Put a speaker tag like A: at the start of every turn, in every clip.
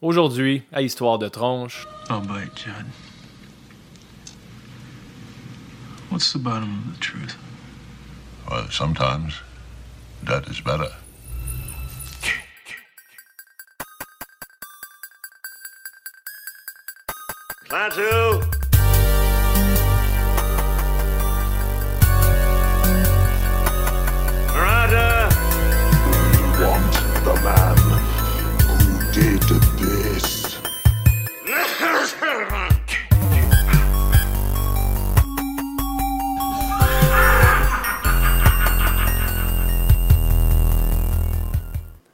A: Aujourd'hui, à Histoire de tronche.
B: I'll bite, John. What's the bottom of the truth?
C: Well, sometimes that is better.
D: Plan two. Miranda.
E: want the man who did this.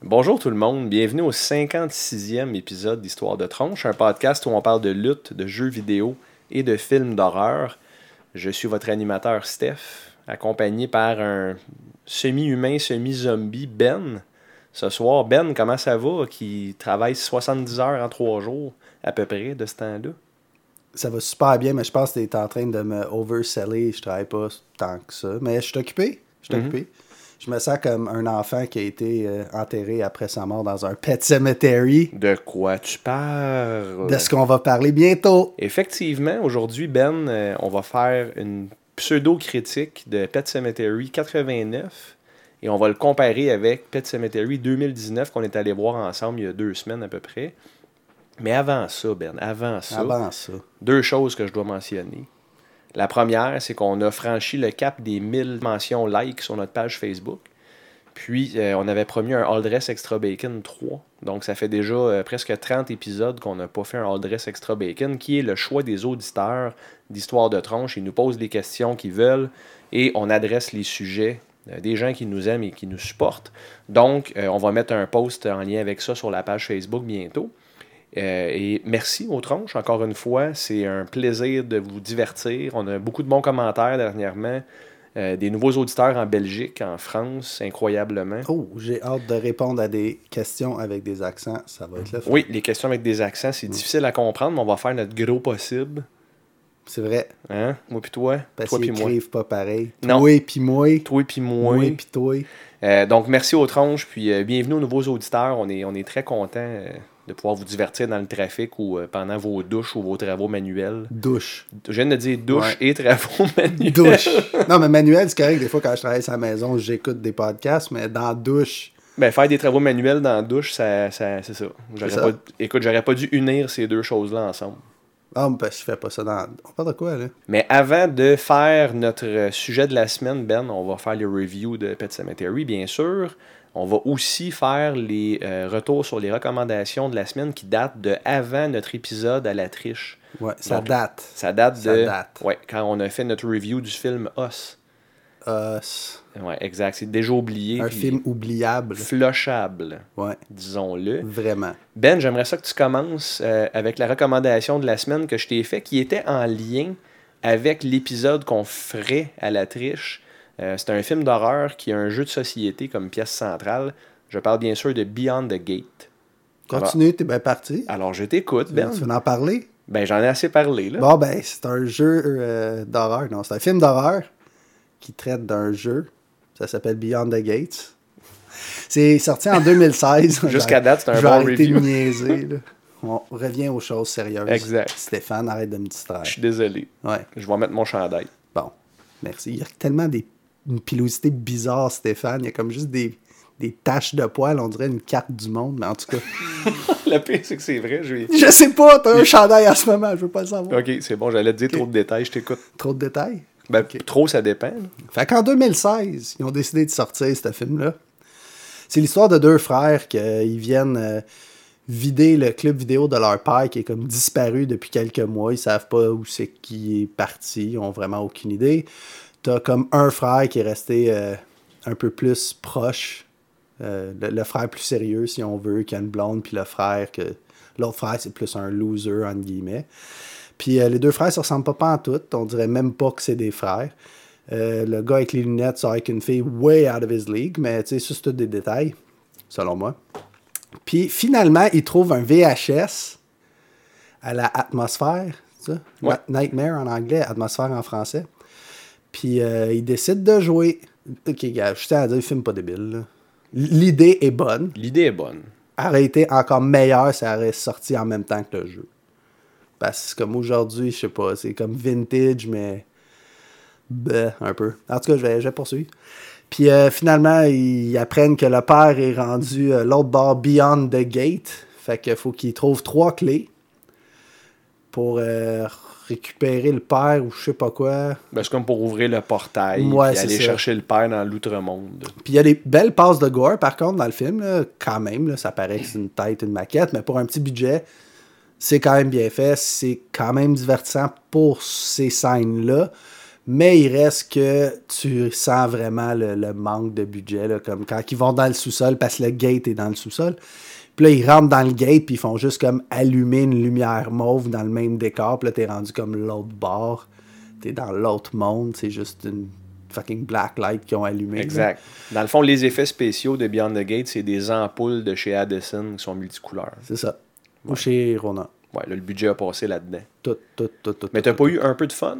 A: Bonjour tout le monde, bienvenue au 56e épisode d'Histoire de tronche, un podcast où on parle de lutte, de jeux vidéo et de films d'horreur. Je suis votre animateur Steph, accompagné par un semi-humain, semi-zombie Ben. Ce soir, Ben, comment ça va qui travaille 70 heures en 3 jours à peu près de ce temps-là
F: Ça va super bien, mais je pense que t'es en train de me overseller. Je travaille pas tant que ça. Mais je suis occupé. Je suis
A: Mhm.
F: occupé. Je me sens comme un enfant qui a été euh, enterré après sa mort dans un pet cemetery.
A: De quoi tu parles
F: De ce qu'on va parler bientôt.
A: Effectivement, aujourd'hui, Ben, euh, on va faire une pseudo-critique de Pet Cemetery 89 et on va le comparer avec Pet Cemetery 2019 qu'on est allé voir ensemble il y a deux semaines à peu près. Mais avant ça, Ben, avant ça,
F: Avant ça.
A: deux choses que je dois mentionner. La première, c'est qu'on a franchi le cap des 1000 mentions like sur notre page Facebook. Puis, euh, on avait promis un All Dress Extra Bacon 3. Donc, ça fait déjà euh, presque 30 épisodes qu'on n'a pas fait un All Dress Extra Bacon, qui est le choix des auditeurs d'Histoire de Tronche. Ils nous posent les questions qu'ils veulent et on adresse les sujets euh, des gens qui nous aiment et qui nous supportent. Donc, euh, on va mettre un post en lien avec ça sur la page Facebook bientôt. Euh, et merci aux tronches, encore une fois. C'est un plaisir de vous divertir. On a beaucoup de bons commentaires dernièrement. Euh, des nouveaux auditeurs en Belgique, en France, incroyablement.
F: Oh, j'ai hâte de répondre à des questions avec des accents. Ça va être le fun.
A: Oui, les questions avec des accents, c'est difficile à comprendre, mais on va faire notre gros possible.
F: C'est vrai.
A: Hein? Moi puis toi,
F: Parce
A: toi puis
F: qu'ils
A: moi.
F: écrivent pas pareil.
A: Non.
F: Toi puis moi.
A: Toi puis moi.
F: Moi puis toi.
A: Euh, donc, merci aux tronches, puis euh, bienvenue aux nouveaux auditeurs. On est, on est très contents euh, de pouvoir vous divertir dans le trafic ou euh, pendant vos douches ou vos travaux manuels.
F: Douche.
A: Je viens de dire douche et travaux manuels.
F: Douche. non, mais manuel, c'est correct. Des fois, quand je travaille à la maison, j'écoute des podcasts, mais dans la douche.
A: Ben, faire des travaux manuels dans la douche, ça, ça- c'est ça. J'aurais
F: C'est ça.
A: Pas, écoute, j'aurais pas dû unir ces deux choses-là ensemble.
F: Ah, mais parce que je fais pas ça dans. On parle de quoi, là
A: Mais avant de faire notre euh, sujet de la semaine, Ben, on va faire les reviews de Pet Cemetery, bien sûr. On va aussi faire les euh, retours sur les recommandations de la semaine qui datent de avant notre épisode à la triche.
F: Ouais, ça
A: Donc,
F: date.
A: Ça date de.
F: Ça date.
A: Ouais, quand on a fait notre review du film Os.
F: Euh, c'est
A: Ouais, exact. C'est déjà oublié.
F: un
A: puis
F: film oubliable.
A: Flochable,
F: Ouais,
A: disons-le.
F: vraiment.
A: Ben, j'aimerais ça que tu commences euh, avec la recommandation de la semaine que je t'ai faite, qui était en lien avec l'épisode qu'on ferait à la triche. Euh, c'est un film d'horreur qui a un jeu de société comme pièce centrale. Je parle bien sûr de Beyond the Gate.
F: Continue, t'es bien parti.
A: Alors, je t'écoute, Ben.
F: Tu veux en parler
A: Ben, j'en ai assez parlé, là.
F: Bon, ben, c'est un jeu euh, d'horreur. Non, c'est un film d'horreur qui traite d'un jeu. Ça s'appelle Beyond the Gates. C'est sorti en 2016.
A: Jusqu'à date, c'est un
F: Je vais
A: bon
F: arrêter de
A: review.
F: niaiser, là. On revient aux choses sérieuses.
A: Exact.
F: Stéphane, arrête de me distraire.
A: Je suis désolé.
F: Ouais.
A: Je vais mettre mon chandail.
F: Bon, merci. Il y a tellement des, une pilosité bizarre, Stéphane. Il y a comme juste des, des taches de poils, on dirait une carte du monde, mais en tout cas.
A: Le pire, c'est que c'est vrai. je vais-
F: je sais pas, t'as un chandail en ce moment, je veux pas le savoir.
A: Ok, c'est bon, j'allais te dire trop de détails, je t'écoute.
F: Trop de détails.
A: Ben, trop, ça dépend. là.
F: Fait qu'en 2016, ils ont décidé de sortir ce film-là. C'est l'histoire de deux frères qui viennent euh, vider le club vidéo de leur père qui est comme disparu depuis quelques mois. Ils savent pas où c'est qui est parti. Ils ont vraiment aucune idée. T'as comme un frère qui est resté euh, un peu plus proche. euh, le, le frère plus sérieux, si on veut, qui a une blonde, puis le frère que. L'autre frère, c'est plus un loser, entre guillemets. Puis euh, les deux frères se ressemblent pas, pas en tout. On dirait même pas que c'est des frères. Euh, le gars avec les lunettes sort avec une fille way out of his league, mais tu sais, ça, c'est tous des détails, selon moi. Puis finalement, il trouve un VHS à la atmosphère, c'est ça?
A: Ouais.
F: Na- Nightmare en anglais, atmosphère en français. Puis euh, il décide de jouer. Ok, gars, je tiens à dire, film pas débile. là. L'idée est bonne.
A: L'idée est bonne.
F: aurait été encore meilleur si elle aurait sorti en même temps que le jeu. Parce que comme aujourd'hui, je sais pas, c'est comme vintage, mais. bleh, un peu. En tout cas, je vais, je vais poursuivre. Puis euh, finalement, ils apprennent que le père est rendu euh, l'autre bord Beyond the Gate. Fait qu'il faut qu'ils trouvent trois clés pour euh, récupérer le père ou je sais pas quoi.
A: Ben, c'est comme pour ouvrir le portail
F: Ouais,
A: puis
F: c'est
A: aller
F: ça.
A: chercher le père dans l'outre-monde.
F: Puis il y a des belles passes de gore, par contre, dans le film, là, quand même. là, ça paraît que c'est une tête, une maquette, mais pour un petit budget, c'est quand même bien fait. C'est quand même divertissant pour ces scènes-là. Mais il reste que tu sens vraiment le, le manque de budget, là, comme quand ils vont dans le sous-sol, parce que le gate est dans le sous-sol. Puis là, ils rentrent dans le gate, puis ils font juste comme allumer une lumière mauve dans le même décor. Puis là, t'es rendu comme l'autre bord. T'es dans l'autre monde. C'est juste une fucking black light qu'ils ont allumée. là.
A: Exact. Dans le fond, les effets spéciaux de Beyond the Gate, c'est des ampoules de chez Addison qui sont multicouleurs.
F: C'est ça. Ou chez Ronan.
A: Ouais, là, le budget a passé là-dedans.
F: Tout, tout, tout, tout.
A: Mais
F: tout,
A: t'as pas
F: tout.
A: eu un peu de fun?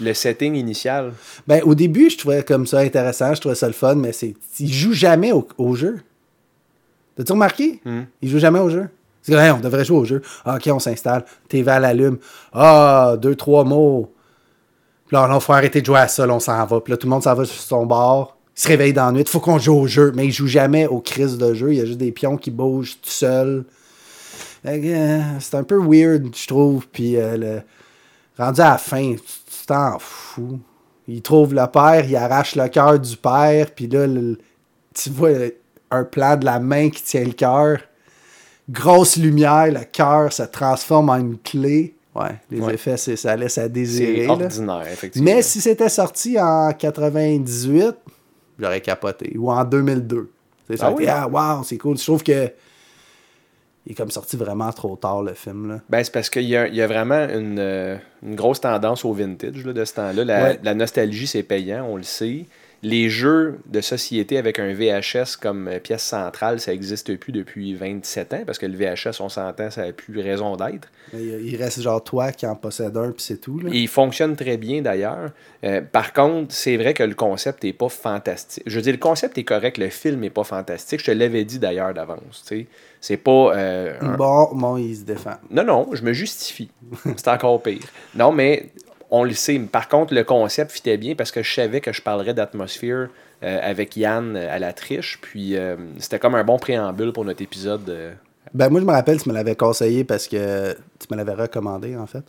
A: Le setting initial.
F: Ben, au début, je trouvais comme ça intéressant, je trouvais ça le fun, mais c'est. Il joue jamais au, au jeu. T'as-tu remarqué? Il joue jamais au jeu. C'est comme, Hey, on devrait jouer au jeu. Ah, ok, on s'installe. TV à l'allume. Ah, deux, trois mots. Puis là, non, faut arrêter de jouer à ça, là, on s'en va. Puis là, tout le monde s'en va sur son bord. Il se réveille dans la nuit. Faut qu'on joue au jeu. Mais il joue jamais au crise de jeu. Il y a juste des pions qui bougent tout seul. Fait que, euh, C'est un peu weird, je trouve. Puis euh, le- rendu à la fin, tu tu t'en fous. Il trouve le père, il arrache le cœur du père, puis là, le- tu vois un plan de la main qui tient le cœur. Grosse lumière, le cœur se transforme en une clé. Ouais, les
A: Ouais.
F: effets, c'est- ça laisse à désirer.
A: C'est
F: là.
A: ordinaire, effectivement.
F: Mais si c'était sorti en 98, j'aurais capoté. Ou en 2002. C'est ça.
A: Ah oui?
F: Ah, wow, c'est cool. Je trouve que. Il est comme sorti vraiment trop tard, le film. Là.
A: Ben, c'est parce qu'il y, a- il y a vraiment une, euh, une grosse tendance au vintage là, de ce temps-là. La,
F: Ouais.
A: la nostalgie, c'est payant, on le sait. Les jeux de société avec un VHS comme euh, pièce centrale, ça n'existe plus depuis 27 ans, parce que le VHS, on s'entend, ça n'a plus raison d'être.
F: Mais il il reste genre toi qui en possède un, puis c'est tout. Là.
A: Il fonctionne très bien d'ailleurs. Euh, par contre, c'est vrai que le concept n'est pas fantastique. Je veux dire, le concept est correct, le film n'est pas fantastique. Je te l'avais dit d'ailleurs d'avance. tu sais. C'est pas euh,
F: Mm.
A: un-
F: Bon, bon, il se défend.
A: Non, non, je me justifie. C'est encore pire. Non, mais on le sait. Par contre, le concept fitait bien parce que je savais que je parlerais d'atmosphère euh, avec Yann euh, à la triche. Puis euh, c'était comme un bon préambule pour notre épisode. euh.
F: Ben, moi, je me rappelle, tu me l'avais conseillé parce que. Tu me l'avais recommandé, en fait.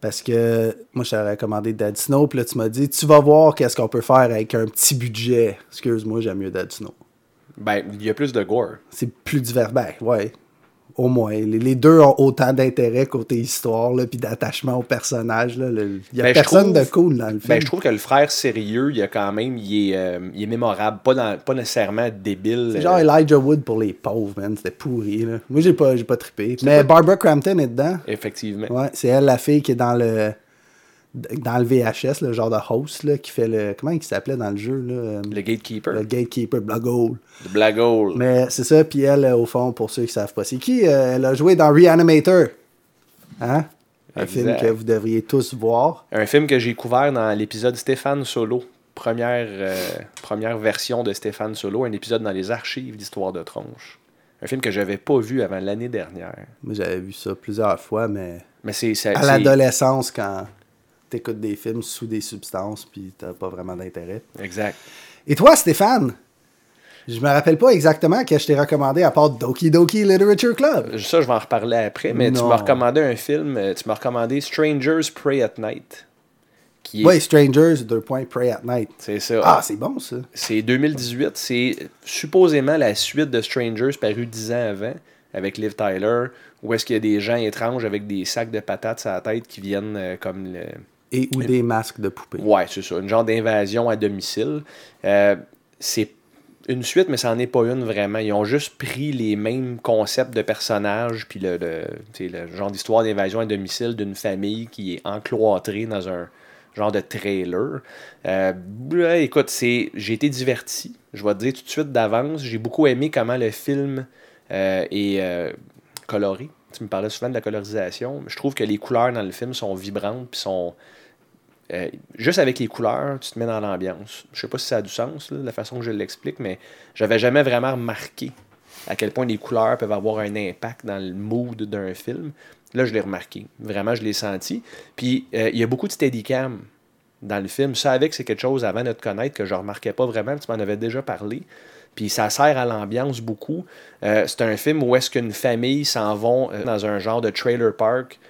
F: Parce que moi, je t'avais recommandé Dead Snow, puis là, tu m'as dit, tu vas voir qu'est-ce qu'on peut faire avec un petit budget. Excuse-moi, j'aime mieux Dead Snow.
A: Ben, il y a plus de gore.
F: c'est plus divers. Ben, ouais. Au moins. Les, les deux ont autant d'intérêt côté histoire, là, puis d'attachement au personnage. là. Le- Il n'y a
A: Ben, je
F: personne
A: trouve-
F: de cool dans le film.
A: Ben, je trouve que le frère sérieux, il a quand même, il est, euh, il est mémorable, pas, dans- pas nécessairement débile.
F: C'est
A: euh,
F: genre Elijah Wood pour les pauvres, man. C'était pourri, là. Moi, j'ai pas, j'ai pas trippé. Mais Barbara Crampton est dedans.
A: Effectivement.
F: Ouais, c'est elle, la fille qui est dans le... Dans le VHS, le genre de host, là, qui fait le... Comment il s'appelait dans le jeu, là? euh,
A: Le gatekeeper,
F: Le
A: le,
F: gatekeeper, Blagol.
A: blagole.
F: Mais c'est ça, puis elle, euh, au fond, pour ceux qui savent pas, c'est qui euh, Elle a joué dans Reanimator. Hein Un
A: Exact.
F: film que vous devriez tous voir.
A: Un film que j'ai couvert dans l'épisode Stéphane Solo. Première, euh, première version de Stéphane Solo, un épisode dans les archives d'Histoire de Tronche. Un film que j'avais pas vu avant l'année dernière.
F: Moi, j'avais vu ça plusieurs fois, mais
A: Mais c'est. Ben, c'est-
F: à
A: c'est-
F: l'adolescence, quand t'écoutes des films sous des substances, puis t'as pas vraiment d'intérêt.
A: Exact.
F: Et toi, Stéphane Je me rappelle pas exactement que je t'ai recommandé à part Doki Doki Literature Club.
A: Ça, je vais en reparler après, mais tu
F: Non.
A: m'as recommandé un film, euh, tu m'as recommandé Strangers Pray at Night. Qui est-
F: Oui, Strangers, deux points, Pray at Night.
A: C'est ça.
F: Ah, c'est bon, ça.
A: C'est 2018, c'est supposément la suite de Strangers paru 10 ans avant avec Liv Tyler, où est-ce qu'il y a des gens étranges avec des sacs de patates à la tête qui viennent euh, comme le...
F: Et ou des masques de poupées.
A: Ouais, c'est ça, une genre d'invasion à domicile. Euh, c'est une suite, mais ça n'en est pas une vraiment. Ils ont juste pris les mêmes concepts de personnages, puis le, le, tu sais, le genre d'histoire d'invasion à domicile d'une famille qui est encloîtrée dans un genre de trailer. Euh, ouais, écoute, c'est, j'ai été diverti, je vais te dire tout de suite d'avance. J'ai beaucoup aimé comment le film euh, est euh, coloré. Tu me parlais souvent de la colorisation. Je trouve que les couleurs dans le film sont vibrantes, puis sont... Euh, juste avec les couleurs, tu te mets dans l'ambiance. Je sais pas si ça a du sens, là, la façon que je l'explique, mais j'avais jamais vraiment remarqué à quel point les couleurs peuvent avoir un impact dans le mood d'un film. Là, je l'ai remarqué. Vraiment, je l'ai senti. Puis, euh, il y a beaucoup de steadicam dans le film. Ça, avec, c'est quelque chose avant de te connaître que je remarquais pas vraiment. Tu m'en avais déjà parlé. Puis, ça sert à l'ambiance beaucoup. Euh, c'est un film où est-ce qu'une famille s'en vont euh, dans un genre de trailer park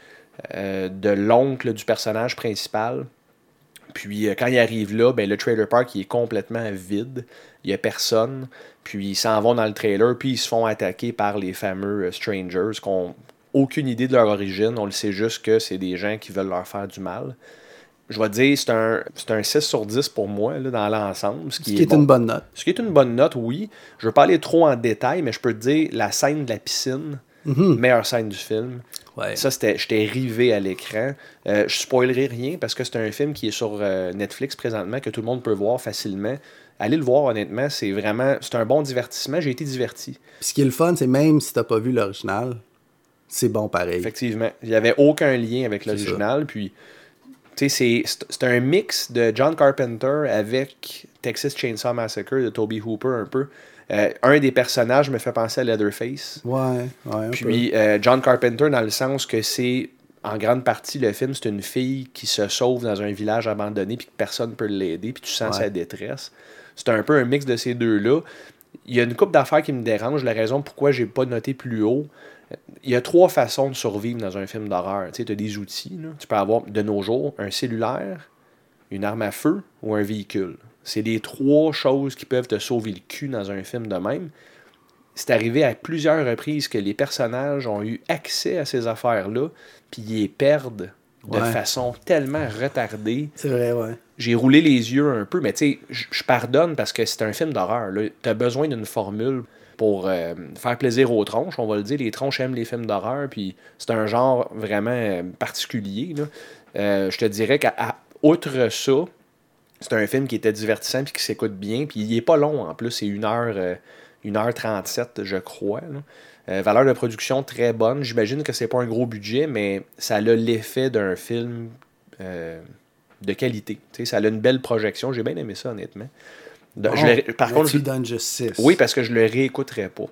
A: euh, de l'oncle du personnage principal. Puis euh, quand ils arrivent là, ben, le trailer park il est complètement vide. Il n'y a personne. Puis ils s'en vont dans le trailer, puis ils se font attaquer par les fameux euh, strangers qui n'ont aucune idée de leur origine. On le sait juste que c'est des gens qui veulent leur faire du mal. Je vais te dire, c'est un, c'est un 6 sur 10 pour moi là, dans l'ensemble. Ce qui,
F: Ce qui est
A: bon.
F: une bonne note.
A: Ce qui est une bonne note, oui. Je ne veux pas aller trop en détail, mais je peux te dire la scène de la piscine, meilleure scène du film.
F: Ouais.
A: Ça, c'était, j'étais rivé à l'écran. Euh, je spoilerai rien parce que c'est un film qui est sur euh, Netflix présentement, que tout le monde peut voir facilement. Allez le voir, honnêtement, c'est vraiment. C'est un bon divertissement. J'ai été diverti.
F: Puis ce qui est le fun, c'est même si t'as pas vu l'original, c'est bon pareil.
A: Effectivement. Il n'y avait aucun lien avec l'original. Puis, tu sais, c'est- c'est c'est un mix de John Carpenter avec Texas Chainsaw Massacre de Toby Hooper un peu. Euh, un des personnages me fait penser à Leatherface.
F: Ouais, ouais. un
A: Puis euh, John Carpenter, dans le sens que c'est en grande partie le film, c'est une fille qui se sauve dans un village abandonné puis que personne peut l'aider, puis tu sens
F: Ouais.
A: sa détresse. C'est un peu un mix de ces deux-là. Il y a une coupe d'affaires qui me dérange, la raison pourquoi j'ai pas noté plus haut. Il y a trois façons de survivre dans un film d'horreur. Tu as des outils. là. Tu peux avoir de nos jours un cellulaire, une arme à feu ou un véhicule. C'est les trois choses qui peuvent te sauver le cul dans un film de même c'est arrivé à plusieurs reprises que les personnages ont eu accès à ces affaires-là, puis ils les perdent de
F: Ouais.
A: façon tellement retardée.
F: peu. C'est vrai, ouais.
A: J'ai roulé les yeux un peu, mais tu sais, j- je pardonne parce que c'est un film d'horreur. Tu as besoin d'une formule pour euh, faire plaisir aux tronches, on va le dire. Les tronches aiment les films d'horreur, puis c'est un genre vraiment euh, particulier. là. Euh, je te dirais qu'à à- outre ça, c'est un film qui était divertissant puis qui s'écoute bien. Puis il est pas long en plus, c'est euh, 1h, 1h37, je crois. là. Euh, valeur de production très bonne. J'imagine que c'est pas un gros budget, mais ça a l'effet d'un film euh, de qualité. Tu sais, ça a une belle projection. J'ai bien aimé ça, honnêtement. Donc,
F: Ah,
A: je le- par contre,
F: Oh, tu
A: je-
F: lui donnes juste 6.
A: oui, parce que je le réécouterai pas.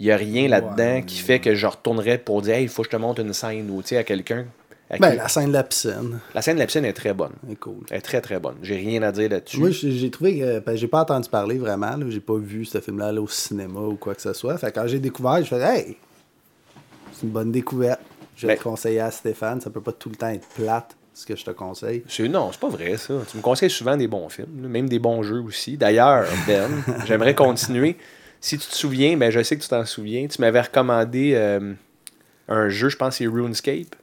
A: Il n'y a rien là-dedans
F: Ouais.
A: qui fait que je retournerais pour dire Hey, il faut que je te montre une scène ou tu sais, à quelqu'un. à
F: Ben,
A: qui-
F: la scène de la piscine
A: La scène de la piscine est très bonne.
F: est cool.
A: Elle est très très bonne. J'ai rien à dire là-dessus.
F: Moi, j'ai j'ai trouvé que ben, j'ai pas entendu parler vraiment. là. J'ai pas vu ce film-là aller au cinéma ou quoi que ce soit. Fait que quand j'ai découvert, je fais Hey, c'est une bonne découverte. Je vais
A: Ben-
F: te conseiller à Stéphane. Ça peut pas tout le temps être plate, ce que je te conseille.
A: C'est- non, c'est pas vrai ça. Tu me conseilles souvent des bons films, là, même des bons jeux aussi. D'ailleurs, Ben, j'aimerais continuer. Si tu te souviens, ben je sais que tu t'en souviens, tu m'avais recommandé euh, un jeu, je pense que c'est RuneScape.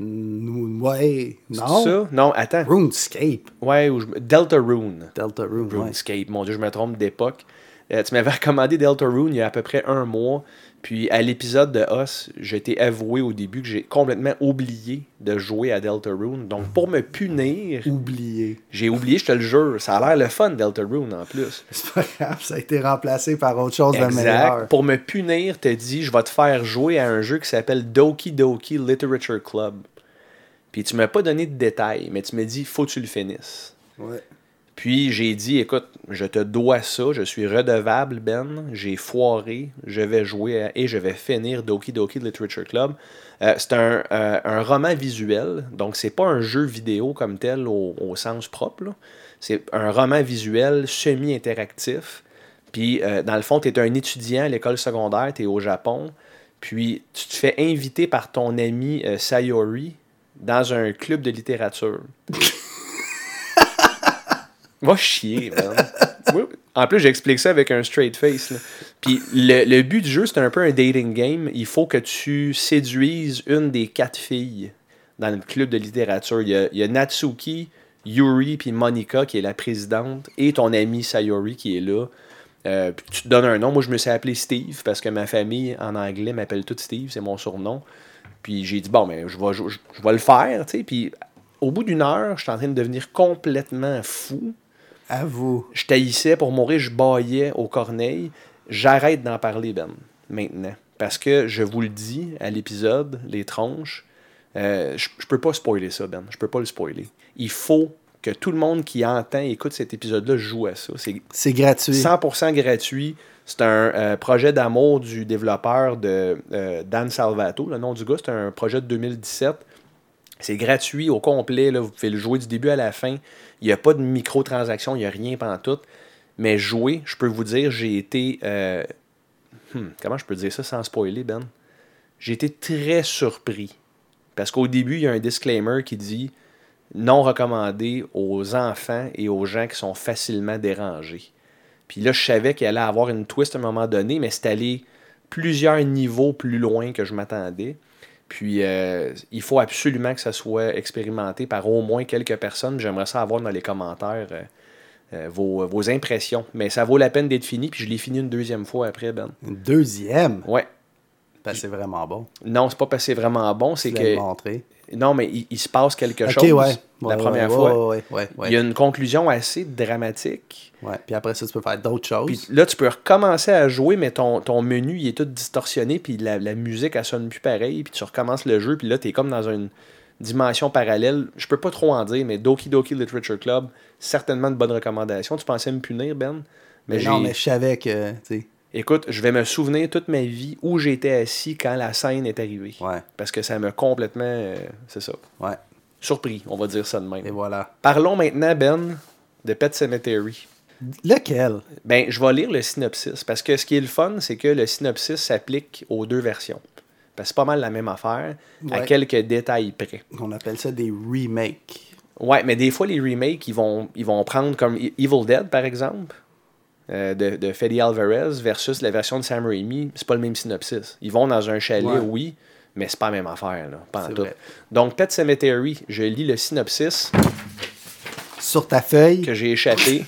F: Mm, Ouais,
A: C'est
F: non.
A: ça? Non, attends.
F: RuneScape.
A: Ouais, ou je- Delta Rune.
F: Delta Rune. ouais.
A: RuneScape, mon Dieu, je me trompe d'époque. Euh, tu m'avais recommandé Delta Rune il y a à peu près un mois. Puis à l'épisode de Us, j'ai t'ai avoué au début que j'ai complètement oublié de jouer à Delta Rune. Donc pour me punir,
F: Oublié.
A: j'ai oublié, je te le jure. Ça a l'air le fun, Delta Rune en plus.
F: C'est pas grave, ça a été remplacé par autre chose de meilleur.
A: Exact. Pour me punir, t'as dit je vais te faire jouer à un jeu qui s'appelle Doki Doki Literature Club. Puis tu m'as pas donné de détails, mais tu m'as dit faut que tu le finisses.
F: Ouais.
A: Puis j'ai dit, écoute, je te dois ça, je suis redevable, Ben, j'ai foiré, je vais jouer à- et je vais finir Doki Doki Literature Club. Euh, c'est un, euh, un roman visuel, donc c'est pas un jeu vidéo comme tel au, au sens propre. là. C'est un roman visuel semi-interactif. Puis euh, dans le fond, tu es un étudiant à l'école secondaire, tu es au Japon, puis tu te fais inviter par ton ami euh, Sayori dans un club de littérature. Va chier, man. Moi, En plus, j'explique ça avec un straight face. là. Puis le, le but du jeu, c'est un peu un dating game. Il faut que tu séduises une des quatre filles dans le club de littérature. Il y a, il y a Natsuki, Yuri, puis Monica, qui est la présidente, et ton ami Sayori, qui est là. Euh, puis tu te donnes un nom. Moi, je me suis appelé Steve parce que ma famille en anglais m'appelle tout Steve, c'est mon surnom. Puis j'ai dit, bon, mais je vais, je, je- je vais le faire, tu sais. Puis au bout d'une heure, je suis en train de devenir complètement fou
F: À vous.
A: je taillissais pour mourir, je baillais au corneille. J'arrête d'en parler, Ben, maintenant. Parce que je vous le dis à l'épisode, les tronches, euh, je, je peux pas spoiler ça, Ben. Je peux pas le spoiler. Il faut que tout le monde qui entend, écoute cet épisode-là, joue à ça. C'est
F: C'est gratuit.
A: 100% gratuit, C'est un euh, projet d'amour du développeur de euh, Dan Salvato. Le nom du gars, c'est un projet de 2017. C'est gratuit au complet. là. Vous pouvez le jouer du début à la fin. Il n'y a pas de microtransactions, il n'y a rien pendant tout. Mais jouer, je peux vous dire, j'ai été. euh, hmm, comment je peux dire ça sans spoiler, Ben J'ai été très surpris. Parce qu'au début, il y a un disclaimer qui dit non recommandé aux enfants et aux gens qui sont facilement dérangés. Puis là, je savais qu'il allait avoir une twist à un moment donné, mais c'est allé plusieurs niveaux plus loin que je m'attendais. Puis euh, il faut absolument que ça soit expérimenté par au moins quelques personnes. J'aimerais ça avoir dans les commentaires euh, euh, vos, vos impressions. Mais ça vaut la peine d'être fini, puis je l'ai fini une deuxième fois après, Ben.
F: Une deuxième.
A: Ouais.
F: Ben, c'est vraiment bon.
A: Non, c'est pas parce que c'est vraiment bon, c'est
F: Tu l'as
A: que.
F: montré.
A: Non, mais il, il se passe quelque
F: Ok,
A: chose
F: ouais. Ouais,
A: la première
F: ouais,
A: fois.
F: ouais, ouais, ouais,
A: Il y a une conclusion assez dramatique.
F: Ouais. Puis après ça, tu peux faire d'autres
A: Puis
F: choses.
A: là, tu peux recommencer à jouer, mais ton, ton menu, il est tout distorsionné, puis la, la musique, elle sonne plus pareil, puis tu recommences le jeu, puis là, t'es comme dans une dimension parallèle. Je peux pas trop en dire, mais Doki Doki Literature Club, certainement une bonne recommandation. Tu pensais me punir, Ben? Mais, j'ai...
F: non, mais je savais que. tu
A: Écoute, je vais me souvenir toute ma vie où j'étais assis quand la scène est arrivée.
F: sais. Ouais,
A: Parce que ça m'a complètement... euh, c'est ça.
F: ouais.
A: Surpris, on va dire ça de même.
F: Et voilà.
A: Parlons maintenant, Ben, de Pet Cemetery.
F: Lequel
A: Ben, je vais lire le synopsis parce que ce qui est le fun, c'est que le synopsis s'applique aux deux versions. Parce que c'est pas mal la même affaire, à
F: Ouais.
A: quelques détails près.
F: On appelle ça des remakes.
A: Ouais, mais des fois, les remakes, ils vont, ils vont prendre comme E- Evil Dead, par exemple, euh, de, de Fede Alvarez, versus la version de Sam Raimi, c'est pas le même synopsis. Ils vont dans un chalet,
F: Ouais.
A: oui, mais c'est pas la même affaire, là, pas en
F: C'est
A: tout.
F: vrai.
A: Donc, Pet Cemetery, je lis le synopsis.
F: Sur ta feuille.
A: que j'ai échappé.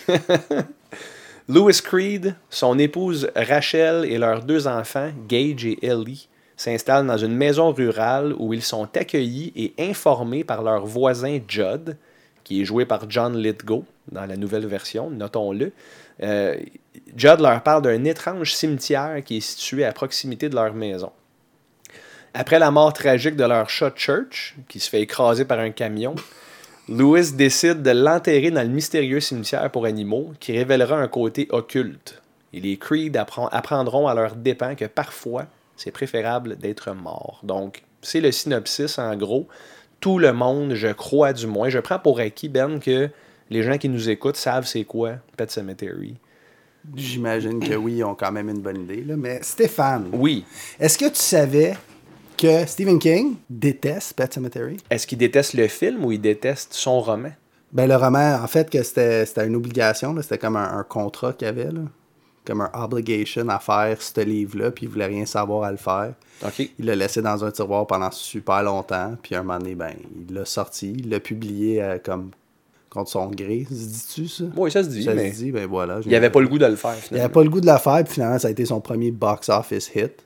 A: Louis Creed, son épouse Rachel et leurs deux enfants, Gage et Ellie, s'installent dans une maison rurale où ils sont accueillis et informés par leur voisin Judd, qui est joué par John Lithgow dans la nouvelle version, notons-le. Euh, Judd leur parle d'un étrange cimetière qui est situé à proximité de leur maison. Après la mort tragique de leur chat Church, qui se fait écraser par un camion, Lewis décide de l'enterrer dans le mystérieux cimetière pour animaux qui révélera un côté occulte. Et les Creed appren- apprendront à leur dépens que parfois, c'est préférable d'être mort. Donc, c'est le synopsis en gros. Tout le monde, je crois du moins, je prends pour acquis, Ben, que les gens qui nous écoutent savent c'est quoi Pet Cemetery.
F: J'imagine que oui, ils ont quand même une bonne idée. Là. Mais Stéphane,
A: Oui.
F: est-ce que tu savais que Stephen King déteste Pet Cemetery?
A: Est-ce qu'il déteste le film ou il déteste son roman?
F: Ben, le roman, en fait, que c'était c'était une obligation, là, c'était comme un, un contrat qu'il y avait, là. comme un obligation à faire ce livre-là, puis il voulait rien savoir à le faire.
A: OK.
F: Il l'a laissé dans un tiroir pendant super longtemps, puis un moment donné, ben, il l'a sorti, il l'a publié euh, comme contre son gré. Se dis-tu ça?
A: Oui, ça se dit,
F: ça
A: mais
F: se dit, ben voilà.
A: il n'avait pas le goût de le faire,
F: Il
A: finalement.
F: avait pas le goût de la faire, puis finalement, ça a été son premier box-office hit.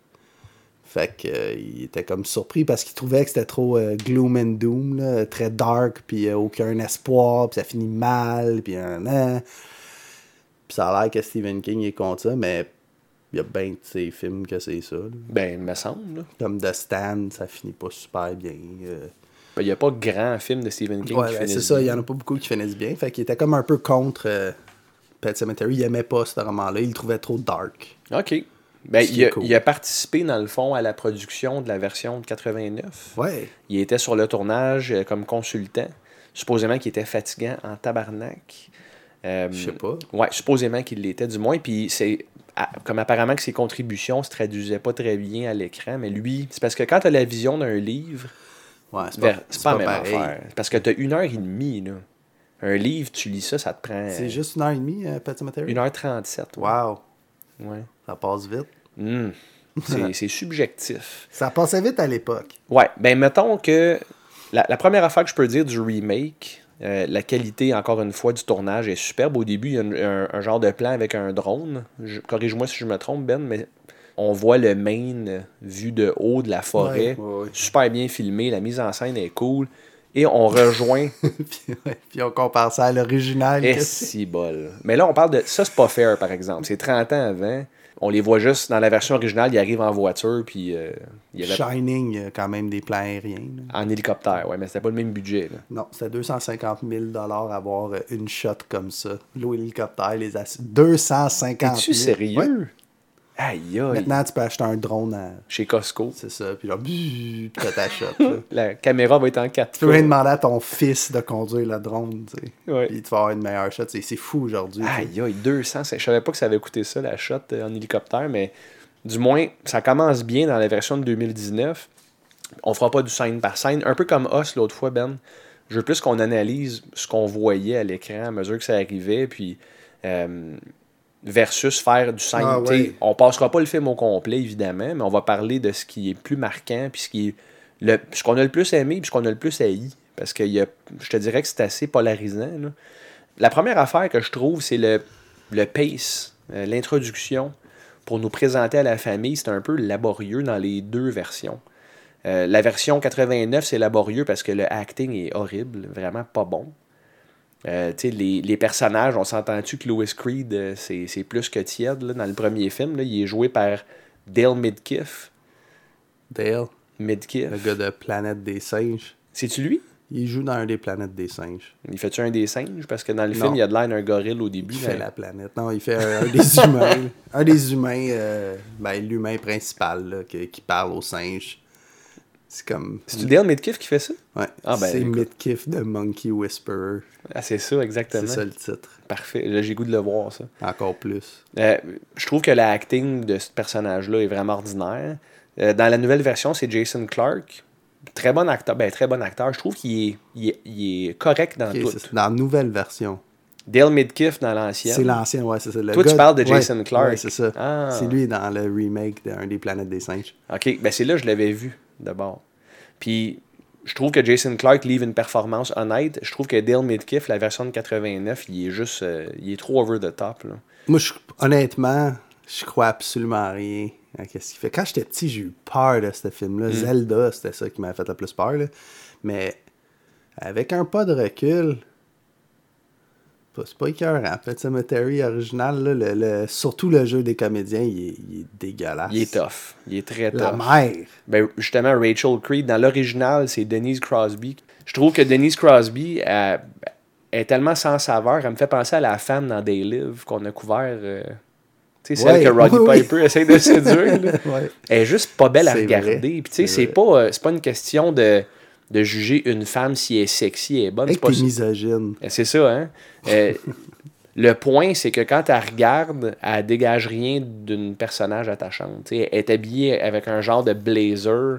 F: Fait que, euh, il était comme surpris parce qu'il trouvait que c'était trop euh, gloom and doom, là, très dark, puis euh, aucun espoir, puis ça finit mal, puis un an. Puis ça a l'air que Stephen King est contre ça, mais il y a bien de ses films que c'est ça. là.
A: Ben, il me semble. là.
F: Comme The Stand, ça finit pas super bien. euh.
A: Ben, Il n'y a pas grand film de Stephen King
F: Ouais,
A: qui
F: ben,
A: finisse
F: c'est ça, il y
A: bien.
F: en a pas beaucoup qui finissent bien. Fait qu'il était comme un peu contre euh, Pet Cemetery. Il aimait pas ce roman-là, il le trouvait trop dark.
A: OK. Ben,
F: Ce qui
A: il, a,
F: est cool.
A: il a participé, dans le fond, à la production de la version de 89.
F: Ouais.
A: Il était sur le tournage euh, comme consultant. Supposément qu'il était fatigant en tabarnak. Euh,
F: Je sais pas.
A: Ouais, supposément qu'il l'était, du moins. Puis c'est. à- Comme apparemment que ses contributions se traduisaient pas très bien à l'écran, mais lui, c'est parce que quand tu as la vision d'un livre,
F: Ouais, c'est pas,
A: vers- c'est pas, la même affaire. C'est Parce que tu as une heure et demie, là. Un livre, tu lis ça, ça te prend
F: C'est juste une heure et demie, euh, Pet Cemetery?
A: une heure trente-sept.
F: Wow,
A: Ouais.
F: ça passe vite.
A: Hmm. C'est- c'est subjectif.
F: Ça passait vite à l'époque.
A: Ouais, ben mettons que la, la première affaire que je peux dire du remake, euh, la qualité, encore une fois, du tournage est superbe. Au début, il y a une- un, un genre de plan avec un drone. Je- Corrige-moi si je me trompe, Ben, mais on voit le Maine vu de haut de la forêt.
F: Ouais, ouais, ouais.
A: Super bien filmé, la mise en scène est cool. Et on rejoint
F: puis, ouais, puis on compare ça à l'original.
A: eh,
F: Qu'est-ce que
A: si bol. Mais là, on parle de. Ça, c'est pas fair, par exemple. C'est 30 ans avant. On les voit juste dans la version originale, ils arrivent en voiture, puis euh, il y
F: c'est?
A: avait
F: Shining, il y a quand même des plans aériens. là.
A: en hélicoptère. Ouais, mais c'était pas le même budget. Là.
F: Non, c'était 250 000 à voir euh, une shot comme ça. L'eau hélicoptère, les ass... 250 000.
A: Es-tu sérieux?
F: Ouais.
A: Aïe, aïe.
F: Maintenant, tu peux acheter un drone à.
A: Chez Costco.
F: C'est ça, puis là, bzzz, puis là, t'achètes. là.
A: La caméra va être en 4K.
F: Tu peux même demander à ton fils de conduire le drone, tu sais.
A: Ouais.
F: Puis tu vas avoir une meilleure shot. C'est c'est fou aujourd'hui. tu
A: Aïe,
F: sais.
A: aïe, 200. c'est- Je savais pas que ça avait coûté ça, la shot euh, en hélicoptère, mais du moins, ça commence bien dans la version de 2019. On fera pas du scène par scène. Un peu comme Us l'autre fois, Ben. Je veux plus qu'on analyse ce qu'on voyait à l'écran à mesure que ça arrivait, puis euh, versus faire du scène.
F: Ah,
A: tu sais,
F: ouais.
A: On passera pas le film au complet, évidemment, mais on va parler de ce qui est plus marquant, puis ce qui est le, ce qu'on a le plus aimé, puis ce qu'on a le plus haï. Parce que il y a- je te dirais que c'est assez polarisant. là. La première affaire que je trouve, c'est le, le pace, euh, l'introduction pour nous présenter à la famille. C'est un peu laborieux dans les deux versions. Euh, la version 89, c'est laborieux parce que le acting est horrible, vraiment pas bon. Euh, tu sais, les, les personnages, on s'entend-tu que Louis Creed, euh, c'est c'est plus que tiède là, dans le premier film. là. il est joué par Dale Midkiff.
F: Dale,
A: Midkiff.
F: le gars de Planète des singes,
A: C'est-tu lui?
F: il joue dans un des planètes des singes.
A: Il fait-tu un des singes? Parce que dans le
F: Non.
A: film, il y a de l'air d'un gorille au début.
F: Il
A: mais-
F: fait la planète. Non, il fait un, un des humains. Un des humains, euh, ben, l'humain principal là, que- qui parle aux singes. C'est comme.
A: C'est-tu Dale Midkiff qui fait ça?
F: Ouais.
A: Ah, ben,
F: c'est
A: écoute.
F: Midkiff de Monkey Whisperer.
A: Ah, c'est ça, exactement.
F: C'est ça le titre.
A: Parfait. Là, j'ai goût de le voir, ça.
F: Encore plus.
A: Euh, je trouve que l'acting de ce personnage-là est vraiment ordinaire. Euh, dans la nouvelle version, c'est Jason Clark. Très bon acteur. Ben, très bon acteur. Je trouve qu'il est, il est, il est correct dans
F: Ok,
A: tout.
F: c'est ça. dans la nouvelle version.
A: Dale Midkiff dans l'ancienne.
F: C'est l'ancien, ouais, c'est ça. Le
A: Toi, tu
F: gars-
A: parles de
F: ouais,
A: Jason Clarke.
F: ouais, c'est ça.
A: Ah.
F: C'est lui dans le remake d'un des planètes des singes.
A: OK, ben c'est là que je l'avais vu d'abord. Puis je trouve que Jason Clark livre une performance honnête. Je trouve que Dale Midkiff, la version de 89, il est juste euh, il est trop over the top là.
F: Moi, je- honnêtement, je crois absolument à rien à ce qu'il fait. Quand j'étais petit, j'ai eu peur de ce
A: Mm.
F: film-là. Zelda, c'était ça qui m'avait fait le plus peur. là. Mais avec un pas de recul, pas- c'est pas écœurant. En fait, Cemetery original, là, le- le- surtout le jeu des comédiens, il est, il est dégueulasse.
A: Il est tough, il est très tough.
F: Ah, La mère.
A: Ben, justement, Rachel Creed, dans l'original, c'est Denise Crosby. Je trouve que Denise Crosby elle, elle est tellement sans saveur, elle me fait penser à la femme dans des livres qu'on a couvert. euh, tu sais, celle
F: Ouais,
A: que Roddy
F: oui, oui.
A: Piper essaie de séduire. là.
F: Ouais.
A: Elle est juste pas belle à
F: C'est
A: regarder.
F: vrai,
A: Puis tu sais,
F: c'est
A: c'est
F: vrai.
A: pas, euh, c'est pas une question de, de juger une femme si elle est sexy et bonne.
F: Hey,
A: C'est pas
F: t'es
A: ça.
F: misogyne.
A: C'est ça, hein? Euh, le point, c'est que quand elle regarde, elle dégage rien d'une personnage attachante. Tu sais, elle est habillée avec un genre de blazer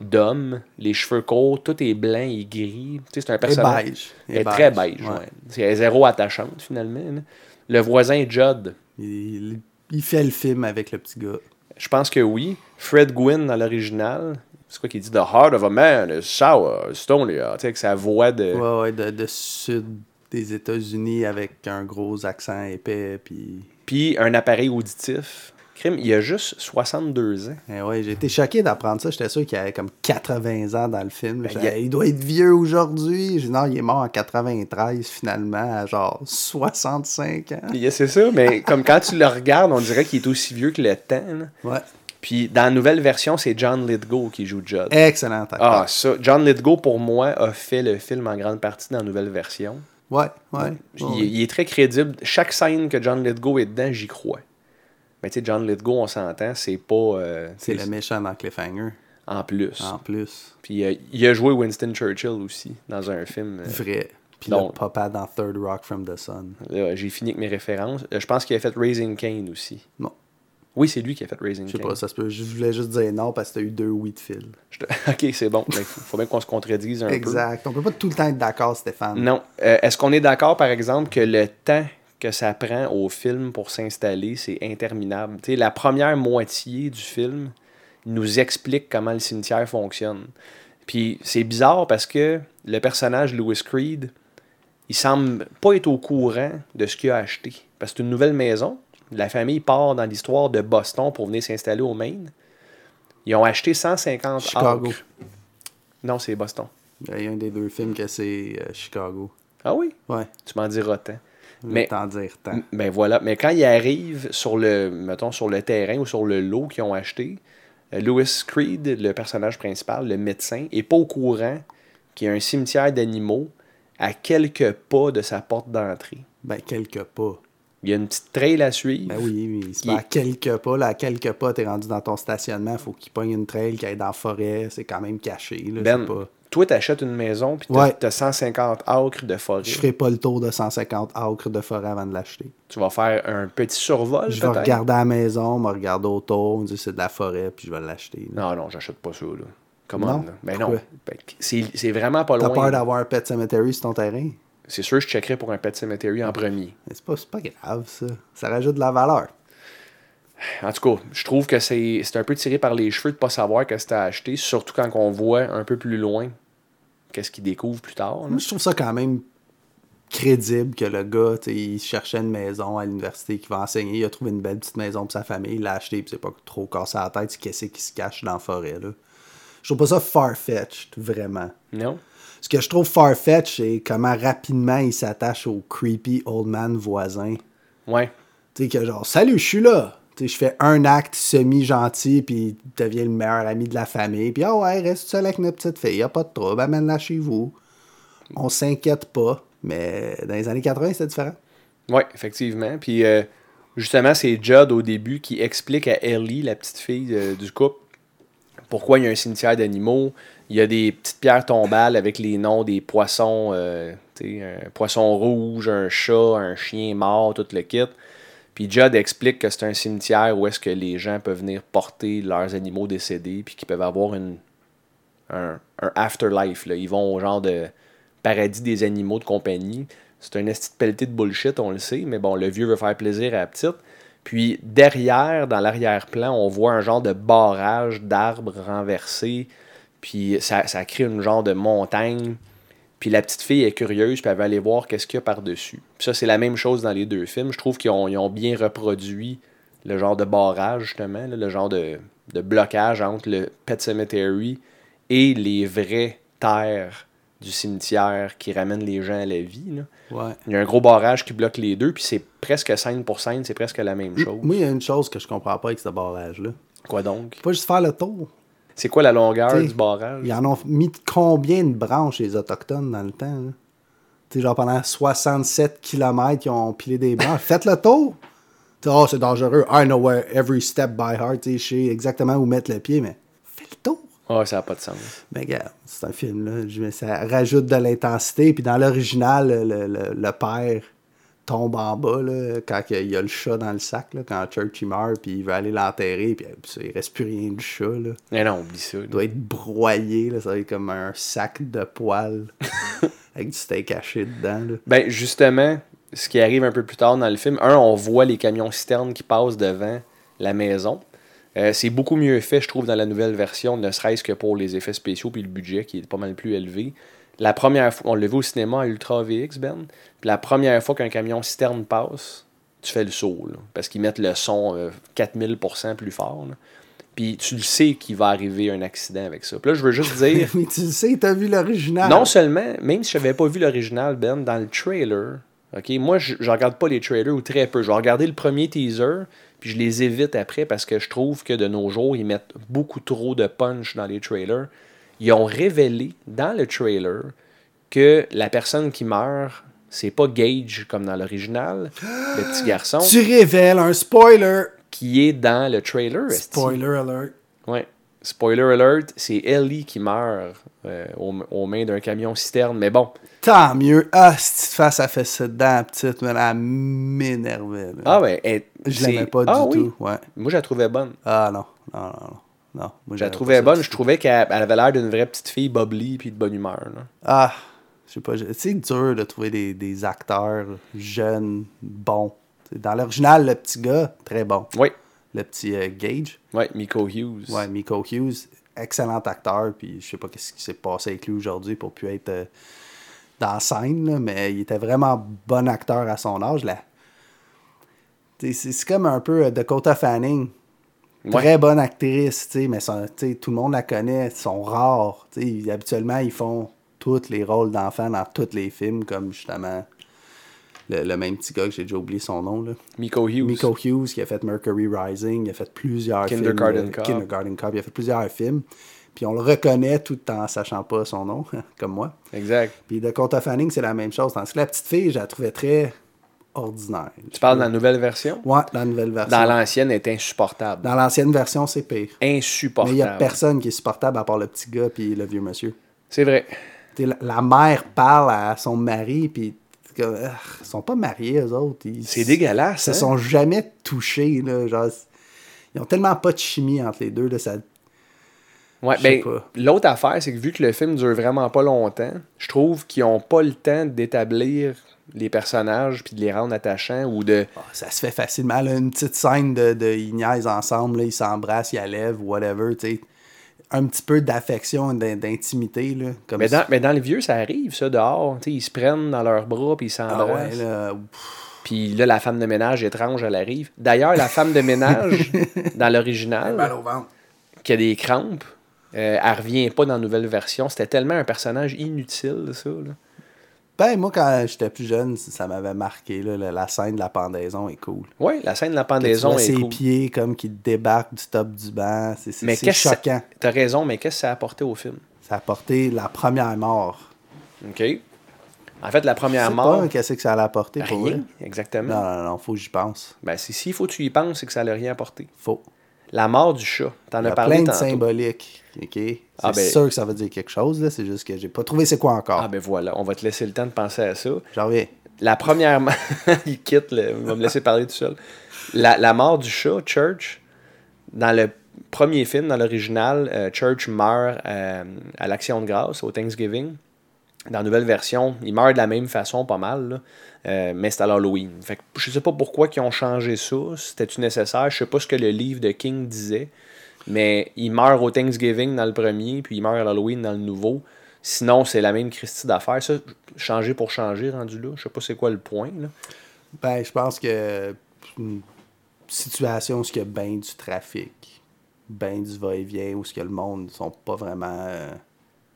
A: d'homme, les cheveux courts, tout est blanc et gris. Tu sais, c'est un
F: Elle est
A: personnage.
F: beige.
A: Elle est très beige, ouais. Tu sais, Elle est zéro attachante, finalement. là. Le voisin Judd,
F: Il, il fait le film avec le petit gars.
A: je pense que oui. Fred Gwynn dans l'original, c'est quoi qu'il dit? The heart of a man is sour, stony. ah, Tu sais, avec sa voix de.
F: Ouais, ouais, de, de sud des États-Unis avec un gros accent épais. Puis.
A: Puis un appareil auditif. Crime, il a juste 62 ans.
F: Eh ouais, j'ai été choqué d'apprendre ça. J'étais sûr qu'il avait comme 80 ans dans le film. J'étais,
A: Ben, il a-
F: il... doit être vieux aujourd'hui. J'ai dit, non, il est mort en 93 finalement, à genre 65 ans.
A: Yeah, c'est ça, mais comme quand tu le regardes, on dirait qu'il est aussi vieux que le temps. là.
F: Ouais.
A: Puis dans la nouvelle version, c'est John Lithgow qui joue Judd.
F: Eh. Excellent acteur.
A: Ah, ça. John Lithgow, pour moi, a fait le film en grande partie dans la nouvelle version.
F: Ouais, ouais.
A: Il,
F: ouais.
A: il est très crédible. Chaque scène que John Lithgow est dedans, j'y crois. Mais tu sais, John Lithgow, on s'entend, c'est pas. euh,
F: C'est Ah. le méchant dans Cliffhanger,
A: En plus.
F: en plus.
A: Puis euh, il a joué Winston Churchill aussi dans un film. euh,
F: Vrai. Puis
A: Donc-
F: le papa dans Third Rock from the Sun.
A: là, J'ai fini avec mes références. Euh, je pense qu'il a fait Raising Kane aussi.
F: Non,
A: Oui, c'est lui qui a fait Raising
F: je sais
A: Kane.
F: pas, ça se peut. Je voulais juste dire non parce que t'as eu deux oui de fil.
A: Je te- Ok, c'est bon. Il Ben, faut bien qu'on se contredise un peu.
F: Exact. On peut pas tout le temps être d'accord, Stéphane.
A: Non. Euh, Est-ce qu'on est d'accord, par exemple, que le temps que ça prend au film pour s'installer, c'est interminable? Tu sais, la première moitié du film nous explique comment le cimetière fonctionne. Puis c'est bizarre parce que le personnage Louis Creed, il semble pas être au courant de ce qu'il a acheté. Parce que c'est une nouvelle maison. La famille part dans l'histoire de Boston pour venir s'installer au Maine. Ils ont acheté 150
F: Chicago.
A: acres. Non, c'est Boston.
F: Il y a un des deux films que c'est euh, Chicago.
A: Ah oui?
F: Ouais.
A: Tu m'en diras tant.
F: Mais
A: Mais,
F: t'en dire tant.
A: ben voilà. Mais quand ils arrivent sur le, mettons, sur le terrain ou sur le lot qu'ils ont acheté, euh, Lewis Creed, le personnage principal, le médecin, est pas au courant qu'il y a un cimetière d'animaux à quelques pas de sa porte d'entrée.
F: Ben, quelques pas.
A: Il y a une petite trail à suivre.
F: Ben oui, mais il se
A: Qui-
F: met à quelques pas. Là, à quelques pas, t'es rendu dans ton stationnement. Faut qu'il pogne une trail qui aille dans la forêt. C'est quand même caché. Là,
A: Ben,
F: c'est pas...
A: toi, t'achètes une maison, puis t'as
F: Ouais.
A: t'as 150 acres de forêt.
F: Je ferai pas le tour de 150 acres de forêt avant de l'acheter.
A: Tu vas faire un petit survol,
F: Je vais
A: peut-être.
F: regarder à la maison, me regarder autour, me dire c'est de la forêt, puis je vais l'acheter. là.
A: Non, non, j'achète pas ça, là. Comment,
F: Non?
A: là? Ben
F: Pourquoi?
A: non. Ben, c'est c'est vraiment pas
F: T'as peur
A: loin.
F: d'avoir un pet cemetery sur ton terrain?
A: C'est sûr, je checkerais pour un pet cemetery en premier.
F: Mais C'est pas, c'est pas grave, ça. Ça rajoute de la valeur.
A: En tout cas, je trouve que c'est c'est un peu tiré par les cheveux de pas savoir qu'est-ce que t'as acheté, surtout quand on voit un peu plus loin qu'est-ce qu'ils découvrent plus tard. là.
F: Moi, je trouve ça quand même crédible que le gars, tu sais, il cherchait une maison à l'université qu'il va enseigner, il a trouvé une belle petite maison pour sa famille, il l'a achetée, puis c'est pas trop cassé à la tête, c'est qu'est-ce qui se cache dans la forêt, là. Je trouve pas ça far-fetched, vraiment.
A: Non?
F: Ce que je trouve far-fetched, c'est comment rapidement il s'attache au creepy old man voisin.
A: Ouais.
F: Tu sais, que genre, salut, je suis là. Tu sais, je fais un acte semi-gentil, puis il devient le meilleur ami de la famille. Puis, ah ouais, reste seul avec notre petite fille, y a pas de trouble, amène-la chez vous. On s'inquiète pas, mais dans les années 80, c'était différent.
A: Ouais, effectivement. Puis euh, justement, c'est Judd au début qui explique à Ellie, la petite fille euh, du couple, pourquoi il y a un cimetière d'animaux. Il y a des petites pierres tombales avec les noms des poissons, euh, tu sais, un poisson rouge, un chat, un chien mort, tout le kit. Puis Judd explique que c'est un cimetière où est-ce que les gens peuvent venir porter leurs animaux décédés, puis qu'ils peuvent avoir une, un, un afterlife. Là. Ils vont au genre de paradis des animaux de compagnie. C'est un esti de pelleté de bullshit, on le sait, mais bon, le vieux veut faire plaisir à la petite. Puis derrière, dans l'arrière-plan, on voit un genre de barrage d'arbres renversés. Puis ça, ça crée une genre de montagne. Puis la petite fille est curieuse, puis elle veut aller voir qu'est-ce qu'il y a par-dessus. Puis ça, c'est la même chose dans les deux films. Je trouve qu'ils ont, ils ont bien reproduit le genre de barrage, justement, là, le genre de, de blocage entre le Pet Cemetery et les vraies terres du cimetière qui ramènent les gens à la vie. là.
F: Ouais.
A: Il y a un gros barrage qui bloque les deux, puis c'est presque scène pour scène, c'est presque la même chose.
F: Moi, il y a une chose que je comprends pas avec ce barrage-là.
A: Quoi donc?
F: Faut Pas juste faire le tour.
A: C'est quoi la longueur
F: T'sais,
A: du barrage?
F: Ils en ont mis de combien de branches, les Autochtones, dans le temps? là? Tu sais, genre pendant 67 km, ils ont pilé des branches. Faites le tour! Tu sais, oh, c'est dangereux. I know where every step by heart. Tu sais, Je sais exactement où mettre le pied, mais fais le tour!
A: Ah, ça n'a pas de sens.
F: Mais regarde, c'est un film, là. Je- Ça rajoute de l'intensité. Puis dans l'original, le, le- le- le père tombe en bas, là, quand il y a le chat dans le sac, là, quand Church il meurt, puis il veut aller l'enterrer, puis euh, puis ça, il reste plus rien du chat, là
A: Mais Eh non, oublie ça. là.
F: doit être broyé, là, ça va être comme un sac de poils avec du steak haché dedans. là.
A: Ben, justement, ce qui arrive un peu plus tard dans le film, un, on voit les camions citernes qui passent devant la maison. Euh, c'est beaucoup mieux fait, je trouve, dans la nouvelle version, ne serait-ce que pour les effets spéciaux puis le budget qui est pas mal plus élevé. La première fois, on le vu au cinéma à Ultra VX, Ben. Puis la première fois qu'un camion citerne passe, tu fais le saut, là, parce qu'ils mettent le son euh, 4000% plus fort. là. Puis tu le sais qu'il va arriver un accident avec ça. Puis là, je veux juste dire,
F: Mais tu le sais, t'as vu l'original.
A: non seulement, même si je n'avais pas vu l'original, Ben, dans le trailer, ok, moi, je ne regarde pas les trailers ou très peu. Je vais regarder le premier teaser, puis je les évite après parce que je trouve que de nos jours, ils mettent beaucoup trop de punch dans les trailers. Ils ont révélé dans le trailer que la personne qui meurt, c'est pas Gage comme dans l'original, le petit garçon,
F: Tu révèles un spoiler.
A: qui est dans le trailer. esti.
F: Spoiler alert.
A: Ouais. Spoiler alert, c'est Ellie qui meurt euh, aux, aux mains d'un camion citerne. Mais bon,
F: Tant mieux. Ah, si tu face, ça fait ça dedans, la petite, mais elle m'énervait. là.
A: Ah ben, elle-
F: je
A: c'est-
F: l'aimais pas
A: Ah
F: du
A: oui?
F: tout. Ouais.
A: Moi, je la trouvais bonne.
F: Ah non, non, non, non. non. Moi,
A: Je la
F: j'avais
A: trouvais
F: pas ça
A: bonne.
F: du
A: Je
F: tout.
A: trouvais qu'elle elle avait l'air d'une vraie petite fille bubbly puis de bonne humeur. là.
F: Ah, je sais pas. je- C'est dur de trouver des, des acteurs jeunes, bons. Dans l'original, le petit gars, très bon.
A: Oui,
F: Le petit euh, Gage.
A: oui, Miko Hughes.
F: Ouais, Miko Hughes, excellent acteur, puis je sais pas qu'est-ce qui s'est passé avec lui aujourd'hui pour plus être euh, dans la scène, là, mais il était vraiment bon acteur à son âge. Là. T'sais, C'est c'est comme un peu euh, Dakota Fanning. Très
A: Ouais.
F: bonne actrice, t'sais, mais son- t'sais, tout le monde la connaît, ils sont rares. t'sais. Ils- habituellement, ils font tous les rôles d'enfants dans tous les films, comme justement le, le même petit gars que j'ai déjà oublié son nom. Là.
A: Miko Hughes.
F: Miko Hughes qui a fait Mercury Rising, il a fait plusieurs
A: Kindergarten
F: films. euh,
A: Cop.
F: Kindergarten Cop. Il a fait plusieurs films. Puis on le reconnaît tout en sachant pas son nom, comme moi.
A: Exact.
F: Puis Dakota Fanning, c'est la même chose. Tandis que la petite fille, je la trouvais très ordinaire.
A: Tu parles de la nouvelle version?
F: Ouais, la nouvelle version.
A: Dans l'ancienne, elle est insupportable.
F: Dans l'ancienne version, c'est pire. Mais il
A: Insupportable.
F: n'y a personne qui est supportable à part le petit gars puis le vieux monsieur.
A: C'est vrai.
F: T'sais, la, la mère parle à son mari, puis t'es comme, Ah, ils sont pas mariés, eux autres. Ils,
A: C'est dégueulasse.
F: Ils
A: hein?
F: se sont jamais touchés, là. Genre, c'est- ils ont tellement pas de chimie entre les deux, là, ça...
A: Ouais,
F: Je
A: ben,
F: sais pas.
A: l'autre affaire, c'est que vu que le film dure vraiment pas longtemps, je trouve qu'ils ont pas le temps d'établir les personnages puis de les rendre attachants ou de.
F: Ah, ça se fait facilement. là, une petite scène de, de ils niaisent ensemble, là, ils s'embrassent, ils allèvent, whatever, tu sais. Un petit peu d'affection, d'in- d'intimité, là. Comme
A: Mais dans, mais dans les vieux, ça arrive, ça, dehors. Tu sais, ils se prennent dans leurs bras puis ils
F: Ah ouais,
A: s'embrassent.
F: là, pff,
A: Puis là, la femme de ménage étrange, elle arrive. D'ailleurs, la femme de ménage, dans
F: mal
A: l'original,
F: au ventre.
A: qui a des crampes, euh, elle revient pas dans la nouvelle version. C'était tellement un personnage inutile, ça. là.
F: Ben, moi, quand j'étais plus jeune, ça m'avait marqué, là, la, la scène de la pendaison est cool.
A: Ouais, la scène de la
F: Tu vois
A: pendaison est
F: ses
A: cool.
F: pieds comme qui débarquent du top du banc, c'est c'est-
A: Mais
F: c'est
A: qu'est-ce que
F: choquant.
A: ça... T'as raison, mais qu'est-ce que ça a apporté au film?
F: Ça a apporté la première mort.
A: OK. En fait, la
F: Je
A: première
F: sais
A: mort,
F: pas hein, qu'est-ce que ça allait apporter pour vrai.
A: rien, exactement.
F: Non, non, non, faut que j'y pense.
A: Ben, si, s'il faut que tu y penses, c'est que ça n'a rien apporté.
F: Faut.
A: La mort du chat, t'en
F: Il y
A: as
F: a
A: parlé
F: plein de
A: tantôt.
F: symboliques. ok? C'est
A: Ah, ben-
F: sûr que ça veut dire quelque chose, là. C'est juste que j'ai pas trouvé c'est quoi encore.
A: Ah ben voilà, on va te laisser le temps de penser à ça.
F: J'en reviens.
A: La première... ma- il quitte, le... il va me laisser parler tout seul. La, la mort du chat, Church, dans le premier film, dans l'original, euh, Church meurt euh, à l'Action de grâce, au Thanksgiving. Dans la nouvelle version, il meurt de la même façon, pas mal, là. Euh, mais c'est à l'Halloween. Fait que je sais pas pourquoi ils ont changé ça. C'était-tu nécessaire? Je sais pas ce que le livre de King disait. Mais il meurt au Thanksgiving dans le premier, puis il meurt à l'Halloween dans le nouveau. Sinon, c'est la même Christie d'affaires. Ça, changer pour changer, rendu là. Je sais pas c'est quoi le point. Là.
F: Ben, je pense que une situation où il y a bien du trafic, bien du va-et-vient, où ce que le monde sont pas vraiment euh,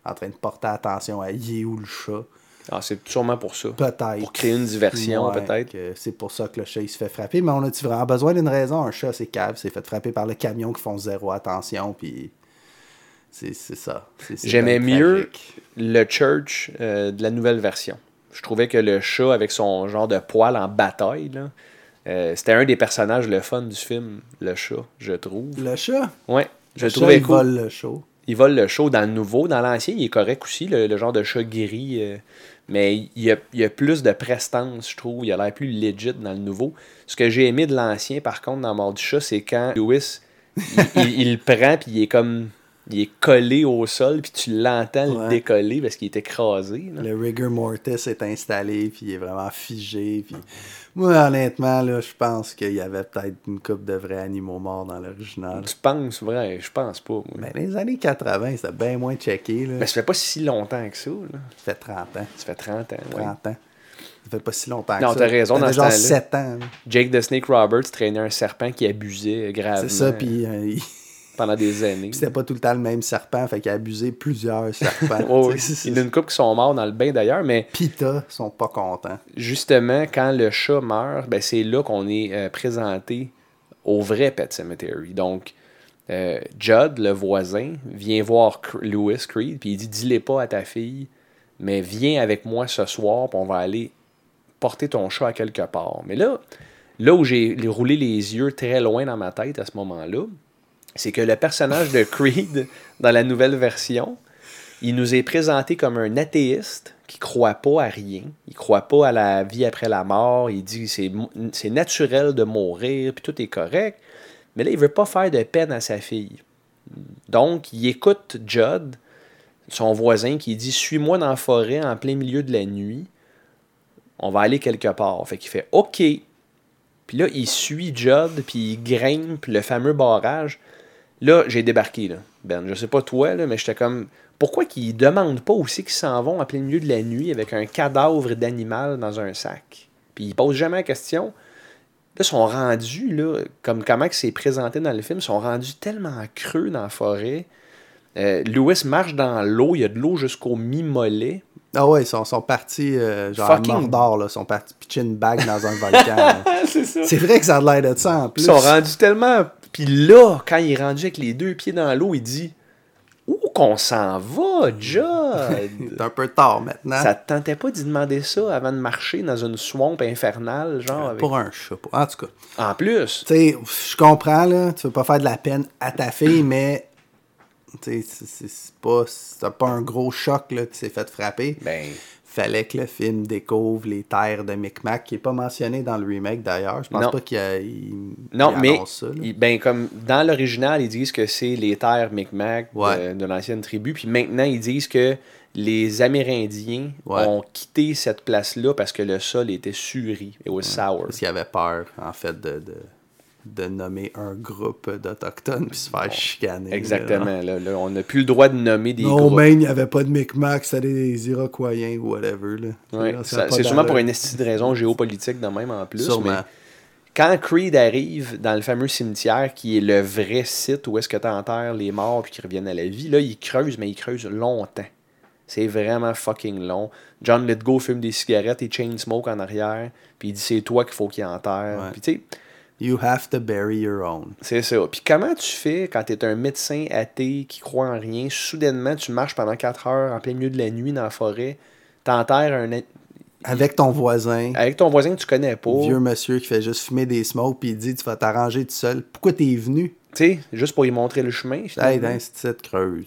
F: en train de porter attention à y est où le chat.
A: Ah, c'est sûrement pour ça.
F: Peut-être.
A: Pour créer une diversion,
F: Ouais,
A: peut-être.
F: que C'est pour ça que le chat, il se fait frapper. Mais on a-tu vraiment besoin d'une raison? Un chat, c'est cave. C'est fait frapper par le camion qui font zéro attention, puis... C'est c'est ça. C'est- c'est
A: J'aimais
F: bien
A: mieux
F: tragique.
A: le church euh, de la nouvelle version. Je trouvais que le chat avec son genre de poil en bataille, là, euh, c'était un des personnages le fun du film, le chat, je trouve.
F: Le chat?
A: Ouais, je
F: le
A: le
F: chat,
A: trouvais
F: il
A: cool.
F: vole le chat.
A: Il vole le show dans le nouveau. Dans l'ancien, il est correct aussi, le, le genre de chat gris. euh, mais il y a, il y a plus de prestance, je trouve. Il a l'air plus legit dans le nouveau. Ce que j'ai aimé de l'ancien, par contre, dans Mort du chat, c'est quand Lewis, il, il- il le prend, puis il est comme... Il est collé au sol, puis tu l'entends
F: Ouais.
A: le décoller parce qu'il est écrasé. là.
F: Le rigor mortis est installé, puis il est vraiment figé. Puis... Moi, honnêtement, là, je pense qu'il y avait peut-être une coupe de vrais animaux morts dans l'original.
A: Tu penses, vrai? Je pense pas. moi.
F: Mais dans les années 80, c'était bien moins checké. Là.
A: Mais ça fait pas si longtemps que ça. Là.
F: Ça fait 30 ans.
A: Ça fait 30 ans. ouais.
F: 30 ans. Ça fait pas si longtemps
A: Non,
F: que ça.
A: t'as raison,
F: Ça fait
A: dans ce
F: genre
A: temps-là.
F: 7 ans. là.
A: Jake the Snake Roberts traînait un serpent qui abusait gravement
F: C'est ça, puis euh, il-
A: pendant des années.
F: c'était pas tout le temps le même serpent, fait qu'il a abusé plusieurs serpents.
A: Oh,
F: tu sais,
A: oui.
F: c'est-
A: Il y en a une couple qui sont morts dans le bain d'ailleurs, mais
F: Pita sont pas contents.
A: justement, quand le chat meurt, ben, c'est là qu'on est euh, présenté au vrai Pet Cemetery. Donc, euh, Judd, le voisin, vient voir Cr- Lewis Creed, puis il dit Dis-les pas à ta fille, mais viens avec moi ce soir, puis on va aller porter ton chat à quelque part. Mais là, là où j'ai roulé les yeux très loin dans ma tête à ce moment-là, c'est que le personnage de Creed, dans la nouvelle version, il nous est présenté comme un athéiste qui croit pas à rien. Il croit pas à la vie après la mort. Il dit c'est mo- c'est naturel de mourir, puis tout est correct. Mais là, il veut pas faire de peine à sa fille. Donc, il écoute Judd, son voisin, qui dit Suis-moi dans la forêt en plein milieu de la nuit. On va aller quelque part. Fait qu'il fait OK. Puis là, il suit Judd, puis il grimpe le fameux barrage. Là, j'ai débarqué, là, Ben. Je sais pas toi, là, mais j'étais comme. Pourquoi qu'ils demandent pas aussi qu'ils s'en vont en plein milieu de la nuit avec un cadavre d'animal dans un sac? Puis ils posent jamais la question. Là, ils sont rendus, là, comme comment que c'est présenté dans le film, ils sont rendus tellement creux dans la forêt. Euh, Lewis marche dans l'eau, il y a de l'eau jusqu'au mi-mollet.
F: Ah ouais, ils sont, sont partis, euh, genre à
A: Fucking-
F: Mordor, là, ils sont partis pitcher une bague dans un volcan. là.
A: Ah, c'est ça.
F: C'est vrai que ça a l'air de ça en plus.
A: Ils sont rendus tellement. Puis là, quand il est rendu avec les deux pieds dans l'eau, il dit Où qu'on s'en va, Judd?
F: C'est un peu tard maintenant.
A: ça te tentait pas d'y demander ça avant de marcher dans une swamp infernale, genre? Avec...
F: Euh, Pour un chat. pour- En tout cas.
A: En plus,
F: Tu sais, je comprends, là. Tu veux pas faire de la peine à ta fille, mais. Tu sais, c'est- c'est c'est pas, c'est pas un gros choc, là, qui s'est fait frapper.
A: ben,
F: Fallait que le film découvre les terres de Micmac, qui est pas mentionné dans le remake d'ailleurs. Je pense
A: Non.
F: pas qu'il a- il-
A: non,
F: il
A: mais
F: annonce ça, là.
A: il- ben, comme dans l'original, ils disent que c'est les terres Micmac de-
F: Ouais.
A: de, l'ancienne tribu, puis maintenant, ils disent que les Amérindiens
F: Ouais.
A: ont quitté cette place-là parce que le sol était suri, it was sour.
F: Parce qu'il avait peur, en fait, de, de, de nommer un groupe d'Autochtones puis se faire chicaner. là.
A: Exactement, là, là, on n'a plus le droit de nommer des
F: hein. Non,
A: groupes.
F: mais il n'y avait pas de Micmac, c'était des Iroquois ou whatever. là.
A: Ouais,
F: Ça, ça a
A: ça-
F: pas
A: c'est sûrement
F: d'allure.
A: pour une esti de raison géopolitique de même en plus.
F: Sûrement.
A: mais quand Creed arrive dans le fameux cimetière qui est le vrai site où est-ce que tu enterres les morts puis qu'ils reviennent à la vie, là, ils creusent, mais ils creusent longtemps. C'est vraiment fucking long. John Lithgow fume des cigarettes et chain smoke en arrière, puis il dit c'est toi qu'il faut qu'il enterre.
F: Ouais.
A: Puis tu sais,
F: You have to bury your own.
A: c'est ça. Puis comment tu fais quand tu es un médecin athée qui croit en rien, soudainement tu marches pendant 4 heures en plein milieu de la nuit dans la forêt, t'enterres un a-
F: Avec ton voisin,
A: avec ton voisin que tu connais pas.
F: vieux monsieur qui fait juste fumer des smokes puis il dit Tu vas t'arranger tout seul. Pourquoi t'es venu
A: Tu sais, juste pour lui montrer le chemin. finalement.
F: Hey, ben, dans cette petite creuse.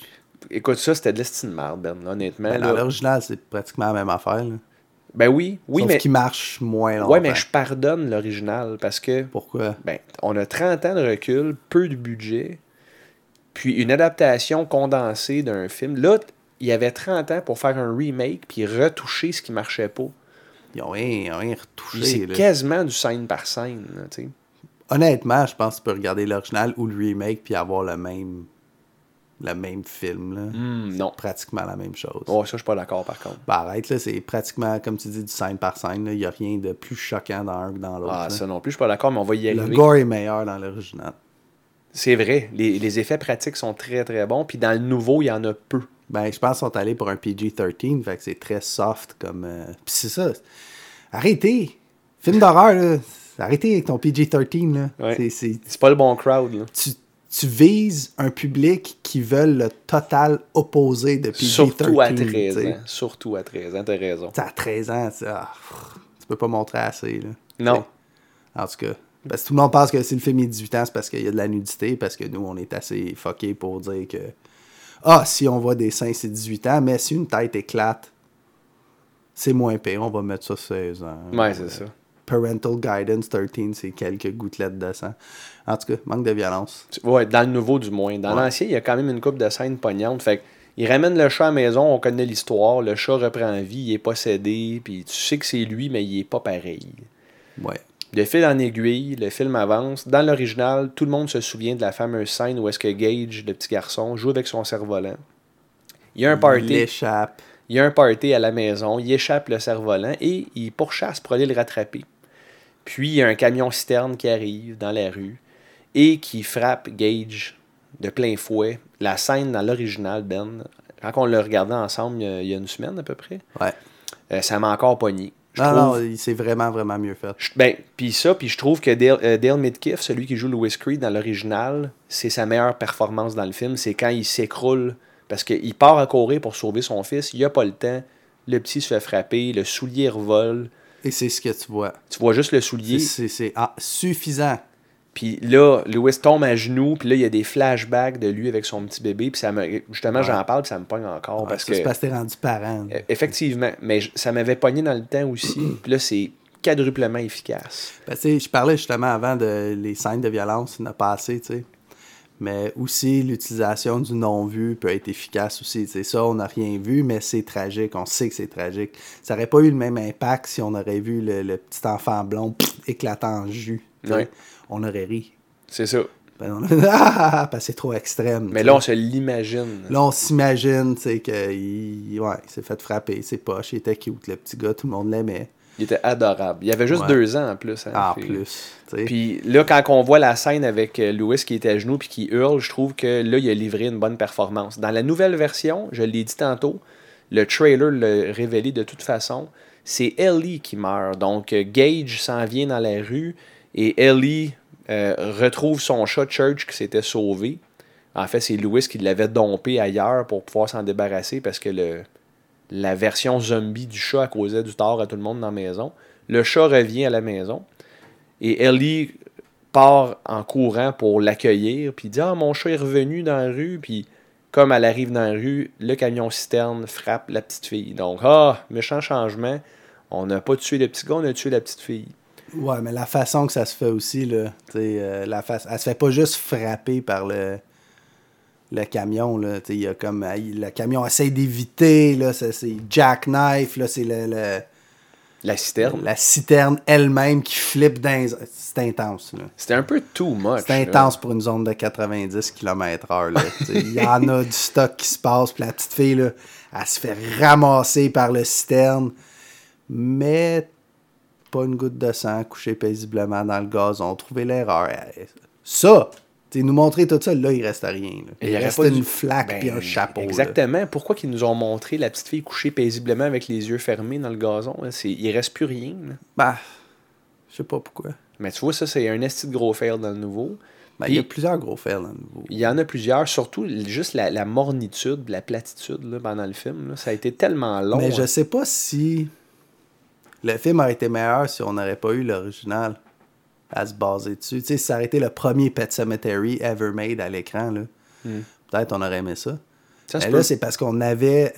A: Écoute, ça, c'était de l'estime marde, Ben, là, honnêtement.
F: Ben,
A: là.
F: dans l'original, c'est pratiquement la même affaire. Là.
A: Ben oui, oui,
F: Sauf
A: mais.
F: qu'il hein. marche moins longtemps.
A: Ouais, mais je pardonne l'original parce que,
F: Pourquoi
A: ben, on a 30 ans de recul, peu de budget, puis une adaptation condensée d'un film. Là, t- il y avait 30 ans pour faire un remake puis retoucher ce qui marchait pas.
F: Ils ont rien, ils ont rien
A: Puis C'est
F: retouché. là.
A: quasiment du scène par scène, là, tu sais.
F: Honnêtement, je pense que tu peux regarder l'original ou le remake puis avoir le même le même film là.
A: Hmm, non.
F: Pratiquement la même chose.
A: Oh, ça, je suis pas d'accord, par contre.
F: Ben, arrête là, c'est pratiquement comme tu dis du scène par scène, là. il y a rien de plus choquant dans un que dans l'autre.
A: Ah,
F: là.
A: ça non plus, je suis pas d'accord, mais on va y
F: le
A: arriver.
F: gore est meilleur dans l'original.
A: C'est vrai, les, les effets pratiques sont très, très bons, puis dans le nouveau, il y en a peu.
F: Ben, je pense qu'ils sont allés pour un PG-13, fait que c'est très soft comme euh, Puis c'est ça. Arrêtez. Film d'horreur là. Arrêtez avec ton PG-13 là.
A: Ouais.
F: C'est- c'est
A: C'est pas le bon crowd, là.
F: tu, tu vises un public qui veut le total opposé de PG-13.
A: Surtout à
F: tu
A: 13
F: sais.
A: ans. Surtout à 13 ans, t'as raison.
F: T'sais, à 13 ans, tu ah, pff, tu peux pas montrer assez. Là.
A: Non.
F: En tout cas, parce que tout le monde pense que si le film est 18 ans, c'est parce qu'il y a de la nudité, parce que nous, on est assez fuckés pour dire que Ah, si on voit des seins, c'est 18 ans, mais si une tête éclate, c'est moins pire, on va mettre ça 16 ans.
A: Ouais, c'est ça.
F: Parental Guidance 13, c'est quelques gouttelettes de sang. En tout cas, manque de violence.
A: Tu- Ouais, dans le nouveau, du moins. Dans l'ancien, il y a quand même une coupe de scènes pognantes. Fait que, il ramène le chat à la maison, on connaît l'histoire, le chat reprend vie, il est possédé, puis tu sais que c'est lui, mais il est pas pareil.
F: Ouais.
A: De fil en aiguille, le film avance. Dans l'original, tout le monde se souvient de la fameuse scène où est-ce que Gage, le petit garçon, joue avec son cerf-volant. Il y a un party.
F: Il échappe.
A: Il y a un party à la maison, il échappe le cerf-volant et il pourchasse pour aller le rattraper. Puis il y a un camion citerne qui arrive dans la rue et qui frappe Gage de plein fouet. La scène dans l'original, Ben, quand on le regardait ensemble il y a- il y a une semaine à peu près,
F: Ouais.
A: euh, ça m'a encore pogné. Je
F: non,
A: trouve-
F: non, il s'est vraiment, vraiment mieux fait.
A: je- ben, puis ça, puis je trouve que Dale, euh, Dale Midkiff, celui qui joue Louis Creed dans l'original, c'est sa meilleure performance dans le film. C'est quand il s'écroule parce qu'il part à courir pour sauver son fils, il a pas le temps. Le petit se fait frapper, le soulier revole.
F: Et c'est ce que tu vois.
A: Tu vois juste le soulier.
F: C'est- C'est c'est, ah, suffisant.
A: Puis là, Louis tombe à genoux. Puis là, il y a des flashbacks de lui avec son petit bébé. Puis ça me, justement, j'en parle, puis ça me pogne encore.
F: Ouais,
A: parce
F: ça,
A: que
F: C'est parce que t'es rendu parent. là.
A: euh, effectivement, mais je- ça m'avait pogné dans le temps aussi. puis là, c'est quadruplement efficace.
F: Ben, tu sais, je parlais justement avant de les scènes de violence, il n'y en a pas assez, tu sais. Mais aussi, l'utilisation du non-vu peut être efficace aussi. tu sais. ça, on n'a rien vu, mais c'est tragique. On sait que c'est tragique. Ça n'aurait pas eu le même impact si on aurait vu le, le petit enfant blond pff, éclatant en jus. tu sais.
A: Ouais.
F: On aurait ri.
A: C'est ça.
F: Ben, on aurait- Ah, parce que c'est trop extrême. tu
A: Mais
F: sais.
A: là, on se l'imagine.
F: Là, on s'imagine, tu sais, qu'il ouais, il s'est fait frapper, c'est poche, il était cute, le petit gars, tout le monde l'aimait.
A: Il était adorable. Il avait juste
F: Ouais.
A: deux ans en plus. hein,
F: En
A: fait-
F: plus, tu sais.
A: Puis là, quand on voit la scène avec euh, Louis qui est à genoux puis qui hurle, je trouve que là, il a livré une bonne performance. Dans la nouvelle version, je l'ai dit tantôt, le trailer le révélé de toute façon, c'est Ellie qui meurt. Donc, euh, Gage s'en vient dans la rue et Ellie euh, retrouve son chat Church qui s'était sauvé. En fait, c'est Lewis qui l'avait dompé ailleurs pour pouvoir s'en débarrasser parce que le, la version zombie du chat causait du tort à tout le monde dans la maison. Le chat revient à la maison et Ellie part en courant pour l'accueillir, puis dit Ah, mon chat est revenu dans la rue, puis comme elle arrive dans la rue, le camion citerne frappe la petite fille. Donc, ah, méchant changement. On n'a pas tué le petit gars, on a tué la petite fille.
F: Ouais, mais la façon que ça se fait aussi, là, tu sais, euh, la face, elle se fait pas juste frapper par le, le camion, là, tu sais, il y a comme, euh, il- le camion essaie d'éviter, là, c'est c'est jackknife, là, c'est le- le-
A: La citerne.
F: la citerne elle-même qui flippe dans, les- c'est intense, là.
A: C'était un peu too much.
F: C'est
A: là.
F: intense pour une zone de 90 km/h. là. Tu sais, Il y en a du stock qui se passe. Puis la petite fille, là, elle se fait ramasser par le citerne. Mais pas une goutte de sang, couchée paisiblement dans le gazon. Trouver l'erreur. Ça, tu sais, nous montrer tout ça, là, il reste à rien. là.
A: Et
F: Il,
A: aurait
F: reste
A: pas
F: une
A: dû-
F: flaque
A: Ben,
F: puis un chapeau. là.
A: Exactement. Pourquoi qu'ils nous ont montré la petite fille couchée paisiblement avec les yeux fermés dans le gazon? là? C'est- Il reste plus rien. là.
F: Bah, je sais pas pourquoi.
A: Mais tu vois, ça, c'est un esti de gros fail dans le nouveau.
F: Ben,
A: Puis-
F: il y a plusieurs gros fails là, nouveau.
A: Il y en a plusieurs, surtout l- juste la, la mornitude, la platitude là, pendant le film. là. Ça a été tellement long.
F: Mais je
A: hein.
F: sais pas si le film aurait été meilleur si on n'aurait pas eu l'original à se baser dessus. Tu sais, si ça aurait été le premier Pet Cemetery ever made à l'écran, là,
A: Hmm.
F: peut-être on aurait aimé ça.
A: Ça se
F: Mais
A: peut.
F: Ben là, c'est parce qu'on avait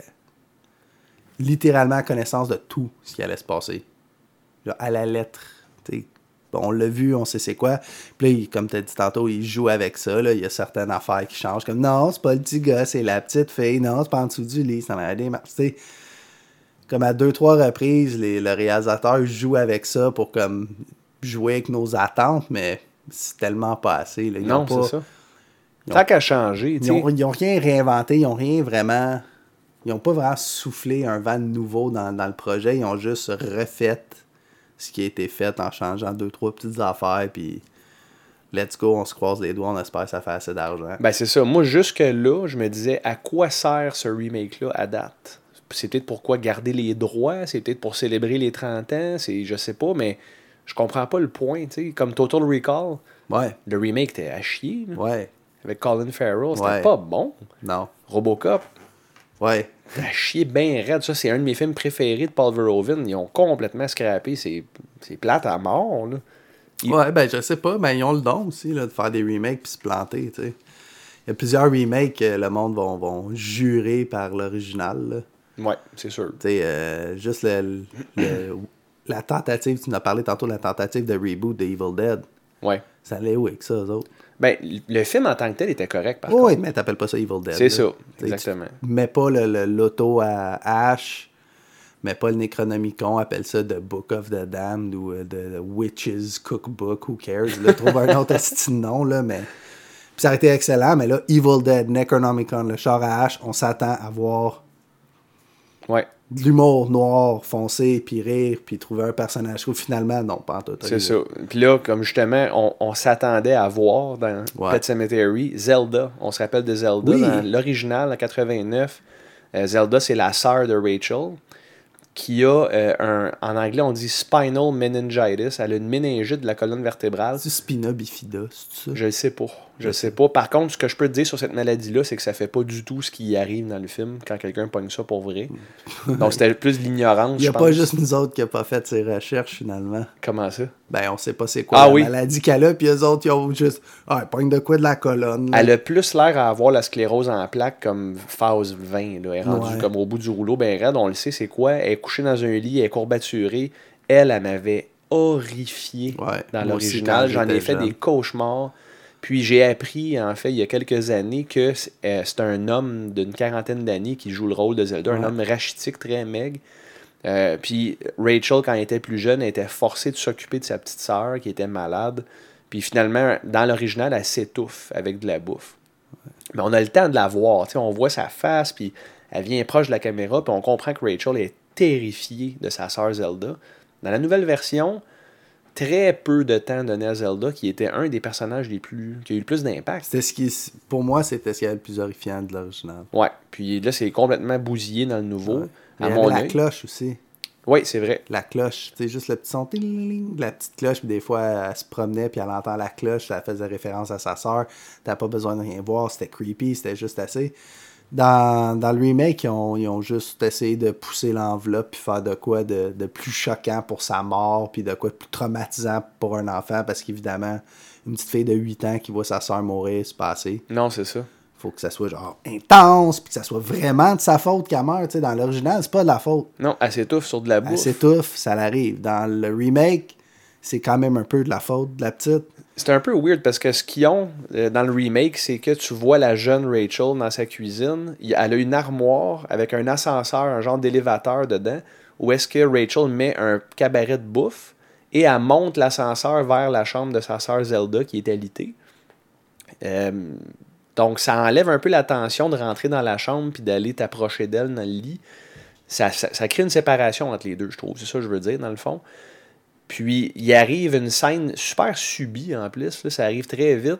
F: littéralement connaissance de tout ce qui allait se passer. Genre, à la lettre. tu sais. Bon, on l'a vu, on sait c'est quoi. Puis là, il- comme tu as dit tantôt, il joue avec ça. là. Il y a certaines affaires qui changent. Comme non, c'est pas le petit gars, c'est la petite fille. Non, c'est pas en dessous du lit, ça m'a des marches. Tu sais, Comme à deux, trois reprises, les- le réalisateur joue avec ça pour comme jouer avec nos attentes, mais c'est tellement pas assez. là. Ils
A: Non,
F: ont pas-
A: c'est ça.
F: ils ont-
A: Tant qu'à changer, tu
F: ils
A: sais.
F: ont, ils ont rien réinventé, ils ont rien vraiment. Ils ont pas vraiment soufflé un vent nouveau dans, dans le projet, ils ont juste refait ce qui a été fait en changeant deux, trois petites affaires, puis let's go, on se croise les doigts, on espère que ça fait assez d'argent.
A: Ben c'est ça. Moi, jusque-là, je me disais à quoi sert ce remake-là à date? C'est peut-être pourquoi garder les droits, c'est peut-être pour célébrer les 30 ans, c'est je sais pas, mais je comprends pas le point, tu sais. Comme Total Recall,
F: Ouais,
A: le remake était à chier, là.
F: ouais,
A: avec Colin Farrell, c'était
F: Ouais.
A: pas bon.
F: non,
A: Robocop,
F: ouais.
A: à chier bien raide. Ça, c'est un de mes films préférés de Paul Verhoeven. Ils ont complètement scrappé, c'est c'est plate à mort, là. Il-
F: Ouais, ben je sais pas, mais ils ont le don aussi là, de faire des remakes puis se planter, tu sais. Il y a plusieurs remakes que le monde vont, vont jurer par l'original, là.
A: Ouais, c'est sûr.
F: Tu sais, euh, juste le- le- la tentative, tu nous as parlé tantôt de la tentative de reboot de Evil Dead.
A: Ouais.
F: Ça allait où avec ça, eux autres?
A: Ben, le film en tant que tel était correct, par
F: Oui,
A: contre.
F: mais t'appelles pas ça Evil Dead.
A: C'est
F: là.
A: ça,
F: Tu sais,
A: exactement.
F: Tu mets pas le- le- l'auto à Ash, mets pas le Necronomicon, appelle ça The Book of the Damned ou euh, The, The Witch's Cookbook, who cares? Là, trouve un autre esti de nom, là, mais... Puis ça aurait été excellent, mais là, Evil Dead, Necronomicon, le char à Ash, on s'attend à voir
A: Ouais.
F: de l'humour noir, foncé, puis rire, puis trouver un personnage cool. Finalement, non, pas en tout.
A: C'est ça. Puis là, comme justement, on, on s'attendait à voir dans
F: Ouais.
A: Pet Cemetery Zelda. On se rappelle de Zelda
F: Oui.
A: dans l'original en 89. euh, Zelda, c'est la sœur de Rachel qui a euh, un. En anglais, on dit spinal meningitis. Elle a une méningite de la colonne vertébrale.
F: C'est Spina Bifida, c'est ça?
A: Je le sais pas. Je le sais pas. Par contre, ce que je peux te dire sur cette maladie-là, c'est que ça fait pas du tout ce qui arrive dans le film quand quelqu'un pogne ça pour vrai. Donc c'était plus de l'ignorance.
F: Mm. Il n'y a
A: je
F: pas
A: pense.
F: juste nous autres qui n'a pas fait ses recherches, finalement.
A: Comment ça?
F: Ben, on sait pas c'est quoi
A: Ah
F: la
A: oui.
F: maladie qu'elle a, puis eux autres, ils ont juste... Ah, pogne de quoi de la colonne, là.
A: Elle a plus l'air à avoir la sclérose en plaques comme phase 20. Là. Elle est rendue
F: Ouais.
A: comme au bout du rouleau. Ben, raide, on le sait, c'est quoi? Elle est couchée dans un lit, elle est courbaturée. Elle, elle m'avait horrifié
F: Ouais,
A: dans
F: moi aussi,
A: l'original.
F: quand
A: J'en ai
F: j'étais
A: fait
F: jeune.
A: des cauchemars. Puis j'ai appris, en fait, il y a quelques années, que c'est euh, c'est un homme d'une quarantaine d'années qui joue le rôle de Zelda, un
F: Ouais.
A: homme rachitique, très maigre. Euh, puis Rachel, quand elle était plus jeune, elle était forcée de s'occuper de sa petite sœur qui était malade. Puis finalement, dans l'original, elle s'étouffe avec de la bouffe. Mais on a le temps de la voir. tu sais, On voit sa face, puis elle vient proche de la caméra, puis on comprend que Rachel est terrifiée de sa sœur Zelda. Dans la nouvelle version, très peu de temps donné à Zelda, qui était un des personnages les plus qui a eu le plus d'impact.
F: C'était ce qui... Pour moi, c'était ce qui est le plus horrifiant de l'original.
A: Ouais. Puis là, c'est complètement bousillé dans le nouveau.
F: Ouais.
A: À
F: Il y avait
A: mon
F: la
A: œil.
F: cloche aussi.
A: Oui, c'est vrai.
F: La cloche, c'est juste le petit son ting-ling de la petite cloche, puis des fois elle se promenait puis elle entend la cloche, ça faisait référence à sa sœur. T'as pas besoin de rien voir, c'était creepy, c'était juste assez. Dans, dans le remake, ils ont, ils ont juste essayé de pousser l'enveloppe puis faire de quoi de, de plus choquant pour sa mort, puis de quoi de plus traumatisant pour un enfant, parce qu'évidemment, une petite fille de 8 ans qui voit sa sœur mourir, c'est passé
A: Non, c'est ça.
F: faut que ça soit genre intense, puis que ça soit vraiment de sa faute qu'elle meurt. tu sais, dans l'original, c'est pas de la faute.
A: Non, elle s'étouffe sur de la
F: Elle
A: bouffe.
F: s'étouffe, Ben, ça l'arrive. Dans le remake, c'est quand même un peu de la faute de la petite.
A: C'est un peu weird parce que ce qu'ils ont euh, dans le remake, c'est que tu vois la jeune Rachel dans sa cuisine. Il- Elle a une armoire avec un ascenseur, un genre d'élévateur dedans, où est-ce que Rachel met un cabaret de bouffe et elle monte l'ascenseur vers la chambre de sa sœur Zelda qui est alitée. Euh, donc ça enlève un peu la tension de rentrer dans la chambre puis d'aller t'approcher d'elle dans le lit. Ça, ça- ça crée une séparation entre les deux, je trouve. C'est ça que je veux dire, dans le fond. Puis il arrive une scène super subie en plus, là, ça arrive très vite.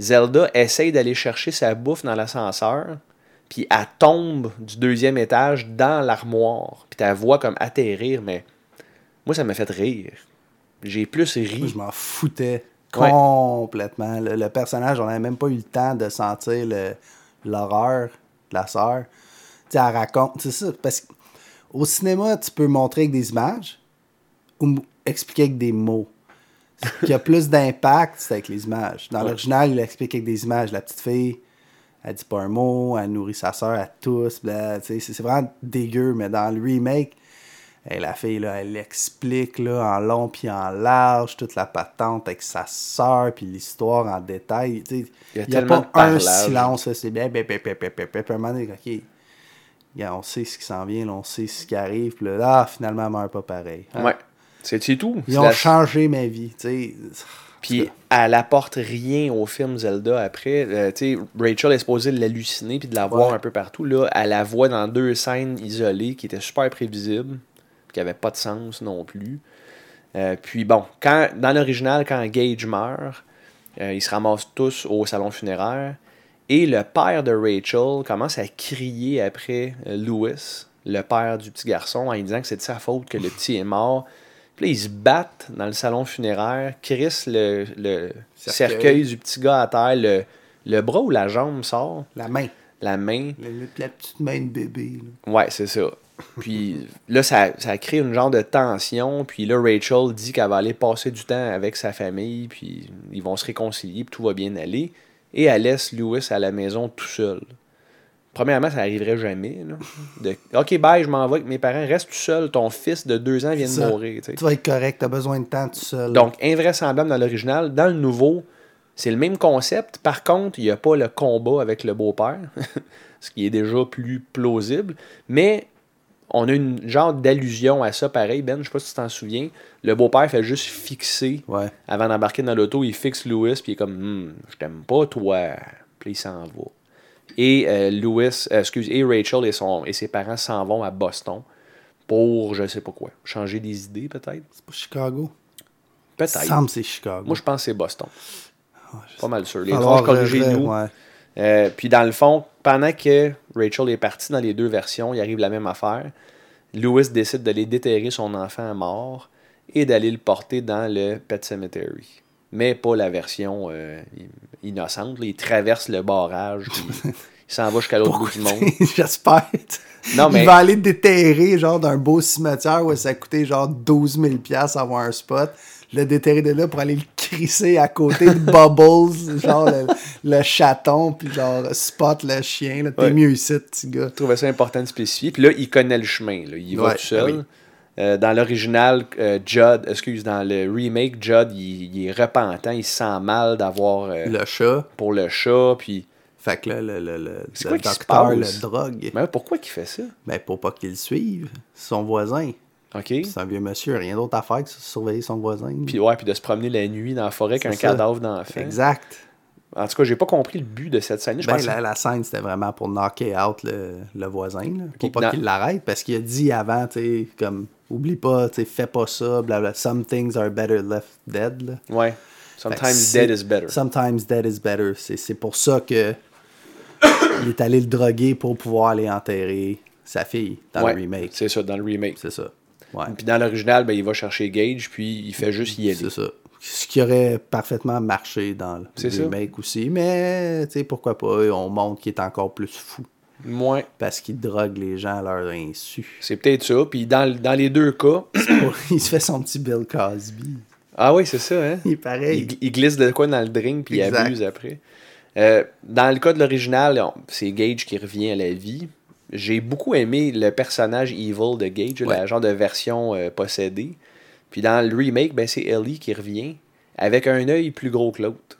A: Zelda essaye d'aller chercher sa bouffe dans l'ascenseur, puis elle tombe du deuxième étage dans l'armoire, puis t'as voix comme atterrir, mais moi ça m'a fait rire. J'ai plus
F: Moi,
A: ri.
F: je m'en foutais
A: Ouais.
F: complètement. Le, le personnage, on n'avait même pas eu le temps de sentir le- l'horreur de la sœur. Tu sais, elle raconte. C'est ça. Parce qu'au cinéma, tu peux montrer avec des images ou m- expliquer avec des mots. Ce qui a plus d'impact, c'est avec les images. Dans l'original, il explique avec des images. La petite fille, elle dit pas un mot, elle nourrit sa sœur, elle tousse. bla, tu sais, C'est c'est vraiment dégueu, mais dans le remake, Hey, la fille, là, elle explique là, en long puis en large toute la patente avec sa sœur puis l'histoire en détail. Tu sais,
A: Il y a
F: y a,
A: tellement
F: pas
A: de
F: un
A: parlage.
F: silence. là, C'est bien, bien, bien, bien, bien, bien, bien, puis à un moment donné, OK, gars, on sait ce qui s'en vient, là, on sait ce qui arrive. Puis là, ah, finalement, elle meurt pas pareil. hein.
A: Ouais. C'est c'est tout. C'est
F: Ils ont
A: la-
F: changé ma vie. tu sais.
A: Puis elle apporte rien au film Zelda après. Euh, tu sais, Rachel est supposée l'halluciner puis de la voir
F: Ouais.
A: un peu partout. Là, elle la voit dans deux scènes isolées qui étaient super prévisibles, puis qui n'avaient pas de sens non plus. Euh, puis bon, quand, dans l'original, quand Gage meurt, euh, ils se ramassent tous au salon funéraire. Et le père de Rachel commence à crier après euh, Louis, le père du petit garçon, en lui disant que c'est de sa faute que le petit est mort. Puis là, ils se battent dans le salon funéraire, crissent le, le cercueil.
F: Cercueil.
A: du petit gars à terre, le, le bras ou la jambe sort,
F: La main.
A: la main.
F: La, la- la petite main de bébé. là.
A: Ouais, c'est ça. Puis là, ça, ça crée une genre de tension. Puis là, Rachel dit qu'elle va aller passer du temps avec sa famille, puis ils vont se réconcilier, puis tout va bien aller. Et elle laisse Lewis à la maison tout seul. Premièrement, ça n'arriverait jamais. là. De, ok, bye, je m'en vais avec mes parents, reste tout seul, ton fils de deux ans vient de
F: Ça,
A: mourir. tu sais.
F: Tu vas être correct, t'as besoin de temps tout seul.
A: Donc, invraisemblable dans l'original. Dans le nouveau, c'est le même concept. Par contre, il n'y a pas le combat avec le beau-père, ce qui est déjà plus plausible. Mais on a une genre d'allusion à ça pareil, Ben. Je sais pas si tu t'en souviens. Le beau-père fait juste fixer.
F: Ouais.
A: Avant d'embarquer dans l'auto, il fixe Louis, puis il est comme Hum, Je t'aime pas, toi. Puis il s'en va. Et euh, Louis, euh, excuse, et Rachel et, son, et ses parents s'en vont à Boston pour je sais pas quoi. Changer des idées, peut-être
F: C'est pas Chicago. Il me
A: Peut-être.
F: semble que c'est Chicago.
A: Moi, je pense que c'est Boston. pas mal sûr. Les
F: Alors,
A: trois corrigés,
F: euh,
A: nous.
F: ouais.
A: Euh, puis dans le fond, pendant que Rachel est partie dans les deux versions, il arrive la même affaire. Lewis décide d'aller déterrer son enfant à mort et d'aller le porter dans le Pet Cemetery. Mais pas la version euh, innocente. là. Il traverse le barrage. puis il s'en va jusqu'à l'autre bout du monde.
F: J'espère.
A: Non, mais-
F: Il va aller déterrer genre d'un beau cimetière où ça coûtait genre 12 000 pièces avoir un spot. Le déterrer de là pour aller le crisser à côté de Bubbles, genre le, le chaton, puis genre Spot le chien. là. T'es
A: Ouais.
F: mieux ici, petit gars.
A: trouvais ça important de spécifier. Puis là, il connaît le chemin. là. Il va
F: Ouais,
A: tout seul.
F: ben oui.
A: Euh, dans l'original, euh, Judd, excuse, dans le remake, Judd, il, il est repentant, il se sent mal d'avoir euh,
F: Le chat.
A: pour le chat. Puis,
F: Fait que là, le, le, le-
A: C'est
F: le
A: quoi qui se
F: docteur
A: passe?
F: le drogue.
A: mais pourquoi qu'il fait ça?
F: Mais pour pas qu'il le suive, son voisin.
A: OK?
F: C'est un vieux monsieur, rien d'autre à faire que surveiller son voisin.
A: Puis, ouais, puis de se promener la nuit dans la forêt avec
F: C'est
A: un
F: ça.
A: cadavre d'enfant.
F: Exact.
A: En tout cas, j'ai pas compris le but de cette scène. Je
F: Ben,
A: pense
F: la, la scène, c'était vraiment pour knocker out le, le voisin, là,
A: Puis
F: pour pas
A: dans-
F: qu'il l'arrête, parce qu'il a dit avant, tu sais, comme, oublie pas, tu sais, fais pas ça, blablabla, some things are better left dead, là.
A: Ouais.
F: Fait que
A: Sometimes
F: c'est-
A: dead is better.
F: Sometimes dead is better. C'est c'est pour ça que il est allé le droguer pour pouvoir aller enterrer sa fille dans
A: Ouais,
F: le remake.
A: C'est ça, dans le remake.
F: C'est ça. Ouais.
A: Puis dans l'original, ben, il va chercher Gage, puis il fait juste y aller.
F: C'est ça. Ce qui aurait parfaitement marché dans
A: C'est
F: le
A: ça.
F: remake aussi. Mais, tu sais, pourquoi pas, on montre qu'il est encore plus fou.
A: Ouais.
F: Parce qu'il drogue les gens à leur insu.
A: C'est peut-être ça. Puis dans, dans les deux cas.
F: il se fait son petit Bill Cosby.
A: Ah oui, c'est ça, hein?
F: Il est pareil.
A: Il, il glisse de quoi dans le drink, puis
F: Exact.
A: il abuse après. Euh, dans le cas de l'original, on- c'est Gage qui revient à la vie. J'ai beaucoup aimé le personnage evil de Gage,
F: Ouais.
A: la genre de version euh, possédée. Puis dans le remake, ben, c'est Ellie qui revient avec un œil plus gros que l'autre.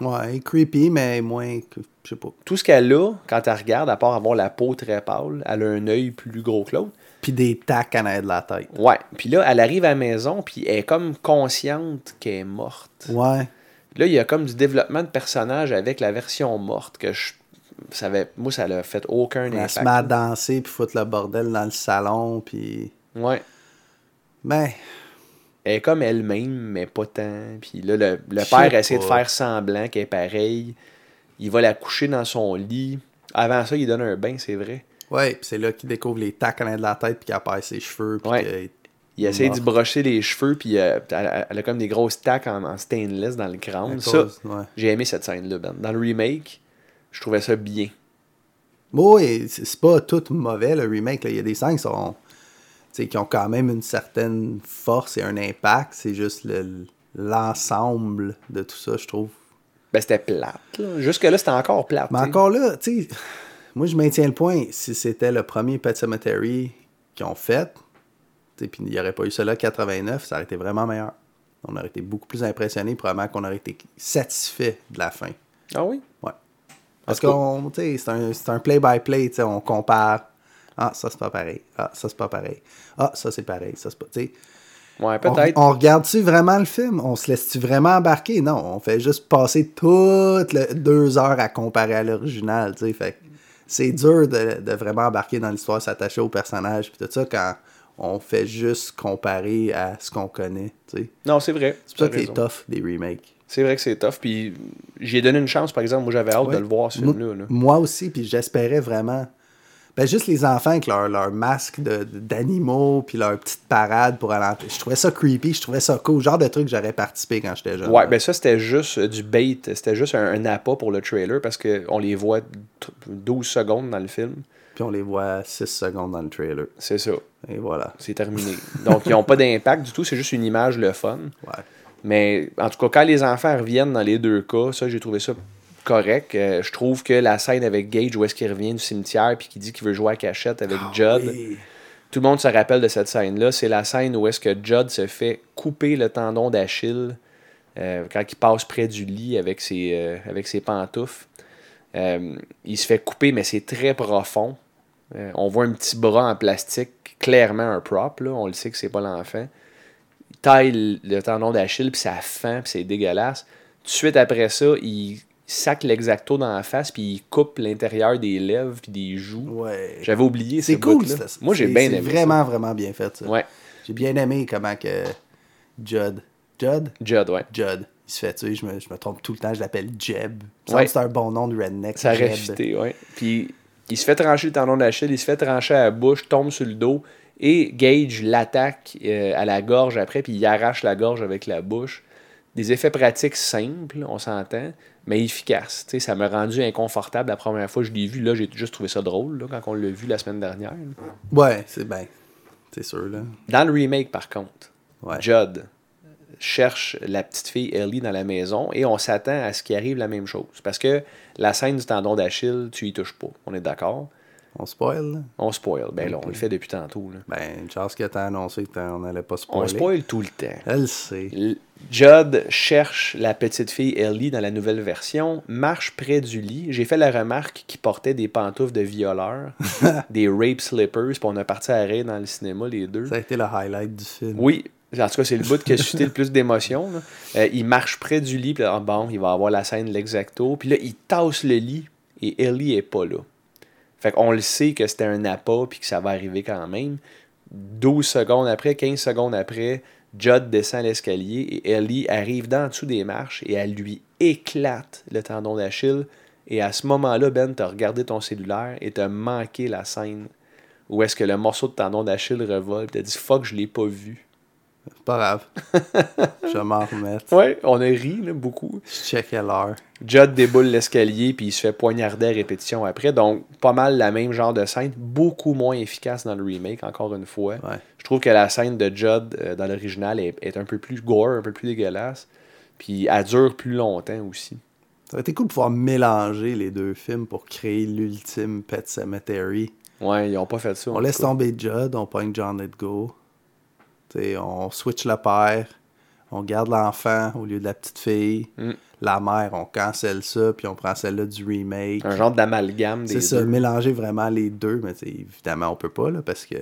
F: Ouais, creepy, mais moins. que- Je sais pas.
A: Tout ce qu'elle a, quand elle regarde, à part avoir la peau très pâle, elle a un œil plus gros que l'autre.
F: Puis des tacs en arrière de la tête.
A: Ouais. Puis là, elle arrive à la maison, puis elle est comme consciente qu'elle est morte.
F: Ouais.
A: Là, il y a comme du développement de personnage avec la version morte que je savais. Moi, ça l'a fait aucun
F: Elle se
A: impact.
F: met à danser, puis foutre le bordel dans le salon, puis. ben,
A: Ouais.
F: Mais,
A: Elle est comme elle-même, mais pas tant. Puis là, le, le
F: Je sais
A: père essaie de
F: pas.
A: faire semblant qu'elle est pareille. Il va la coucher dans son lit. Avant ça, il donne un bain, c'est vrai.
F: ouais, puis c'est là qu'il découvre les tacs en arrière de la tête, puis qu'elle perd ses cheveux, puis
A: Ouais.
F: qu'il-
A: Il essaie
F: Mort.
A: d'y brocher les cheveux, puis euh, elle, elle a comme des grosses taques en, en stainless dans le crâne.
F: À
A: Ça,
F: cause, ouais.
A: j'ai aimé cette scène-là, Ben. Dans le remake, je trouvais ça bien.
F: Bon, et c'est c'est pas tout mauvais le remake. là. Il y a des scènes qui sont. tu sais, qui ont quand même une certaine force et un impact. C'est juste le- l'ensemble de tout ça, je trouve.
A: Ben, c'était plate. là. Jusque-là, c'était encore plate.
F: Mais
A: tu sais.
F: encore là, tu sais, moi je maintiens le point. Si c'était le premier Pet Cemetery qu'ils ont fait, tu sais, puis il n'y aurait pas eu cela 89, ça aurait été vraiment meilleur. On aurait été beaucoup plus impressionnés, probablement qu'on aurait été satisfait de la fin.
A: Ah oui?
F: Ouais. Parce
A: En tout cas-
F: qu'on, tu sais, c'est un, c'est un play-by-play, tu sais, on compare. Ah, ça c'est pas pareil. Ah, ça c'est pas pareil. Ah, ça c'est pareil. Ça c'est pas. Tu sais,
A: Ouais,
F: on,
A: peut-être.
F: on regarde-tu vraiment le film On se laisse-tu vraiment embarquer Non, on fait juste passer toutes les deux heures à comparer à l'original, tu sais. Fait que c'est dur de, de vraiment embarquer dans l'histoire, s'attacher au personnage, puis tout ça, quand on fait juste comparer à ce qu'on connaît, tu sais.
A: Non, c'est vrai.
F: C'est pour ça
A: T'as
F: que c'est
A: raison.
F: tough des remakes.
A: C'est vrai que c'est tough. Puis j'ai donné une chance, par exemple. Moi, j'avais hâte
F: Ouais.
A: de le voir, ce
F: Moi-
A: film-là. là.
F: Moi aussi, puis j'espérais vraiment. Ben, juste les enfants avec leur, leur masque de- d'animaux, puis leur petite parade pour aller en- Je trouvais ça creepy, je trouvais ça cool. Genre de truc que j'aurais participé quand j'étais jeune.
A: Ouais, ben ça, c'était juste euh, du bait. C'était juste un, un appât pour le trailer parce qu'on les voit t- 12 secondes dans le film.
F: Puis on les voit 6 secondes dans le trailer.
A: C'est ça.
F: Et voilà.
A: C'est terminé. Donc, ils n'ont pas d'impact du tout. C'est juste une image, le fun.
F: Ouais.
A: Mais en tout cas, quand les enfants reviennent dans les deux cas, ça, j'ai trouvé ça correct. Euh, je trouve que la scène avec Gage, où est-ce qu'il revient du cimetière puis qu'il dit qu'il veut jouer à cachette avec Judd,
F: Ah oui.
A: tout le monde se rappelle de cette scène-là. C'est la scène où est-ce que Judd se fait couper le tendon d'Achille euh, quand il passe près du lit avec ses, euh, avec ses pantoufles. Euh, il se fait couper, mais c'est très profond. Euh, on voit un petit bras en plastique, clairement un prop, là. on le sait que c'est pas l'enfant. Il taille le- le tendon d'Achille, puis ça fend, puis c'est dégueulasse. Tout de suite après ça, il sac l'exacto dans la face, puis il coupe l'intérieur des lèvres, puis des joues.
F: Ouais.
A: J'avais oublié
F: C'est
A: ce
F: cool,
A: bout-là.
F: ça.
A: Moi, j'ai
F: C'est-
A: bien
F: c'est
A: aimé ça.
F: vraiment, vraiment bien fait, ça.
A: Ouais,
F: J'ai bien aimé comment que Judd. Judd
A: Judd, ouais.
F: Judd. Il se fait tuer, je me, je me trompe tout le temps, je l'appelle Jeb. Il me
A: Ouais.
F: semble que C'est un bon nom de redneck.
A: Ça aurait
F: Jeb.
A: fité, ouais. Puis il se fait trancher le tendon d'Achille, il se fait trancher à la bouche, tombe sur le dos et Gage l'attaque euh, à la gorge après, puis il arrache la gorge avec la bouche. Des effets pratiques simples, on s'entend, mais efficaces. Tu sais, ça m'a rendu inconfortable la première fois que je l'ai vu. Là, j'ai juste trouvé ça drôle là, quand on l'a vu la semaine dernière.
F: Ouais, c'est bien. C'est sûr, là.
A: Dans le remake, par contre,
F: Ouais.
A: Judd cherche la petite fille Ellie dans la maison et on s'attend à ce qu'il arrive la même chose. Parce que la scène du tendon d'Achille, tu y touches pas. On est d'accord?
F: On spoil, là.
A: On spoil. Ben là, on le fait depuis tantôt. là.
F: Ben, une chance que t'as annoncé que t'en- on allait pas spoiler.
A: On spoil tout le temps.
F: Elle sait.
A: L- Judd cherche la petite fille Ellie dans la nouvelle version, marche près du lit. J'ai fait la remarque qu'il portait des pantoufles de violeur, des rape slippers, puis on a parti à rire dans le cinéma, les deux.
F: Ça a été le highlight du film.
A: Oui, en tout cas, c'est le bout qui a suscité le plus d'émotion. là. Euh, il marche près du lit, puis là, ah, bon, il va avoir la scène de l'exacto. Puis là, il tasse le lit et Ellie est pas là. Fait qu'on le sait que c'était un appât, puis que ça va arriver quand même. 12 secondes après, 15 secondes après, Judd descend l'escalier et Ellie arrive dans dessous des marches et elle lui éclate le tendon d'Achille. Et à ce moment-là, Ben, t'as regardé ton cellulaire et t'as manqué la scène Ou est-ce que le morceau de tendon d'Achille revole? T'as dit fuck, je l'ai pas vu.
F: Pas grave. je vais m'en remettre.
A: Ouais, on a ri là, beaucoup.
F: Je checkais l'heure.
A: Judd déboule l'escalier puis il se fait poignarder à répétition après. Donc, pas mal la même genre de scène, beaucoup moins efficace dans le remake, encore une fois.
F: Ouais.
A: Je trouve que la scène de Judd euh, dans l'original est, est un peu plus gore, un peu plus dégueulasse. Puis elle dure plus longtemps aussi.
F: Ça aurait été cool de pouvoir mélanger les deux films pour créer l'ultime Pet Cemetery.
A: Ouais, ils ont pas fait ça.
F: On
A: en
F: laisse
A: tout cas.
F: tomber Judd, on pogne John Letgo. T'sais, on switch le père, on garde l'enfant au lieu de la petite fille.
A: Mm.
F: La mère, on cancelle ça, puis on prend celle-là du remake.
A: Un genre d'amalgame des
F: C'est ça,
A: deux.
F: mélanger vraiment les deux, mais t'sais, évidemment, on peut pas, là, parce que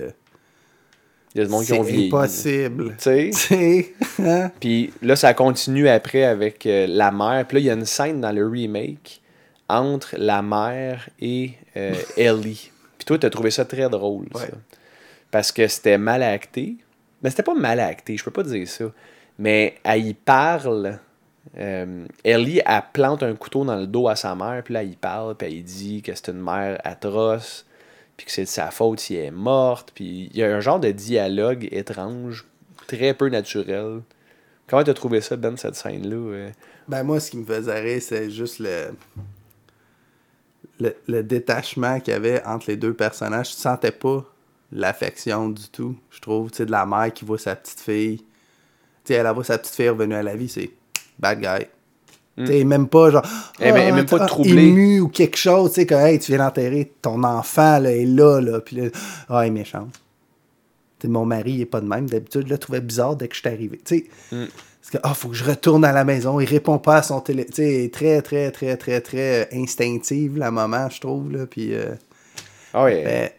A: Il y a des gens qui
F: c'est
A: ont vieilli.
F: impossible.
A: Tu sais?
F: T'sais, hein?
A: Puis là, ça continue après avec euh, la mère. Puis là, il y a une scène dans le remake entre la mère et euh, Ellie. Puis toi, t'as trouvé ça très drôle, ça.
F: Ouais.
A: Parce que c'était mal acté. Mais c'était pas mal acté, je peux pas dire ça. Mais elle y parle. Euh, Ellie, elle plante un couteau dans le dos à sa mère, puis là, il parle, puis elle dit que c'est une mère atroce, puis que c'est de sa faute si elle est morte, puis il y a un genre de dialogue étrange, très peu naturel. Comment t'as trouvé ça, Ben, cette scène-là? euh?
F: Ben moi, ce qui me faisait rire, c'est juste le... le le détachement qu'il y avait entre les deux personnages. Je sentais pas l'affection du tout, je trouve. Tu sais, de la mère qui voit sa petite fille. Tu sais, elle la voit sa petite fille revenue à la vie, c'est bad guy. Tu sais, même pas genre.
A: Hmm. Elle est même- elle est même pas
F: ah,
A: troublée.
F: émue ou quelque chose, tu sais, que hey, tu viens d'enterrer ton enfant, là, est là, là. Puis là, ah, elle est méchante. Tu sais, mon mari, il est pas de même. D'habitude, je le trouvais bizarre dès que je suis arrivé. Tu sais,
A: Hmm.
F: parce que, ah, faut que je retourne à la maison. Il répond pas à son télé. Tu sais, elle est très, très, très, très, très euh, instinctive, la maman, je trouve, là. Puis, euh,
A: Ah ouais,
F: ben,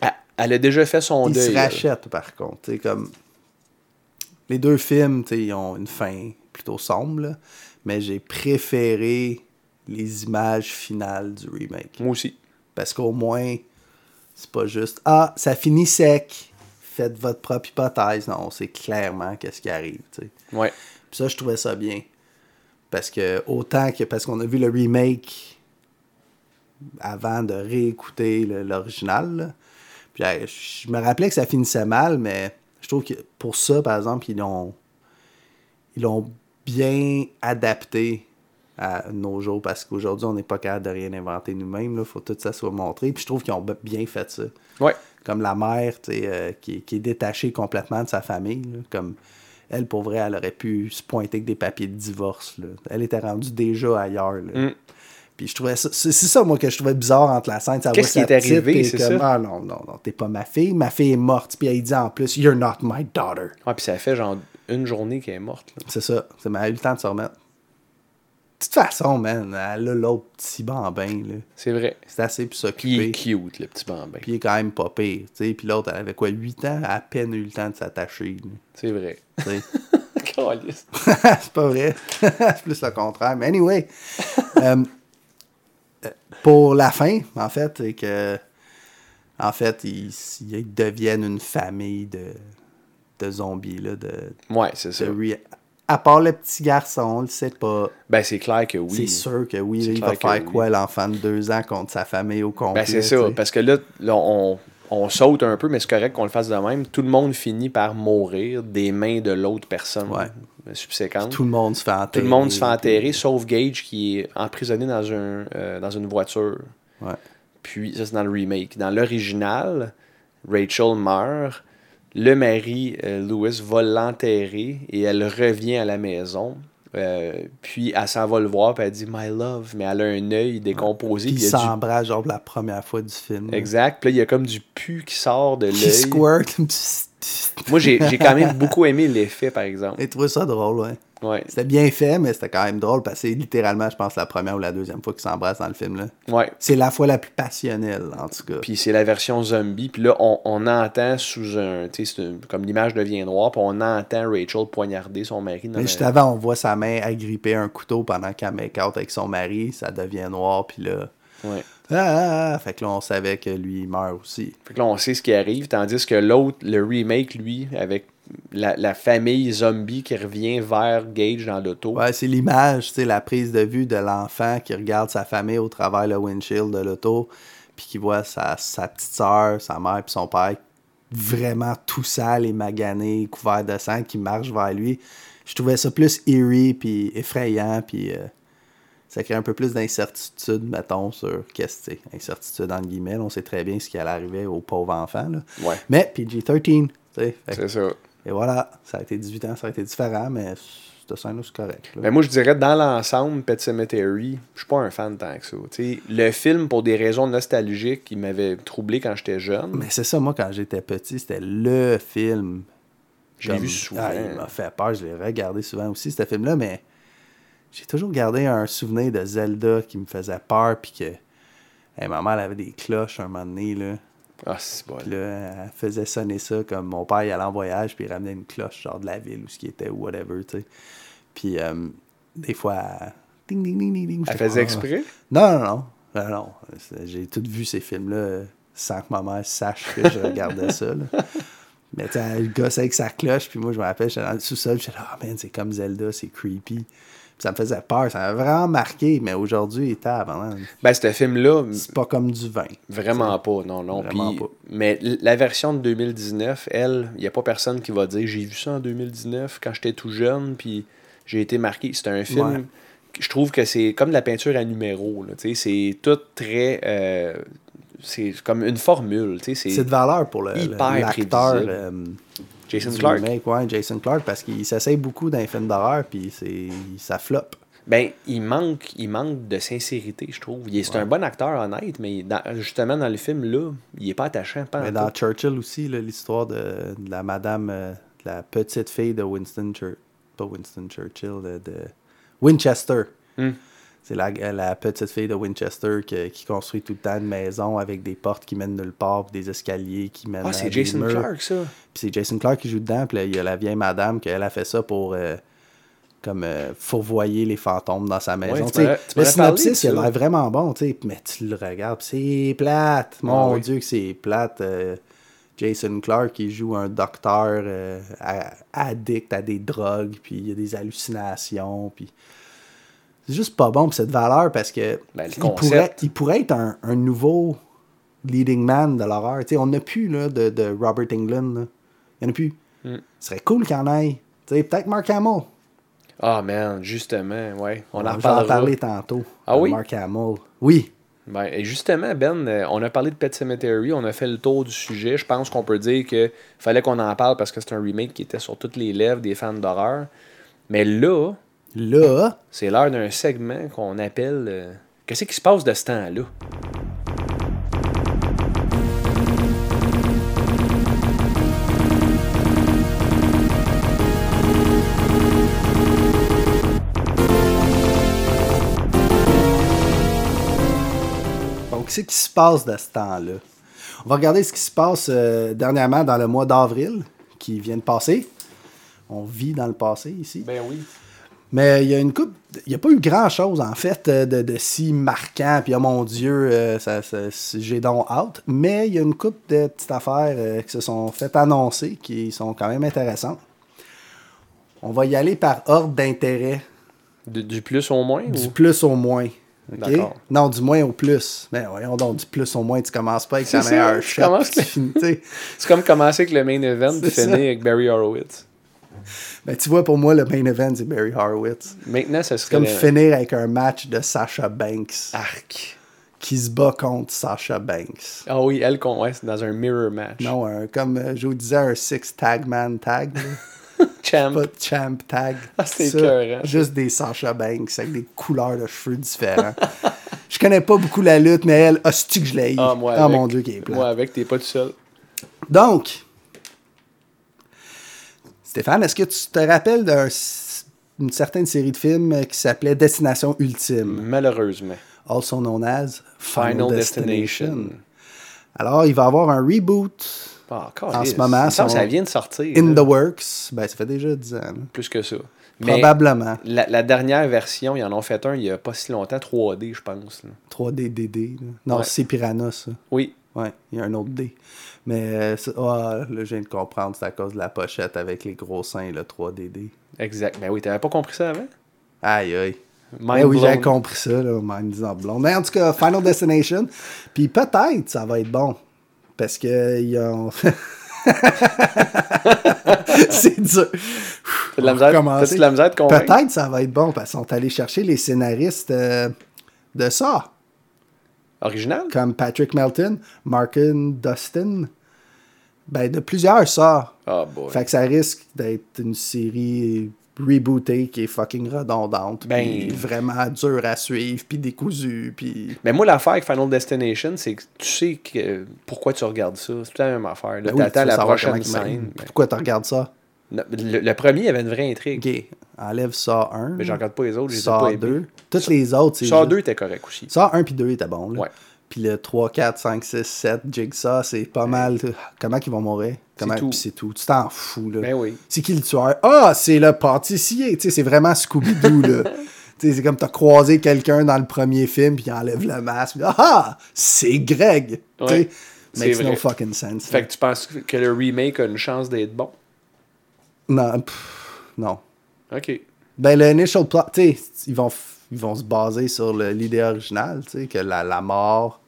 A: elle, elle a déjà fait son
F: il
A: deuil.
F: se
A: elle.
F: rachète, par contre. Tu sais, comme. Les deux films, tu sais, ils ont une fin plutôt sombre, là, mais j'ai préféré les images finales du remake.
A: Moi aussi.
F: Parce qu'au moins, c'est pas juste Ah, ça finit sec. Faites votre propre hypothèse. Non, on sait clairement qu'est-ce qui arrive. tu sais.
A: Ouais.
F: Puis ça, je trouvais ça bien. Parce que autant que parce qu'on a vu le remake avant de réécouter le- l'original. là. Puis euh, je me rappelais que ça finissait mal, mais je trouve que pour ça, par exemple, ils l'ont ils l'ont bien adapté à nos jours parce qu'aujourd'hui, on n'est pas capable de rien inventer nous-mêmes. Il faut que tout ça soit montré. Puis je trouve qu'ils ont b- bien fait ça
A: Ouais.
F: comme la mère tu sais, euh, qui, qui est détachée complètement de sa famille. là, comme elle, pour vrai, elle aurait pu se pointer avec des papiers de divorce. là. Elle était rendue déjà ailleurs. là.
A: Mm.
F: Puis je trouvais ça, c'est c'est ça, moi, que je trouvais bizarre entre la scène. ça voit
A: Qu'est-ce qui
F: sa
A: est
F: petite,
A: arrivé,
F: puis
A: c'est
F: comme,
A: ça?
F: Ah non, non, non, t'es pas ma fille, ma fille est morte. Puis elle dit en plus, You're not my daughter.
A: Ouais, puis ça fait genre une journée qu'elle est morte. là.
F: C'est ça, ça m'a eu le temps de se remettre. De toute façon, man, elle a l'autre petit bambin. là.
A: C'est vrai.
F: C'est assez pour
A: Puis il est
F: s'occuper.
A: cute, le petit bambin.
F: Puis il est quand même pas pire. tu sais. Puis l'autre, elle avait quoi, 8 ans? Elle a à peine eu le temps de s'attacher. là.
A: C'est vrai.
F: Tu sais.
A: Caliste.
F: c'est pas vrai. c'est plus le contraire. Mais anyway, euh, euh, pour la fin, en fait, c'est que. En fait, ils, ils deviennent une famille de, de zombies, là, de,
A: ouais, c'est ça.
F: de re- À part le petit garçon, on le sait pas.
A: Ben, c'est clair que oui.
F: C'est sûr que oui,
A: C'est
F: il va
A: clair que
F: faire quoi,
A: oui.
F: l'enfant de deux ans contre sa famille au complet?
A: Ben, c'est ça.
F: tu sais.
A: Parce que là, là, on, on saute un peu, mais c'est correct qu'on le fasse de même. Tout le monde finit par mourir des mains de l'autre personne
F: Ouais.
A: subséquente.
F: Tout le monde se fait enterrer.
A: Tout le monde se fait enterrer, sauf Gage qui est emprisonné dans, un, euh, dans une voiture.
F: Ouais.
A: Puis, ça, c'est dans le remake. Dans l'original, Rachel meurt. Le mari, euh, Lewis, va l'enterrer et elle revient à la maison. Euh, puis, elle s'en va le voir, puis elle dit My love, mais elle a un œil décomposé.
F: Puis
A: puis
F: il
A: il y a du-
F: s'embrasse, genre, pour la première fois du film. là.
A: Exact. Puis là, il y a comme du pu qui sort de
F: Qui
A: l'œil.
F: squirt.
A: Moi, j'ai j'ai quand même beaucoup aimé l'effet, par exemple.
F: J'ai trouvé ça drôle, ouais.
A: Ouais.
F: C'était bien fait, mais c'était quand même drôle parce que c'est littéralement, je pense, la première ou la deuxième fois qu'ils s'embrassent dans le film. là.
A: ouais.
F: C'est la fois la plus passionnelle, en tout cas.
A: Puis c'est la version zombie. Puis là, on, on entend sous un. Tu sais, c'est un- comme l'image devient noire. Puis on entend Rachel poignarder son mari. Dans la-
F: mais juste avant, on voit sa main agripper un couteau pendant qu'elle make out avec son mari. Ça devient noir, puis là.
A: Ouais.
F: Ah, ah, ah. fait que là, on savait que lui, il meurt aussi.
A: Fait que là, on sait ce qui arrive. Tandis que l'autre, le remake, lui, avec la, la famille zombie qui revient vers Gage dans l'auto.
F: Ouais, c'est l'image, tu sais, la prise de vue de l'enfant qui regarde sa famille au travers le windshield de l'auto. puis qu'il voit sa, sa petite sœur, sa mère, puis son père vraiment tout sale et magané, couvert de sang, qui marche vers lui. Je trouvais ça plus eerie, puis effrayant, puis euh, ça crée un peu plus d'incertitude, mettons, sur qu'est-ce que c'est. Incertitude, entre guillemets, là, on sait très bien ce qui allait arriver au pauvre enfant. Là.
A: Ouais.
F: Mais PG-13, tu sais. fait que-
A: C'est ça.
F: et voilà, ça a été 18 ans, ça a été différent, mais cette scène-là, c'est correct. là.
A: Mais Ben, moi, je dirais, dans l'ensemble, Pet Cemetery, je suis pas un fan tant que ça. Tu sais, le film, pour des raisons nostalgiques, il m'avait troublé quand j'étais jeune.
F: Mais c'est ça, moi, quand j'étais petit, c'était le film.
A: Je l'ai
F: Comme-
A: vu souvent.
F: Ah, il m'a fait peur, je l'ai regardé souvent aussi, ce film-là, mais j'ai toujours gardé un souvenir de Zelda qui me faisait peur, puis que hey, ma mère elle avait des cloches un moment donné, là.
A: Ah, c'est bon.
F: Puis là, elle faisait sonner ça comme mon père, il allait en voyage, puis il ramenait une cloche, genre de la ville ou ce qui était, ou whatever, tu sais. Puis euh, des fois, elle... ding, ding, ding, ding, ding,
A: Elle
F: j'étais
A: faisait
F: comme, Ah,
A: exprès?
F: non, non, non. Non, non. C'est- J'ai tout vu ces films-là euh, sans que ma mère sache que je regardais ça. là. Mais tu sais, le gosse avec sa cloche, puis moi, je me rappelle, j'étais dans le sous-sol, j'étais là, ah man, c'est comme Zelda, c'est creepy. Puis ça me faisait peur, ça m'a vraiment marqué, mais aujourd'hui, il était avant.
A: Ben, ce film-là,
F: C'est pas comme du vin.
A: Vraiment pas, non, non.
F: Vraiment
A: Puis-
F: pas.
A: Mais l- la version de 2019, elle, il n'y a pas personne qui va dire j'ai vu ça en 2019 quand j'étais tout jeune, puis j'ai été marqué. C'est un film.
F: Ouais.
A: que Je trouve que c'est comme de la peinture à numéros. là, tu sais, C'est tout très. euh, c'est comme une formule. tu sais,
F: C'est de
A: C'est
F: valeur pour le- le-
A: Hyper
F: l'acteur.
A: prévisible.
F: euh,
A: Jason
F: du
A: Clarke.
F: remake, ouais, Jason Clark, parce qu'il s'essaye beaucoup dans les films d'horreur, puis c'est- ça floppe.
A: Ben, il manque, il manque de sincérité, je trouve. Il est- C'est un bon acteur honnête, mais dans- justement, dans le film, là, il n'est pas attachant. Pas en
F: Mais
A: tout.
F: dans Churchill aussi, là, l'histoire de, de la madame, euh, de la petite fille de Winston Churchill. Pas Winston Churchill, de, de Winchester.
A: Hmm.
F: C'est la, la petite fille de Winchester que- qui construit tout le temps une maison avec des portes qui mènent nulle part, puis des escaliers qui mènent.
A: Ah,
F: à
A: c'est
F: des
A: Jason
F: murs.
A: Clarke, ça.
F: Puis c'est Jason Clark qui joue dedans, puis là, il y a la vieille madame qu'elle a fait ça pour. euh, comme euh, fourvoyer les fantômes dans sa maison.
A: tu
F: Tu sais,
A: m'en as- tu m'en as parlé
F: le
A: de
F: synopsis, il a
A: ça.
F: l'air vraiment bon, tu sais, mais tu le regardes, puis c'est plate. Mon
A: Ah oui.
F: Dieu, que c'est plate. euh, Jason Clark, il joue un docteur euh, à- addict à des drogues, puis il y a des hallucinations, puis. C'est juste pas bon pour cette valeur parce que
A: Ben, le
F: il,
A: concept.
F: pourrait, il pourrait être un, un nouveau leading man de l'horreur. Tu sais, on n'a plus là, de, de Robert Englund. là. Il n'y en a plus.
A: Hmm.
F: Ce serait cool qu'il y en ait. Tu sais, Peut-être Mark Hamill.
A: Ah, man, justement, ouais. On, en
F: Je vais en
A: reparlera.
F: parler tantôt.
A: Ah
F: de
A: oui?
F: Mark Hamill. Oui.
A: Ben, et justement, Ben, euh, on a parlé de Pet Cemetery, on a fait le tour du sujet. Je pense qu'on peut dire que fallait qu'on en parle parce que c'est un remake qui était sur toutes les lèvres des fans d'horreur. Mais là,
F: Là,
A: c'est l'heure d'un segment qu'on appelle euh, Qu'est-ce qui se passe de ce temps-là
F: donc, qu'est-ce qui se passe de ce temps-là? On va regarder ce qui se passe euh, dernièrement dans le mois d'avril qui vient de passer. On vit dans le passé ici.
A: Ben oui.
F: Mais il y a une coupe, il n'y a pas eu grand-chose en fait euh, de, de si marquant, puis oh mon Dieu, euh, ça, ça- c'est- j'ai donc out. Mais il y a une coupe de petites affaires euh, qui se sont faites annoncer, qui sont quand même intéressantes. On va y aller par ordre d'intérêt,
A: du plus au moins
F: du
A: ou...
F: plus au moins. ok?
A: D'accord.
F: Non, du moins au plus. Mais voyons donc, du plus au moins, tu commences pas avec ta
A: C'est ça,
F: meilleure
A: tu
F: shot,
A: commences-
F: puis tu finis, tu sais.
A: C'est comme commencer avec le main event puis
F: C'est ça.
A: finir avec Barry Horowitz.
F: Ben, tu vois, pour moi, le main event, c'est Barry Horowitz.
A: Maintenant, ça serait.
F: Comme
A: le-
F: finir avec un match de Sasha Banks.
A: Ah. Arc.
F: qui se bat contre Sasha Banks.
A: Ah oui, elle, qu'on ouais, c'est dans un mirror match.
F: Non, un- comme euh, je vous disais, un six tag man tag, là.
A: Champ.
F: pas de champ tag.
A: Ah, c'est
F: Ça,
A: écœurant.
F: Juste des Sasha Banks avec des couleurs de cheveux différents. je connais pas beaucoup la lutte, mais elle, hostie que je l'ai.
A: Ah, moi,
F: Ah,
A: avec-
F: mon dieu, qui est plate.
A: Moi, avec, t'es pas tout seul.
F: Donc, Stéphane, est-ce que tu te rappelles d'une certaine série de films euh, qui s'appelait Destination Ultime,
A: Malheureusement.
F: also known as
A: Final Destination.
F: Alors, il va y avoir un reboot
A: Ah,
F: en
A: calisse.
F: ce moment.
A: Il me semble
F: sont
A: que ça vient de sortir. là,
F: In the Works. Ben, ça fait déjà 10 ans. là.
A: Plus que ça. Mais
F: Probablement.
A: La, la dernière version, ils en ont fait un il y a pas si longtemps, 3D, je pense. là.
F: 3DDD. là. Non,
A: Ouais.
F: c'est Piranha, ça.
A: Oui.
F: Ouais, il y a un autre D. Mais euh, ça- ah, là, je viens de comprendre, c'est à cause de la pochette avec les gros seins, le 3DD.
A: Exact. Ben oui, t'avais pas compris ça avant?
F: Aïe, aïe.
A: Mind
F: Eh oui,
A: blown.
F: j'avais compris ça, là, Mind is not blown. Mais en tout cas, Final Destination. Puis peut-être ça va être bon. Parce que ils ont. c'est dur.
A: T'as de la misère-
F: Recommencer.
A: t'as-tu de la misère de convaincre?
F: Peut-être ça va être bon parce qu'ils sont allés chercher les scénaristes euh, de ça,
A: Original?
F: comme Patrick Melton, Markin Dustin. Ben, de plusieurs sorts.
A: Ah, boy.
F: Fait que ça risque d'être une série rebootée qui est fucking redondante.
A: Ben-
F: puis vraiment dure à suivre, puis décousue, puis.
A: Mais moi, l'affaire avec Final Destination, c'est que tu sais que, euh, pourquoi tu regardes ça. C'est tout la même affaire. Là,
F: Ben oui,
A: t'attends
F: tu veux
A: la
F: savoir
A: prochaine
F: comment il-
A: scène. Ben,
F: Pourquoi tu regardes ça?
A: non, le, le premier avait une vraie intrigue.
F: Ok, enlève ça 1.
A: Mais je Ben, regarde pas les autres, je les ai
F: Ça
A: pas
F: 2.
A: aimés.
F: Toutes les autres, c'est.
A: Sors
F: juste-
A: 2 était correct aussi.
F: Ça 1 puis 2 était bon. Là.
A: Ouais.
F: Puis le 3, 4, 5, 6, 7, Jigsaw, c'est pas mal. Comment qu'ils vont mourir? Comment...
A: tout.
F: puis c'est tout. Tu t'en fous, là.
A: Ben oui.
F: C'est qui le tueur? Ah, c'est le pâtissier. Tu sais, c'est vraiment Scooby-Doo, là. Tu sais, c'est comme t'as croisé quelqu'un dans le premier film, puis il enlève le masque. puis, Ah, ah, c'est Greg! Tu sais,
A: Ouais, c'est
F: makes no
A: vrai.
F: fucking sense.
A: Fait que tu penses que le remake a une chance d'être bon?
F: Non, pff, non.
A: OK.
F: Ben, le initial plot, tu sais, ils vont, f- ils vont se baser sur le- l'idée originale, tu sais, que la, la mort,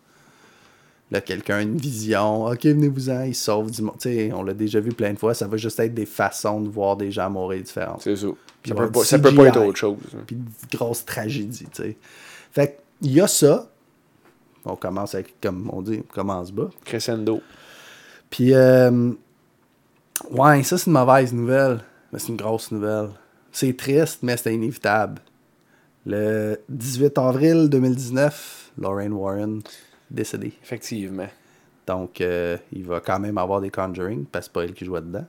F: là, quelqu'un a une vision, ok, venez-vous-en, ils sauvent du monde. Tu sais, on l'a déjà vu plein de fois, ça va juste être des façons de voir des gens mourir différentes.
A: C'est ça.
F: Puis
A: Ça
F: ouais,
A: peut, pas,
F: du
A: ça peut pas
F: CGI.
A: être autre chose. hein.
F: Puis de grosses tragédies, tu sais. Fait qu'il y a ça. On commence avec, comme on dit, on commence bas.
A: Crescendo.
F: Puis, euh, ouais, ça, c'est une mauvaise nouvelle. Mais c'est une grosse nouvelle. C'est triste, mais c'était inévitable. Le 18 avril 2019, Lorraine Warren décédée.
A: Effectivement.
F: Donc, euh, il va quand même avoir des Conjuring, parce que c'est pas elle qui jouait dedans.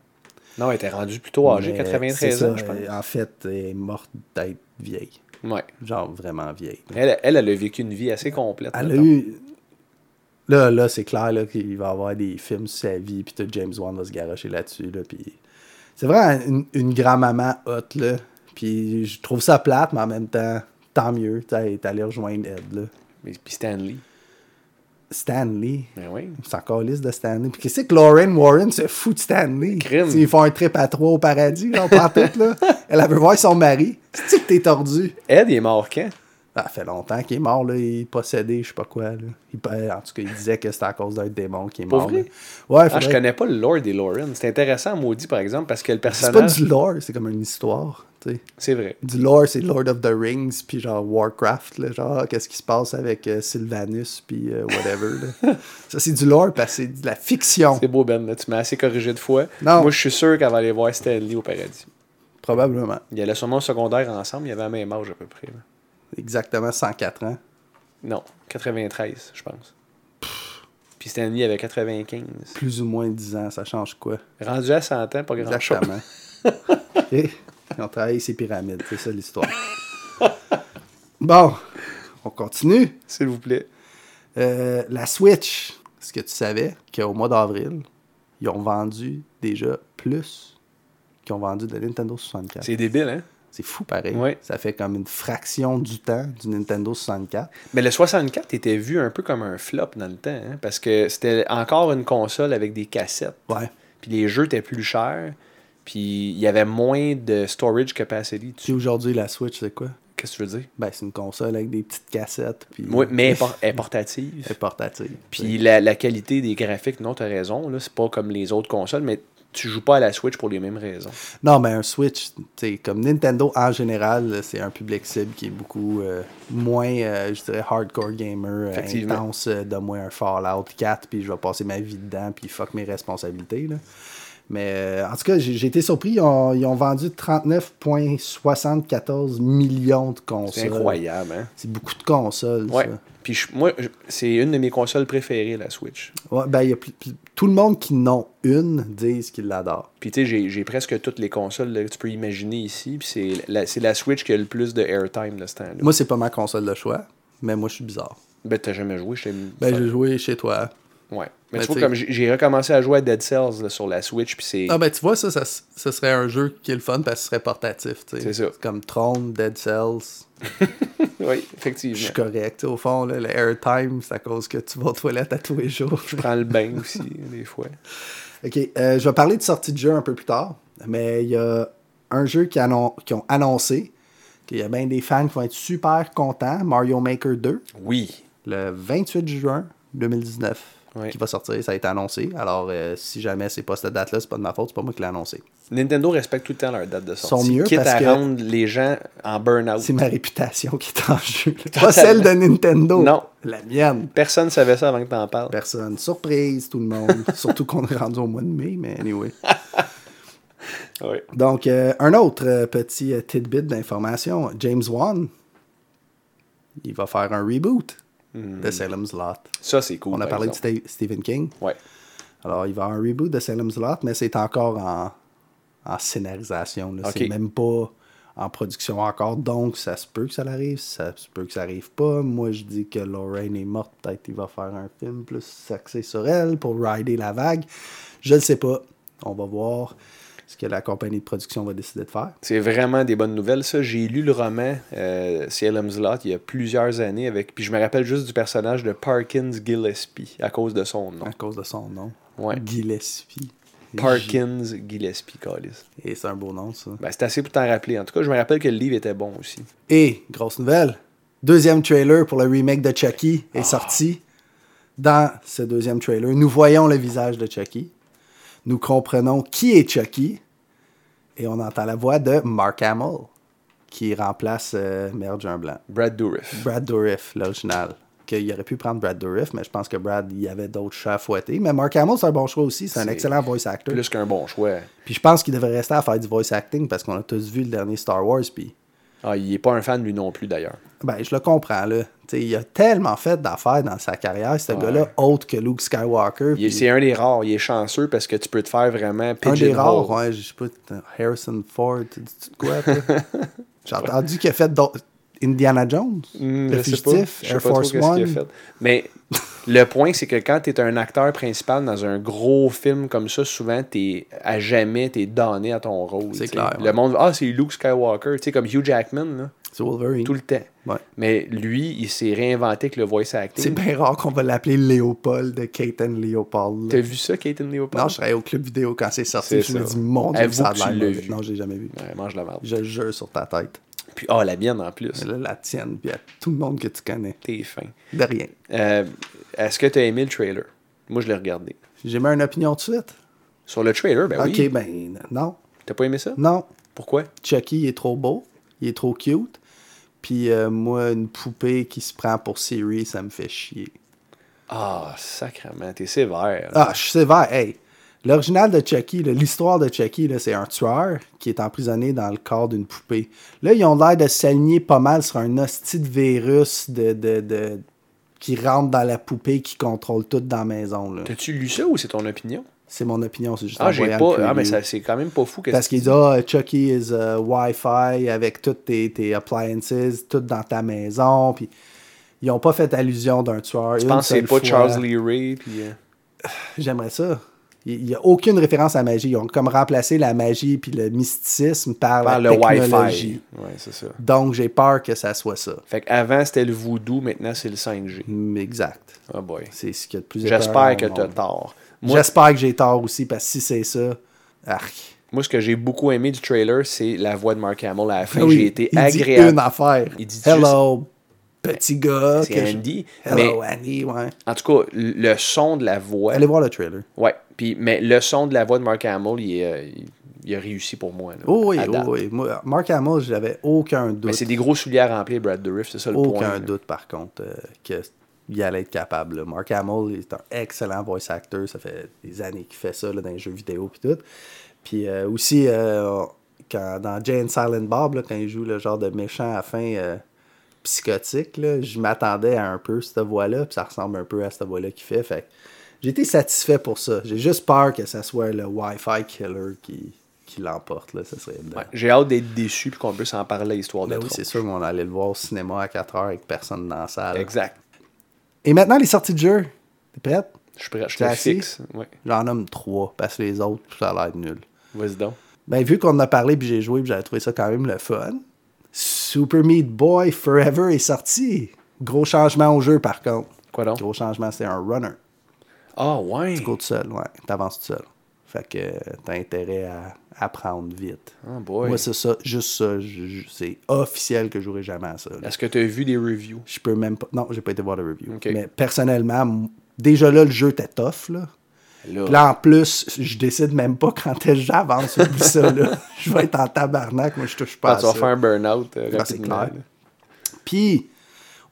A: Non, elle était rendue plutôt âgée,
F: Mais
A: 93
F: c'est
A: ans,
F: ça, euh,
A: je pense.
F: En fait, elle est morte d'être vieille.
A: Ouais.
F: Genre vraiment vieille.
A: Elle, elle, elle a vécu une vie assez complète.
F: Elle a
A: mettons.
F: eu. Ah, Là, là c'est clair là, qu'il va y avoir des films sur sa vie, puis tout James Wan va se garocher là-dessus. Là, puis... C'est vraiment une, une grand-maman hot, là. Puis je trouve ça plate, mais en même temps, tant mieux. tu sais, Elle est allée rejoindre Ed, là.
A: Mais, puis Stanley.
F: Stanley.
A: Ben oui.
F: C'est encore liste de Stanley. Puis qu'est-ce que Lauren Warren se fout de Stanley?
A: Crime.
F: Tu sais, Ils font un trip à trois au paradis, là, pas tout, là. Elle veut voir son mari. C'est-tu que t'es tordu?
A: Ed il est mort quand?
F: Ah, Ça fait longtemps qu'il est mort, là. Il est possédé, je sais pas quoi. Là. Il pa- en tout cas, il disait que c'était à cause d'un démon qui est
A: Pour
F: mort.
A: vrai?
F: là. Ouais,
A: Ah,
F: faudrait-
A: je connais pas le lore des Lauren. C'est intéressant, maudit, par exemple, parce que le
F: C'est pas
A: personnage.
F: du lore, c'est comme une histoire. tu sais.
A: C'est vrai.
F: Du lore, c'est Lord of the Rings, puis genre Warcraft, là, genre ah, qu'est-ce qui se passe avec euh, Sylvanus, puis euh, whatever. là. Ça, c'est du lore parce que c'est de la fiction,
A: C'est beau, Ben. là. Tu m'as assez corrigé de fois.
F: Non.
A: Moi, je suis sûr qu'elle va aller voir Stanley au paradis.
F: probablement.
A: Il allait sûrement au secondaire ensemble. Il avait la même âge à peu près. là.
F: Exactement 104 ans.
A: Non, 93, je pense. Puis Stanley avait 95.
F: Plus ou moins 10 ans, ça change quoi?
A: Rendu à 100 ans, pas grand-chose.
F: Exactement. Et on travaille ces pyramides, c'est ça l'histoire. Bon, on continue.
A: S'il vous plaît.
F: Euh, la Switch, est-ce que tu savais qu'au mois d'avril, ils ont vendu déjà plus qu'ils ont vendu de la Nintendo 64?
A: C'est débile, hein?
F: C'est fou pareil.
A: Ouais.
F: Ça fait comme une fraction du temps du Nintendo 64.
A: Mais le 64 était vu un peu comme un flop dans le temps, hein, parce que c'était encore une console avec des cassettes.
F: Ouais.
A: Puis les jeux étaient plus chers. Puis il y avait moins de storage capacity.
F: Puis
A: Tu-
F: aujourd'hui, la Switch, c'est quoi?
A: Qu'est-ce que tu veux dire?
F: Ben, c'est une console avec des petites cassettes. Puis...
A: Oui, mais elle por- elle est portative.
F: Elle est portative.
A: Puis la, la qualité des graphiques, non, t'as raison. Là, c'est pas comme les autres consoles, mais tu joues pas à la Switch pour les mêmes raisons.
F: Non, mais un Switch, tu sais, comme Nintendo en général, là, c'est un public cible qui est beaucoup euh, moins, euh, je dirais, hardcore gamer, euh,
A: Effectivement.
F: intense, euh, de moi un Fallout 4, puis je vais passer ma vie dedans, puis fuck mes responsabilités. là. Mais euh, en tout cas, j'ai j'ai été surpris, ils ont, ils ont vendu 39,74 millions de consoles.
A: C'est incroyable, hein?
F: C'est beaucoup de consoles.
A: Ouais.
F: ça.
A: Puis je- moi, je- c'est une de mes consoles préférées, la Switch.
F: Ouais, ben, il y a plus- plus- tout le monde qui n'ont une disent qu'ils l'adorent.
A: Puis tu sais, j'ai- j'ai presque toutes les consoles là, que tu peux imaginer ici. Puis c'est la, c'est la Switch qui a le plus de airtime de ce temps-là.
F: Moi, c'est pas ma console de choix, mais moi, je suis bizarre.
A: Ben, t'as jamais joué, je t'ai mis-
F: Ben, j'ai joué chez toi.
A: Ouais. Mais
F: Ben,
A: tu vois,
F: t'sais-
A: comme j'ai- j'ai recommencé à jouer à Dead Cells là, sur la Switch, puis c'est.
F: Ah ben tu vois, ça, ça, ça serait un jeu qui est le fun parce que ce serait portatif. tu sais.
A: C'est ça.
F: Comme Tron, Dead Cells.
A: Oui,
F: Je suis
A: effectivement.
F: correct. Au fond, là, le airtime, c'est à cause que tu vas aux toilettes à tous les jours.
A: Je prends le bain aussi, des fois.
F: ok, euh, je vais parler de sortie de jeu un peu plus tard. Mais il y a un jeu qui annon- qu'ils ont annoncé. Il y a bien des fans qui vont être super contents. Mario Maker 2,
A: Oui.
F: le 28 juin 2019,
A: Oui.
F: qui va sortir. Ça a été annoncé. Alors, euh, si jamais c'est pas cette date-là, c'est pas de ma faute, c'est pas moi qui l'ai annoncé.
A: Nintendo respecte tout le temps leur date de
F: Sont
A: sortie.
F: mieux
A: quitte
F: parce
A: à
F: que-
A: rendre les gens en burn-out.
F: C'est ma réputation qui est en jeu. Pas celle de Nintendo.
A: Non.
F: La mienne.
A: Personne ne savait ça avant que tu en parles.
F: Personne. Surprise, tout le monde. Surtout qu'on est rendu au mois de mai, mais anyway.
A: Oui.
F: Donc, euh, un autre euh, petit euh, tidbit d'information. James Wan, il va faire un reboot de Salem's Lot.
A: Ça, c'est cool.
F: On a
A: par
F: parlé de
A: exemple.
F: Ste- Stephen King.
A: Ouais.
F: Alors, il va y avoir un reboot de Salem's Lot, mais c'est encore en, en scénarisation. là. C'est
A: Ok.
F: même pas en production encore. Donc, ça se peut que ça l'arrive, ça se peut que ça arrive pas. Moi, je dis que Lorraine est morte. Peut-être qu'il va faire un film plus axé sur elle pour rider la vague. Je ne sais pas. On va voir ce que la compagnie de production va décider de faire.
A: C'est vraiment des bonnes nouvelles, ça. J'ai lu le roman euh, CLM's Lot il y a plusieurs années. avec Puis je me rappelle juste du personnage de Parkins Gillespie à cause de son nom.
F: À cause de son nom.
A: Ouais.
F: Gillespie.
A: Parkins Gillespie, Callis.
F: Et c'est un beau nom, ça.
A: Ben, c'est assez pour t'en rappeler. En tout cas, je me rappelle que le livre était bon aussi.
F: Et, grosse nouvelle, deuxième trailer pour le remake de Chucky
A: Ah.
F: est sorti. Dans ce deuxième trailer, nous voyons le visage de Chucky. Nous comprenons qui est Chucky. Et on entend la voix de Mark Hamill, qui remplace euh, Mère d'un Blanc.
A: Brad Dourif.
F: Brad Dourif, l'original. Qu'il aurait pu prendre Brad Dourif, mais je pense que Brad, il y avait d'autres chats à fouetter. Mais Mark Hamill, c'est un bon choix aussi. C'est un
A: C'est
F: excellent voice actor.
A: Plus qu'un bon choix.
F: Puis je pense qu'il devrait rester à faire du voice acting parce qu'on a tous vu le dernier Star Wars. Puis
A: Ah, il est pas un fan, lui non plus, d'ailleurs.
F: Ben, je le comprends, là. T'sais, il a tellement fait d'affaires dans sa carrière, ce gars-là, autre que Luke Skywalker.
A: Il est-
F: puis
A: C'est un des rares. Il est chanceux parce que tu peux te faire vraiment
F: un des
A: pigeonhole.
F: rares, ouais, je sais pas, t'as Harrison Ford, tu dis de quoi, toi? J'ai entendu qu'il a fait d'autres- Indiana Jones,
A: Hmm,
F: le
A: je sais pas.
F: fugitif,
A: Je sais
F: Air
A: pas trop
F: Force
A: qu'est-ce qu'il a
F: One.
A: fait. Mais le point, c'est que quand tu es un acteur principal dans un gros film comme ça, souvent, t'es à jamais, tu es donné à ton rôle.
F: C'est
A: tu sais.
F: clair, ouais.
A: Le monde, ah, c'est Luke Skywalker, tu sais, comme Hugh Jackman, là,
F: C'est Wolverine.
A: tout le temps.
F: Ouais.
A: Mais lui, il s'est réinventé avec le voice
F: C'est
A: acting.
F: bien rare qu'on va l'appeler Léopold de Kate and Leopold. là.
A: T'as vu ça, Kate and Leopold?
F: Non, je serais au club vidéo quand c'est sorti,
A: C'est
F: je me
A: ça.
F: dis, mon dieu,
A: Avoue
F: ça a
A: que tu
F: l'air
A: l'as
F: mauvais.
A: vu.
F: Non, j'ai jamais vu.
A: Ouais, mange la merde.
F: Je le jure sur ta tête.
A: Puis, ah, la mienne en plus.
F: Là, la tienne, puis à tout le monde que tu connais.
A: T'es fin.
F: De rien.
A: Euh, Est-ce que tu as aimé le trailer? Moi, je l'ai regardé.
F: J'ai mis une opinion tout de suite.
A: Sur le trailer, ben oui.
F: Ok, ben non.
A: T'as pas aimé ça?
F: Non,
A: Pourquoi?
F: Chucky il est trop beau, il est trop cute. Puis euh, moi, une poupée qui se prend pour Siri, ça me fait chier.
A: Ah, sacrement, t'es sévère.
F: Ah, je suis sévère, hey! L'original de Chucky, là, l'histoire de Chucky, là, c'est un tueur qui est emprisonné dans le corps d'une poupée. Là, ils ont l'air de s'aligner pas mal sur un hostie de virus de, de, de- qui rentre dans la poupée qui contrôle tout dans la maison. là.
A: T'as-tu lu ça ou c'est ton opinion?
F: C'est mon opinion, c'est juste en
A: Ah, j'ai
F: voyant
A: pas.
F: le
A: Ah,
F: preview.
A: mais ça, c'est quand même pas fou. qu'est-ce
F: Parce
A: que
F: qu'il dit, ah, Chucky is euh, Wi-Fi avec toutes tes, tes appliances, tout dans ta maison. Puis ils n'ont pas fait allusion d'un tueur.
A: tu penses que c'est pas Charles Lee Ray? Puis, euh,
F: J'aimerais ça. Il n'y a aucune référence à la magie. Ils ont comme remplacé la magie puis le mysticisme par,
A: par
F: la
A: le
F: technologie.
A: Wi-Fi. Ouais, c'est ça.
F: Donc j'ai peur que ça soit ça.
A: Fait qu'avant, c'était le voodoo, maintenant, c'est le 5G.
F: Mm, Exact.
A: Oh boy.
F: C'est ce qu'il y a de plus
A: J'espère
F: épeurant
A: que
F: au
A: t'as
F: monde.
A: tort. Moi,
F: J'espère que j'ai tort aussi parce que si c'est ça, arc.
A: moi, ce que j'ai beaucoup aimé du trailer, c'est la voix de Mark Hamill à la fin.
F: Ah oui,
A: Ben j'ai été
F: il dit
A: agréable.
F: une affaire.
A: Il dit Ben,
F: Hello, petit gars.
A: C'est
F: que je-
A: Andy,
F: Hello,
A: mais-
F: Andy, ouais.
A: En tout cas, le son de la voix.
F: Allez voir le trailer.
A: Ouais. Puis, mais le son de la voix de Mark Hamill, il, est, euh, il- il a réussi pour moi. là,
F: Oh oui,
A: à
F: oh
A: date.
F: oui. Moi, Mark Hamill, j'avais aucun
A: Mais
F: doute.
A: Ben, c'est des gros souliers à remplir, Brad Dourif, c'est ça le point.
F: Aucun
A: là.
F: doute, par contre, qu'il allait être capable. là. Mark Hamill est un excellent voice actor. Ça fait des années qu'il fait ça là, dans les jeux vidéo puis tout. Puis euh, aussi, euh, quand, dans Jay and Silent Bob, là, quand il joue le genre de méchant à la fin euh, psychotique, là, je m'attendais à un peu cette voix-là. Puis ça ressemble un peu à cette voix-là qu'il fait. Fait que j'ai été satisfait pour ça. J'ai juste peur que ça soit le Wi-Fi killer qui, qui l'emporte. là. Ça serait
A: Ouais, J'ai hâte d'être déçu puis qu'on puisse en parler, histoire de
F: Ben oui,
A: trop.
F: c'est sûr qu'on allait le voir au cinéma à 4h avec personne dans la salle.
A: Exact.
F: Et maintenant, les sorties de jeu. T'es prête?
A: Je suis prêt, je
F: T'es
A: te
F: assis?
A: fixe. Ouais.
F: J'en nomme trois, parce que les autres, ça a l'air nul.
A: Vas-y donc.
F: Ben, vu qu'on en a parlé, puis j'ai joué, puis j'avais trouvé ça quand même le fun. Super Meat Boy Forever est sorti. Gros changement au jeu, par contre.
A: Quoi donc?
F: Gros changement, c'est un runner.
A: Ah ouais!
F: Tu cours tout seul, ouais. T'avances tout seul. Fait que euh, t'as intérêt à apprendre vite.
A: Oh boy.
F: Moi, c'est ça, juste ça. je- je- C'est officiel que je jouerai jamais à ça. là.
A: Est-ce que tu as vu des reviews?
F: Je peux même pas. Non, j'ai pas été voir le review.
A: Ok.
F: Mais personnellement, m- déjà là, le jeu était tough. Là.
A: Là,
F: Puis là, en plus, je décide même pas quand est-ce que j'avance. Oublie ça, là. Je vais être en tabarnak. Moi, je touche
A: quand
F: pas à
A: Ah, tu vas
F: ça.
A: faire un burn-out euh,
F: Ah, c'est
A: rapidement,
F: clair.
A: là.
F: Puis,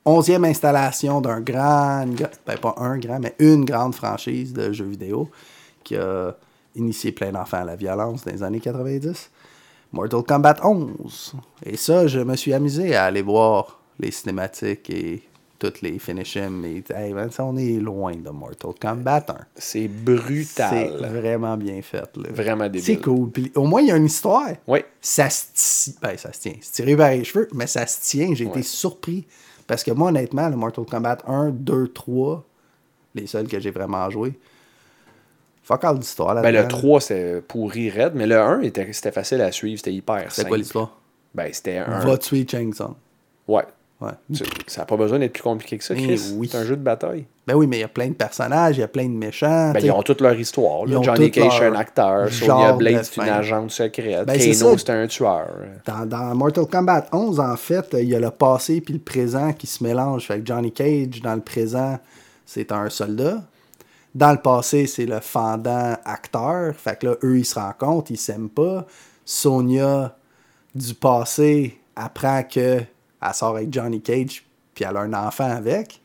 F: onzième installation d'un grand, une gra- ben pas un grand, mais une grande franchise de jeux vidéo qui a initié plein d'enfants à la violence dans les années 90. Mortal Kombat 11. Et ça, je me suis amusé à aller voir les cinématiques et toutes les finishes. Mais hey, man, ça, on est loin de Mortal Kombat 1.
A: C'est
F: C'est
A: brutal. Ben,
F: vraiment bien fait. là.
A: Vraiment débile.
F: C'est cool. Puis au moins, il y a une histoire.
A: Oui.
F: Ça se, ti- ben, ça se tient. C'est tiré par les cheveux, mais ça se tient. J'ai été surpris. Parce que moi, honnêtement, le Mortal Kombat 1, 2, 3, les seuls que j'ai vraiment joué, fuck all d'histoire.
A: Ben, le
F: là-dedans.
A: 3, c'est pourri raide, mais le 1, était- c'était facile à suivre. C'était hyper
F: C'est
A: simple.
F: quoi l'histoire
A: Ben, c'était un.
F: Va tuer Chang Tsung.
A: Ouais.
F: Ouais.
A: Tu- Ça n'a pas besoin d'être plus compliqué que ça,
F: Eh
A: Chris.
F: oui.
A: C'est un jeu de bataille.
F: Ben oui, mais il y a plein de personnages, il y a plein de méchants.
A: Ben,
F: t'sais.
A: ils ont toute leur histoire. là.
F: Ils ont
A: Johnny
F: tout
A: Cage, c'est un
F: leur
A: acteur. Sonya
F: genre de
A: Blade, c'est une
F: fin.
A: agente secrète.
F: Ben, c'est
A: Kano,
F: ça.
A: c'est un tueur.
F: Dans, dans Mortal Kombat 11, en fait, il y a le passé puis le présent qui se mélangent. Fait que Johnny Cage, dans le présent, c'est un soldat. Dans le passé, c'est le fendant acteur. Fait que là, eux, ils se rencontrent, ils s'aiment pas. Sonia, du passé, apprend que elle sort avec Johnny Cage puis elle a un enfant avec.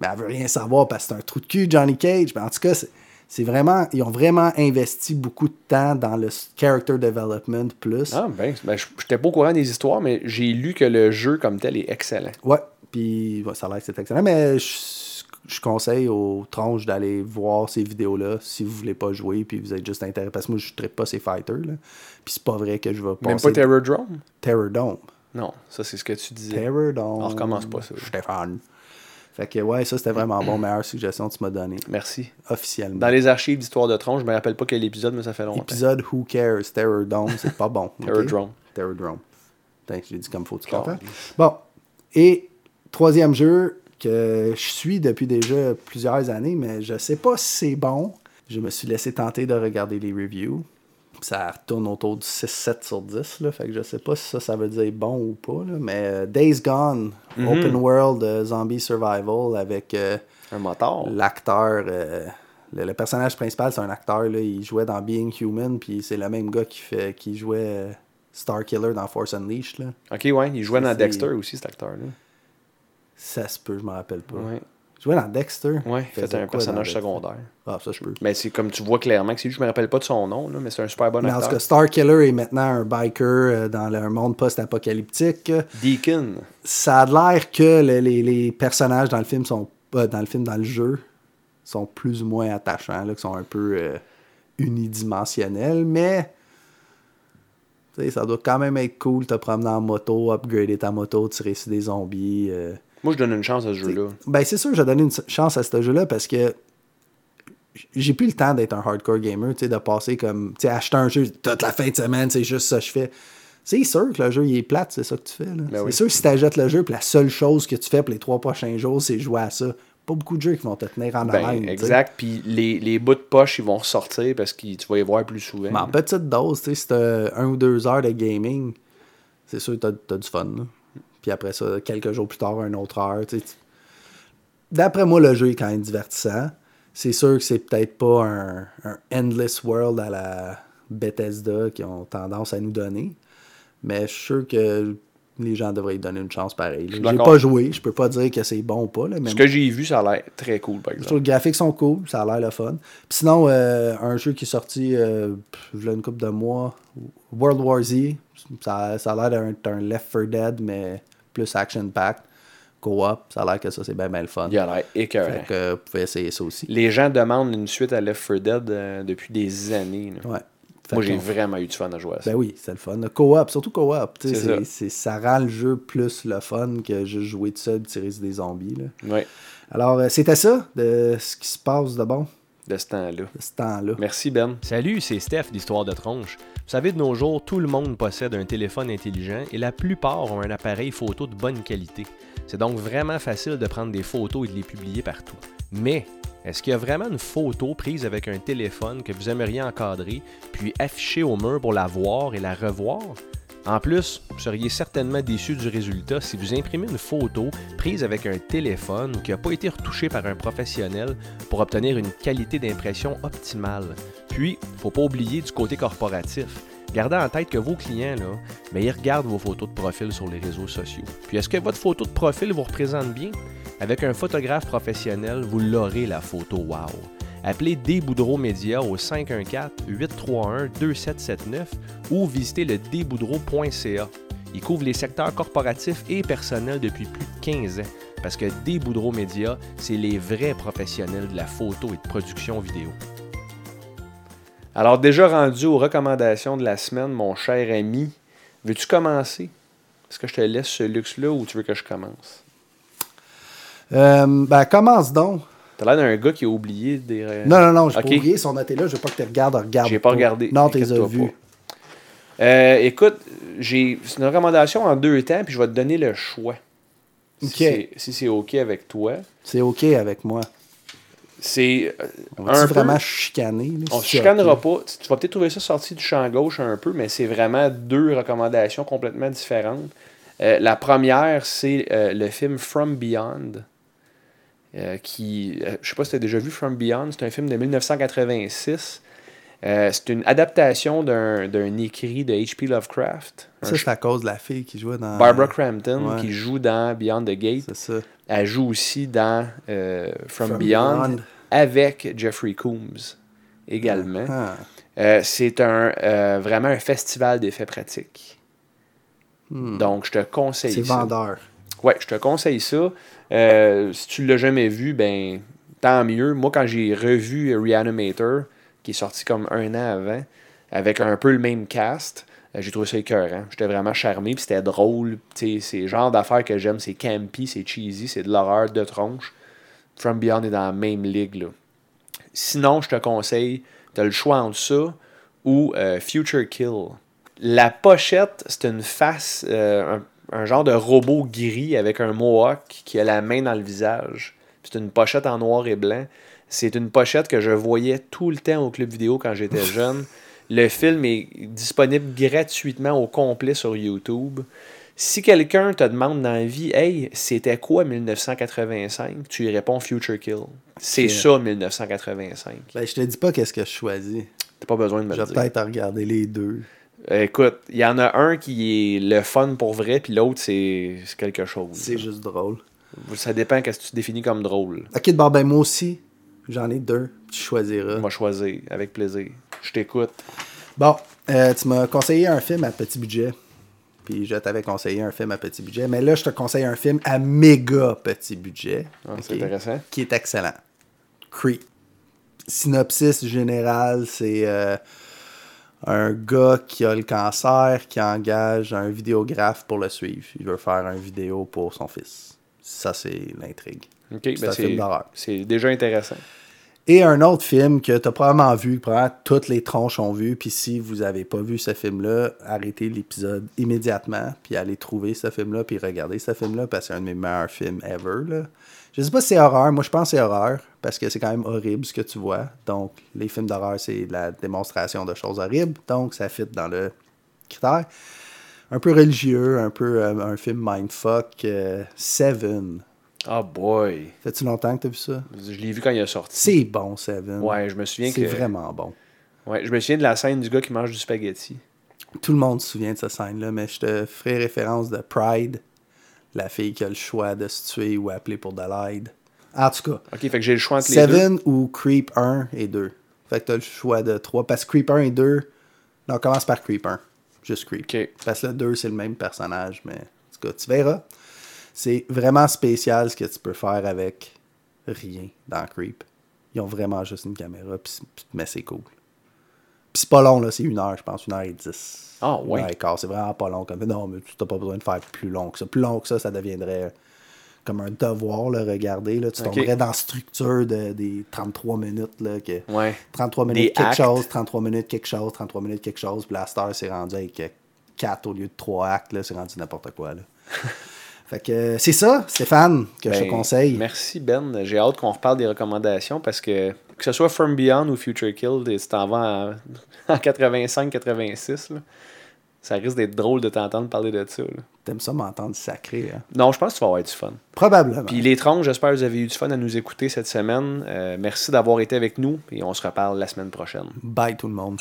F: Mais elle veut rien savoir parce que c'est un trou de cul, Johnny Cage. Mais en tout cas, c'est- c'est vraiment... Ils ont vraiment investi beaucoup de temps dans le s- character development plus.
A: Ah, ben, ben je n'étais pas au courant des histoires, mais j'ai lu que le jeu comme tel est excellent.
F: Ouais, puis ouais, ça a l'air que c'est excellent. Mais je, je conseille aux tronches d'aller voir ces vidéos-là si vous voulez pas jouer puis vous êtes juste intéressé. Parce que moi, je ne pas ces fighters. Là. Puis c'est pas vrai que je vais passer...
A: Même pas Terror Drone?
F: Terror Dome.
A: Non, ça, c'est ce que tu disais.
F: Terror Dome.
A: On recommence pas ça.
F: Stéphane. Fait que ouais, ça c'était vraiment bon. Meilleure suggestion que tu m'as donnée.
A: Merci.
F: Officiellement.
A: Dans les archives d'Histoire de Tron, je me rappelle pas quel épisode, mais ça fait longtemps.
F: Épisode Who Cares, Terror Dome, c'est pas bon. ok?
A: Terror Drone.
F: Terror Drone. Putain, je l'ai dit comme faut, tu
A: Carlis.
F: comprends? Bon. Et troisième jeu que je suis depuis déjà plusieurs années, mais je sais pas si c'est bon. Je me suis laissé tenter de regarder les reviews. Ça tourne autour du 6-7 sur 10, là, fait que je sais pas si ça, ça veut dire bon ou pas. là, mais euh, Days Gone, Open World euh, Zombie Survival avec euh,
A: Mm-hmm. Un moteur.
F: l'acteur, euh, le, le personnage principal, c'est un acteur, là, il jouait dans Being Human, puis c'est le même gars qui, fait, qui jouait euh, Star Killer dans Force Unleashed. Là.
A: Ok, ouais, il jouait dans
F: c'est-
A: Dexter aussi, cet acteur-là.
F: Ça se peut, je m'en rappelle pas.
A: Ouais.
F: Il jouait dans Dexter.
A: Ouais,
F: Il faisait
A: fait un
F: quoi dans
A: personnage
F: Dexter?
A: secondaire.
F: Ah, ça je peux.
A: Mais c'est comme tu vois clairement que c'est lui, je me rappelle pas de son nom, là, mais c'est un super bon
F: Mais en tout
A: acteur.
F: cas, Star Killer est maintenant un biker euh, dans le monde post-apocalyptique.
A: Deacon.
F: ça a l'air que le- les, les personnages dans le film sont euh, dans le film dans le jeu sont plus ou moins attachants là, qui sont un peu euh, unidimensionnels mais tu sais, ça doit quand même être cool te promener en moto upgrader ta moto tirer sur des zombies euh.
A: Moi, je donne une chance à ce jeu-là.
F: ben c'est sûr j'ai donné une chance à ce jeu là parce que j'ai plus le temps d'être un hardcore gamer tu sais de passer comme tu sais acheter un jeu toute la fin de semaine c'est juste ça que je fais c'est sûr que le jeu il est plate, c'est ça que tu fais. là. c'est
A: Ben oui.
F: sûr que si tu achètes le jeu, puis la seule chose que tu fais pour les trois prochains jours, c'est jouer à ça. Pas beaucoup de jeux qui vont te tenir en
A: Ben,
F: haleine. tu sais.
A: exact. Puis les, les bouts de poche, ils vont ressortir parce que tu vas les voir plus souvent.
F: Mais en petite dose, tu sais, si t'as un ou deux heures de gaming, c'est sûr que t'as as du fun. là. Puis après ça, quelques jours plus tard, une autre heure. tu sais, tu- D'après moi, le jeu est quand même divertissant. C'est sûr que c'est peut-être pas un, un endless world à la Bethesda qui ont tendance à nous donner. Mais je suis sûr que les gens devraient y donner une chance pareille. là. J'ai
A: d'accord.
F: pas joué, je peux pas dire que c'est bon ou pas. là, mais
A: Ce que j'ai vu, ça a l'air très cool, par
F: je trouve
A: exemple.
F: que les graphiques sont cool, ça a l'air le fun. Puis sinon, euh, un jeu qui est sorti euh, pff, v'là une couple de mois, World War Z, ça, ça a l'air d'un- d'un Left 4 Dead, mais plus action-packed, co-op, ça a l'air que ça c'est bien bien le fun.
A: Il a l'air écœurant.
F: Fait que euh, vous pouvez essayer ça aussi.
A: Les gens demandent une suite à Left 4 Dead euh, depuis des années. là.
F: Ouais. Fait
A: Moi,
F: que
A: j'ai
F: on-
A: vraiment eu du fun à jouer à ça.
F: Ben oui, c'est le fun. Co-op, surtout co-op, tu sais,
A: C'est
F: c'est-
A: ça.
F: c'est- ça rend le jeu plus le fun que juste jouer tout seul et tirer sur des zombies. là.
A: Ouais,
F: Alors, euh, c'était ça de ce qui se passe de bon
A: de ce temps-là.
F: de ce temps-là.
A: Merci, Ben.
G: Salut, c'est Steph d'Histoire de Tronche. Vous savez, de nos jours, tout le monde possède un téléphone intelligent et la plupart ont un appareil photo de bonne qualité. C'est donc vraiment facile de prendre des photos et de les publier partout. Mais Est-ce qu'il y a vraiment une photo prise avec un téléphone que vous aimeriez encadrer, puis afficher au mur pour la voir et la revoir? En plus, vous seriez certainement déçu du résultat si vous imprimez une photo prise avec un téléphone qui n'a pas été retouchée par un professionnel pour obtenir une qualité d'impression optimale. Puis, faut pas oublier du côté corporatif. Gardez en tête que vos clients, là, mais ils regardent vos photos de profil sur les réseaux sociaux. Puis est-ce que votre photo de profil vous représente bien? Avec un photographe professionnel, vous l'aurez la photo wow. Appelez D. Boudreau Média au 514-831-2779 ou visitez le dboudreau.ca. Il couvre les secteurs corporatifs et personnels depuis plus de 15 ans parce que D. Boudreau Média, c'est les vrais professionnels de la photo et de production vidéo.
A: Alors, déjà rendu aux recommandations de la semaine, mon cher ami, veux-tu commencer? Est-ce que je te laisse ce luxe-là ou tu veux que je commence?
F: Euh, ben, commence donc.
A: T'as l'air d'un gars qui a oublié des. euh,
F: Non, non, non, j'ai
A: Ok.
F: pas oublié. Si on était là, je veux pas que tu regardes. Regarde
A: J'ai pas regardé.
F: Ah, Non, tu les as
A: Inquiète-toi
F: vus.
A: pas. Euh, écoute, j'ai c'est une recommandation en deux temps, puis je vais te donner le choix. Si
F: Ok.
A: c'est- Si c'est OK avec toi.
F: C'est OK avec moi.
A: C'est euh,
F: On
A: un
F: va-tu
A: peu-
F: vraiment chicaner? là,
A: On
F: si
A: se
F: c'est
A: chicanera
F: Oh, OK?
A: pas. Tu tu vas peut-être trouver ça sorti du champ gauche un peu, mais c'est vraiment deux recommandations complètement différentes. Euh, la première, c'est euh, le film From Beyond. euh, qui, euh, je sais pas si tu as déjà vu From Beyond, c'est un film de 1986. Euh, c'est une adaptation d'un d'un écrit de H.P. Lovecraft. Un
F: Ça, c'est à cause de la fille qui jouait dans.
A: Barbara Crampton
F: Ouais.
A: qui joue dans Beyond the Gate.
F: C'est ça.
A: Elle joue aussi dans euh, From,
F: From
A: Beyond,
F: Beyond.
A: avec Jeffrey Coombs également.
F: Ah.
A: Euh, c'est un, euh, vraiment un festival d'effets pratiques. Donc, je te conseille
F: Hmm. C'est
A: ça.
F: vendeur.
A: Ouais, je te conseille ça. Euh, si tu l'as jamais vu, ben tant mieux. Moi, quand j'ai revu Reanimator, qui est sorti comme un an avant, avec un peu le même cast, euh, j'ai trouvé ça écœurant. J'étais vraiment charmé, puis c'était drôle. Tu sais, C'est le genre d'affaires que j'aime. C'est campy, c'est cheesy, c'est de l'horreur de tronche. From Beyond est dans la même ligue. Là. Sinon, je te conseille, tu as le choix entre ça ou euh, Future Kill. La pochette, c'est une face, euh, un, un genre de robot gris avec un mohawk qui a la main dans le visage. C'est une pochette en noir et blanc. C'est une pochette que je voyais tout le temps au club vidéo quand j'étais jeune. Le film est disponible gratuitement au complet sur YouTube. Si quelqu'un te demande dans la vie, hey, c'était quoi 1985 Tu lui réponds Future Kill. C'est ça 1985.
F: Ben, je te dis pas qu'est-ce que je choisis.
A: T'as pas besoin de me
F: Je
A: le
F: vais
A: dire.
F: peut-être regarder les deux.
A: Écoute, il y en a un qui est le fun pour vrai, puis l'autre, c'est c'est quelque chose.
F: C'est juste drôle.
A: Ça dépend qu'est-ce que tu définis comme drôle.
F: Ok, bon, ben moi aussi, j'en ai deux. Tu choisiras.
A: Moi, choisir, avec plaisir. Je t'écoute.
F: Bon, euh, tu m'as conseillé un film à petit budget. Puis je t'avais conseillé un film à petit budget. Mais là, je te conseille un film à méga petit budget.
A: Ah, c'est
F: ok,
A: intéressant.
F: Qui est excellent. Creep. Synopsis général, c'est euh, un gars qui a le cancer qui engage un vidéographe pour le suivre. Il veut faire une vidéo pour son fils. Ça, c'est l'intrigue.
A: Ok,
F: C'est
A: ben,
F: un film
A: c'est
F: d'horreur.
A: c'est déjà intéressant.
F: Et un autre film que tu as probablement vu, que probablement toutes les tronches ont vu. Puis si vous n'avez pas vu ce film-là, arrêtez l'épisode immédiatement. Puis allez trouver ce film-là. Puis regardez ce film-là. Parce que c'est un de mes meilleurs films ever. Là. Je sais pas si c'est horreur. Moi, je pense que c'est horreur. Parce que c'est quand même horrible ce que tu vois. Donc, les films d'horreur, c'est la démonstration de choses horribles. Donc, ça fit dans le critère. Un peu religieux, un peu euh, un film mindfuck. euh, Seven.
A: Ah boy.
F: Fais-tu longtemps que tu as vu ça?
A: Je l'ai vu quand il a sorti.
F: C'est bon, Seven.
A: Ouais, je me souviens
F: C'est
A: que.
F: vraiment bon.
A: Ouais, je me souviens de la scène du gars qui mange du spaghetti.
F: Tout le monde se souvient de cette scène-là, mais je te ferai référence de Pride, la fille qui a le choix de se tuer ou appeler pour de l'aide. En tout cas,
A: Ok, fait que j'ai le choix entre les deux.
F: Seven ou Creep 1 et 2. Fait que t'as le choix de 3. Parce que Creep 1 et 2, non, commence par Creep 1. Juste Creep.
A: Ok.
F: Parce que le 2, c'est le même personnage, mais en tout cas, tu verras. C'est vraiment spécial ce que tu peux faire avec rien dans Creep. Ils ont vraiment juste une caméra, pis- pis- mais c'est cool. Puis c'est pas long, là, c'est une heure, je pense, une heure et dix.
A: Ah,
F: Une
A: ouais.
F: heure et quart, c'est vraiment pas long. Comme... Non, mais tu t'as pas besoin de faire plus long que ça. Plus long que ça, ça deviendrait comme un devoir, le regarder. Là. Tu
A: Ok.
F: tomberais dans la structure de- des 33 minutes. Là, que...
A: Ouais.
F: 33
A: Des
F: minutes quelque
A: actes.
F: chose, 33 minutes quelque chose, 33 minutes quelque euh, chose. Puis la star s'est rendu avec 4 au lieu de 3 actes. là, C'est rendu n'importe quoi. Là. Fait que euh, c'est ça, Stéphane, que je
A: Ben,
F: te conseille.
A: Merci Ben. J'ai hâte qu'on reparle des recommandations parce que que ce soit From Beyond ou Future Kill, c'est en vent en, 85-86. là. Ça risque d'être drôle de t'entendre parler de ça. là.
F: T'aimes ça m'entendre sacré. hein?
A: Non, je pense que tu vas avoir du fun.
F: Probablement.
A: Puis les troncs, j'espère que vous avez eu du fun à nous écouter cette semaine. Euh, merci d'avoir été avec nous et on se reparle la semaine prochaine.
F: Bye tout le monde.